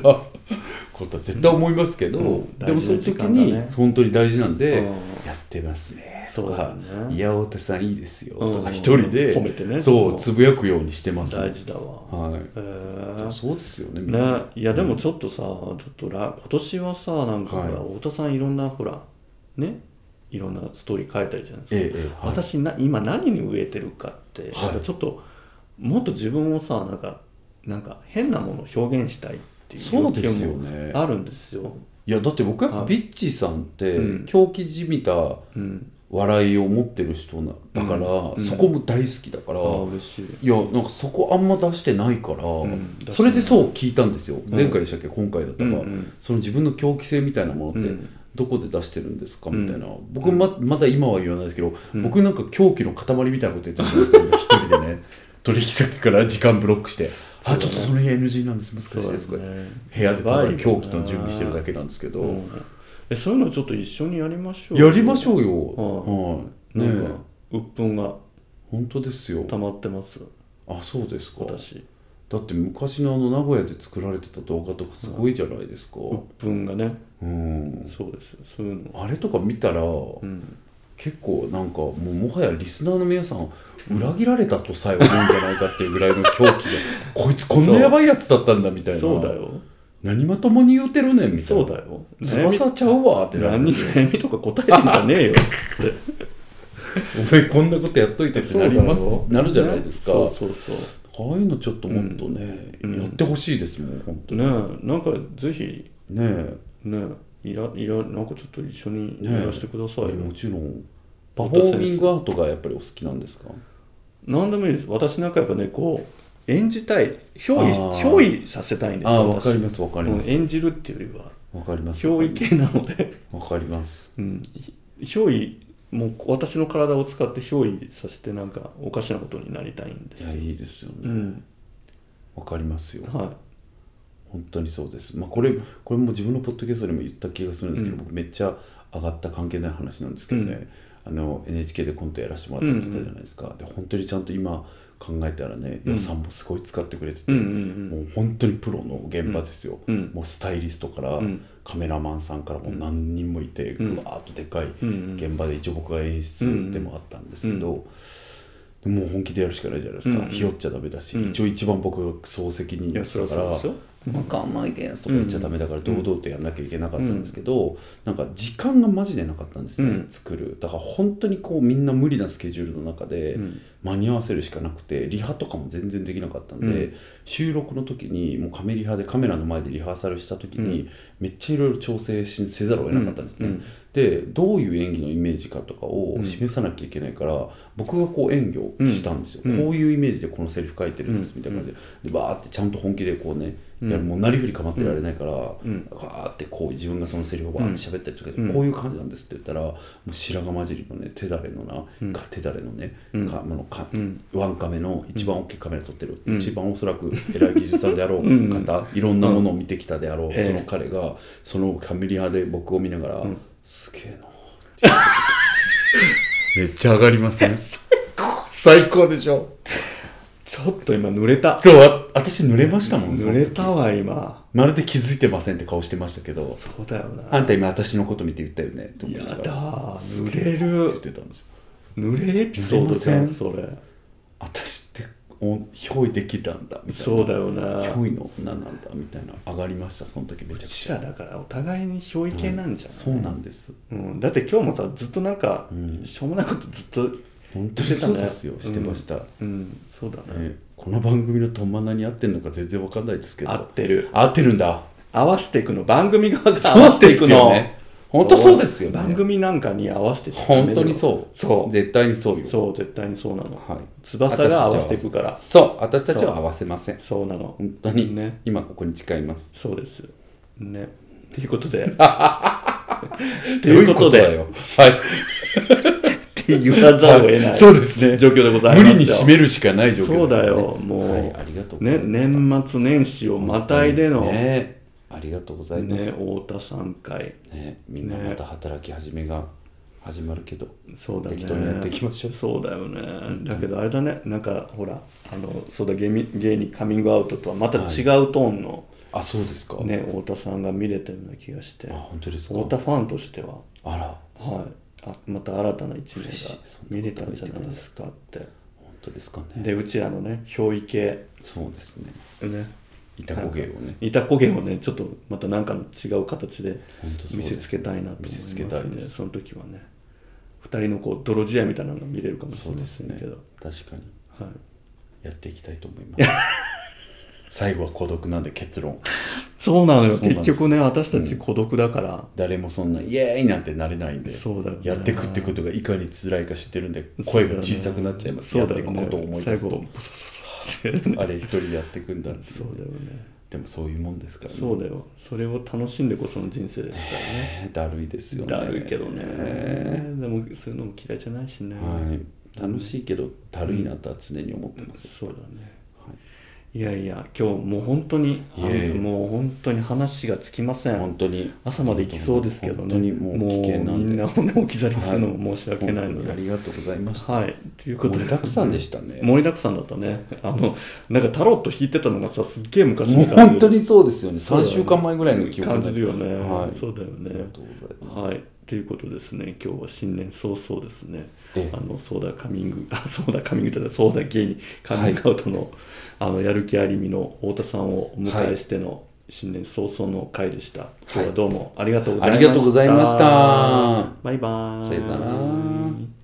Speaker 2: ことは絶対思いますけど、
Speaker 1: うんうん
Speaker 2: でもそういう
Speaker 1: 大事
Speaker 2: 時
Speaker 1: な時
Speaker 2: に
Speaker 1: 間だね
Speaker 2: 本当に大事なんで
Speaker 1: うん
Speaker 2: 「やってますね」と
Speaker 1: そうだ
Speaker 2: か
Speaker 1: よ
Speaker 2: 「
Speaker 1: ね
Speaker 2: いや太田さんいいですよ」と
Speaker 1: うん
Speaker 2: か一人で
Speaker 1: 褒めてね
Speaker 2: そ
Speaker 1: そうの
Speaker 2: つぶやくようにしてます
Speaker 1: 大事だわ
Speaker 2: はい
Speaker 1: へえ
Speaker 2: そうですよね。みんな
Speaker 1: ね、いやでもちょっとさ、ちょっとら今年はさなんかほら、
Speaker 2: はい
Speaker 1: 太田さんいろんなほらねいろんなストーリー書いたりじゃないですか、
Speaker 2: ええええはい
Speaker 1: 私な今何に飢えてるかって、
Speaker 2: はい
Speaker 1: やっぱちょっともっと自分をさなんかなんか変なものを表現したいっていう
Speaker 2: そうですよ
Speaker 1: 欲
Speaker 2: ね
Speaker 1: 求もあるんですよ。
Speaker 2: いやだって僕やっぱビッチーさんって
Speaker 1: うん
Speaker 2: 狂気じみた
Speaker 1: うん、
Speaker 2: 笑いを持ってる人なだから
Speaker 1: うん
Speaker 2: そこも大好きだから
Speaker 1: ああ嬉しい。
Speaker 2: いやなんかそこあんま出してないから
Speaker 1: ん出してない
Speaker 2: それでそう聞いたんですよ前回でしたっけ今回だったか
Speaker 1: うんうん
Speaker 2: その自分の狂気性みたいなものっ
Speaker 1: う
Speaker 2: て
Speaker 1: ん
Speaker 2: どこで出してるんですかみたいな僕ままだ今は言わないですけど僕なんか狂気の塊みたいなこと言ってるんで すけど一人でね取引先から時間ブロックして「あちょっとその日 NG なんです難しいです」とか
Speaker 1: ね
Speaker 2: 部屋でただ
Speaker 1: やばいよな
Speaker 2: 狂気と準備してるだけなんですけど、
Speaker 1: うんえそういうのちょっと一緒にやりましょうよ。
Speaker 2: やりましょうよ、
Speaker 1: は
Speaker 2: はいね
Speaker 1: なんか
Speaker 2: え
Speaker 1: 鬱憤が
Speaker 2: 本当ですよ
Speaker 1: 溜まってます
Speaker 2: あそうですか
Speaker 1: 私。
Speaker 2: だって昔のあの名古屋で作られてた動画とかすごいじゃないですか、
Speaker 1: 鬱憤がね
Speaker 2: うん、
Speaker 1: そうですよそういうの
Speaker 2: あれとか見たら、
Speaker 1: ん
Speaker 2: 結構なんかもうもはやリスナーの皆さん裏切られたとさえ思うんじゃないかっていうぐらいの狂気がこいつこんなやばいやつだったんだみたいな
Speaker 1: そうだよ
Speaker 2: 何まともに言うてるねんみたい
Speaker 1: そ
Speaker 2: な
Speaker 1: うだよ悩み
Speaker 2: 翼ちゃうわってなる
Speaker 1: 何悩みとか答えてんじゃねえよっつって
Speaker 2: お前こんなことやっといてってなり ますなるじゃないですか、
Speaker 1: ねそうそうそう
Speaker 2: ああいうのちょっともっとね、
Speaker 1: うん
Speaker 2: やってほしいですもん本当に
Speaker 1: ねえなんかぜひ
Speaker 2: ねえ
Speaker 1: ねいやいやなんかちょっと一緒に
Speaker 2: ねえ
Speaker 1: やらせてくださいよ、
Speaker 2: もちろんパフォーミングアートがやっぱりお好きなんですか
Speaker 1: 何でもいいです私なんかやっぱねこう演じたい憑依
Speaker 2: あー
Speaker 1: 憑依させたいんです
Speaker 2: ああ
Speaker 1: 私
Speaker 2: わかりますわかります
Speaker 1: うん演じるっていうよりは
Speaker 2: わかります
Speaker 1: 憑依系なので
Speaker 2: わかります
Speaker 1: うん、憑依もう私の体を使って憑依させてなんかおかしなことになりたいんで
Speaker 2: い
Speaker 1: す
Speaker 2: や
Speaker 1: よ、
Speaker 2: いいですよ
Speaker 1: う
Speaker 2: ね
Speaker 1: ん
Speaker 2: わかりますよ
Speaker 1: は
Speaker 2: 本当にそうですまあこれこれも自分のポッドキャストでも言った気がするんですけど、僕めっちゃ上がった関係ない話なんですけどね、あの NHK でコントやらせてもらったって言ったじゃないですか、で本当にちゃんと今考えたらね予算もすごい使ってくれてて、
Speaker 1: うんうん
Speaker 2: もう本当にプロの現場ですよ、
Speaker 1: うん
Speaker 2: もうスタイリストから、
Speaker 1: ん
Speaker 2: カメラマンさんからもう何人もいて、うわーっとでかい
Speaker 1: ん
Speaker 2: 現場で一応僕が演出でもあったんですけど、もう本気でやるしかないじゃないですか、ひよっちゃダメだし、一応一番僕が総責任
Speaker 1: いい
Speaker 2: だ
Speaker 1: や
Speaker 2: か
Speaker 1: そりゃそう
Speaker 2: ら
Speaker 1: ですよ
Speaker 2: わかんないけんとか言っちゃダメだから堂々とやんなきゃいけなかったんですけど、なんか時間がマジでなかったんですね、
Speaker 1: うん
Speaker 2: 作るだから本当にこうみんな無理なスケジュールの中で間に合わせるしかなくてリハとかも全然できなかったんで、収録の時にもうカメリハでカメラの前でリハーサルした時に、めっちゃいろいろ調整しせざるを得なかったんですね、でどういう演技のイメージかとかを示さなきゃいけないから、僕がこう演技をしたんですよ、こういうイメージでこのセリフ書いてるんですみたいな感じででバーってちゃんと本気でこうねいやもうなりふり構ってられないから、ガーってこう自分がそのセリフをバーって喋ったりとか、こういう感じなんですって言ったらもう白髪混じりのね手だれのな、か手だれのね、かあのか、ワンカメの一番大きいカメラ撮ってる、一番おそらく偉い技術さんであろう方、いろんなものを見てきたであろう、その彼がそのカメリアで僕を見ながら、すげえなって めっちゃ上がりますね最高でしょ
Speaker 1: ちょっと今濡れた
Speaker 2: そうわ私濡れましたもん
Speaker 1: 濡れたわ今
Speaker 2: まるで気づいてませんって顔してましたけど
Speaker 1: そうだよな
Speaker 2: あんた今私のこと見て言ったよねと思い
Speaker 1: や
Speaker 2: なが
Speaker 1: だ
Speaker 2: らす
Speaker 1: 濡
Speaker 2: げ
Speaker 1: れ
Speaker 2: えって
Speaker 1: る
Speaker 2: 言ってたんですよ
Speaker 1: 濡れエピソードじゃ
Speaker 2: 濡れま
Speaker 1: ん
Speaker 2: せん
Speaker 1: それ
Speaker 2: 私ってお憑依できたんだみたいな
Speaker 1: そうだよなう
Speaker 2: 憑依の何なんだみたいな上がりましたその時めちゃく
Speaker 1: ち
Speaker 2: ちゃ
Speaker 1: らだからお互いに憑依系なんじゃん、
Speaker 2: そうなんです
Speaker 1: うん、だって今日もさずっとなんか、しょうもないことずっと
Speaker 2: 本当に
Speaker 1: してた
Speaker 2: そ
Speaker 1: ね
Speaker 2: うですよしてました、
Speaker 1: うんそうだね、
Speaker 2: ねこの番組のトンマナに合ってるのか全然わかんないですけど
Speaker 1: 合ってる
Speaker 2: 合ってるんだ
Speaker 1: 合わせていくの番組 側が合
Speaker 2: 合
Speaker 1: わ
Speaker 2: わ
Speaker 1: せ
Speaker 2: せ
Speaker 1: て
Speaker 2: て
Speaker 1: い
Speaker 2: い
Speaker 1: く
Speaker 2: く
Speaker 1: の
Speaker 2: の本当そうですよね
Speaker 1: 番組なんかに合わせていくの
Speaker 2: 本当にそう
Speaker 1: そう
Speaker 2: 絶対にそうよ
Speaker 1: そう絶対にそうなの、
Speaker 2: はい
Speaker 1: 翼が合わせていくから
Speaker 2: そう私たちは合わせません
Speaker 1: そうなの
Speaker 2: 本当に、
Speaker 1: ね
Speaker 2: 今ここに誓います
Speaker 1: そうですねということ で と
Speaker 2: どう
Speaker 1: い
Speaker 2: いうう
Speaker 1: こ
Speaker 2: ことと だ
Speaker 1: で
Speaker 2: よはい
Speaker 1: って言わざるを得ない
Speaker 2: そうですね
Speaker 1: 状況でございます
Speaker 2: 無
Speaker 1: よ
Speaker 2: 理に締めるしかない状況
Speaker 1: そうだ
Speaker 2: ね
Speaker 1: よもう、
Speaker 2: はいありがとうござい
Speaker 1: ね、
Speaker 2: ます
Speaker 1: 年末年始をまたいでの、ね
Speaker 2: ねありがとうございますね
Speaker 1: 太田さん会
Speaker 2: みんなまた働き始めが始まるけど、
Speaker 1: そうだね
Speaker 2: 適当にやっていきましょう
Speaker 1: そうだよねだけどあれだねなんかほらあのそうだ芸人芸人カミングアウトとはまた違うトーンの、
Speaker 2: あそうですか、
Speaker 1: ね太田さんが見れたような気がして
Speaker 2: あ本当ですか
Speaker 1: 太田ファンとしては
Speaker 2: あら
Speaker 1: はいあまた新たな一面が
Speaker 2: しいそんなこと
Speaker 1: 見れたんじゃないですかって
Speaker 2: 本当ですかね
Speaker 1: でうちらのね憑依系
Speaker 2: そうですね
Speaker 1: ね
Speaker 2: 板子芸をね
Speaker 1: 板焦げをねちょっとまた何かの違う形で
Speaker 2: 本当そう
Speaker 1: 見
Speaker 2: で
Speaker 1: せ
Speaker 2: す
Speaker 1: つけたいなと思いま
Speaker 2: 見せ
Speaker 1: す
Speaker 2: つ
Speaker 1: ね
Speaker 2: けたいです
Speaker 1: その時はね2人のこう泥仕合みたいなのが見れるかもし
Speaker 2: そ
Speaker 1: れ
Speaker 2: う
Speaker 1: ま
Speaker 2: で
Speaker 1: せ
Speaker 2: す
Speaker 1: んけ
Speaker 2: ね
Speaker 1: ど、
Speaker 2: 確かに
Speaker 1: はい、
Speaker 2: やっていきたいと思います 最後は孤独なんで結論
Speaker 1: そうなのよ
Speaker 2: そうなん
Speaker 1: 結
Speaker 2: です
Speaker 1: 局ね私たち孤独だから、
Speaker 2: 誰もそんなイエーイなんてなれないんで
Speaker 1: そうだよね
Speaker 2: やっていくってことがいかに辛いか知ってるんで
Speaker 1: そう
Speaker 2: 声
Speaker 1: だよね
Speaker 2: が小さくなっちゃいます、
Speaker 1: そ
Speaker 2: や
Speaker 1: う
Speaker 2: っ
Speaker 1: だ
Speaker 2: てい
Speaker 1: よ
Speaker 2: く
Speaker 1: ね
Speaker 2: ことを思い出すと
Speaker 1: 最後
Speaker 2: あれ一人でやっていくんだって
Speaker 1: そうだよね
Speaker 2: でもそういうもんですからね
Speaker 1: そうだよそれを楽しんでこその人生ですからね
Speaker 2: えーだるいですよね
Speaker 1: だるいけどねでもそういうのも嫌いじゃないしね、
Speaker 2: はい楽しいけどだるいなとは常に思ってます、
Speaker 1: そうだね
Speaker 2: はい
Speaker 1: やいや今日もう本当に
Speaker 2: いえいえ
Speaker 1: もう本当に話がつきません
Speaker 2: 本当に
Speaker 1: 朝まで行きそうですけどね
Speaker 2: 本当にもう危険なんで
Speaker 1: もうみんなをね置き去りにするのも申し訳ないの
Speaker 2: 本当にあ
Speaker 1: で
Speaker 2: りがとうございました、
Speaker 1: はい、ということ
Speaker 2: 盛
Speaker 1: で
Speaker 2: りだくさんでしたね
Speaker 1: 盛りだくさんだったねあのなんかタロット引いてたのがさすっげえ昔
Speaker 2: もう
Speaker 1: の感じ
Speaker 2: 本当にそうですよね
Speaker 1: そうだ
Speaker 2: 3
Speaker 1: よね
Speaker 2: 週間前ぐらいの記憶
Speaker 1: 感じるよね、
Speaker 2: はい
Speaker 1: そうだよ
Speaker 2: ありが
Speaker 1: ね
Speaker 2: とうございます
Speaker 1: はいということですね今日は新年早々ですね
Speaker 2: ええ
Speaker 1: あのソーダカミング あソーダカミングじゃないソーダ芸人カミングアウトの,、あのやる気ありみの太田さんをお迎えしての、新年早々の回でした。今日はどうもありがとうございました。
Speaker 2: ありがとうございました
Speaker 1: バイバーイ。
Speaker 2: さよなら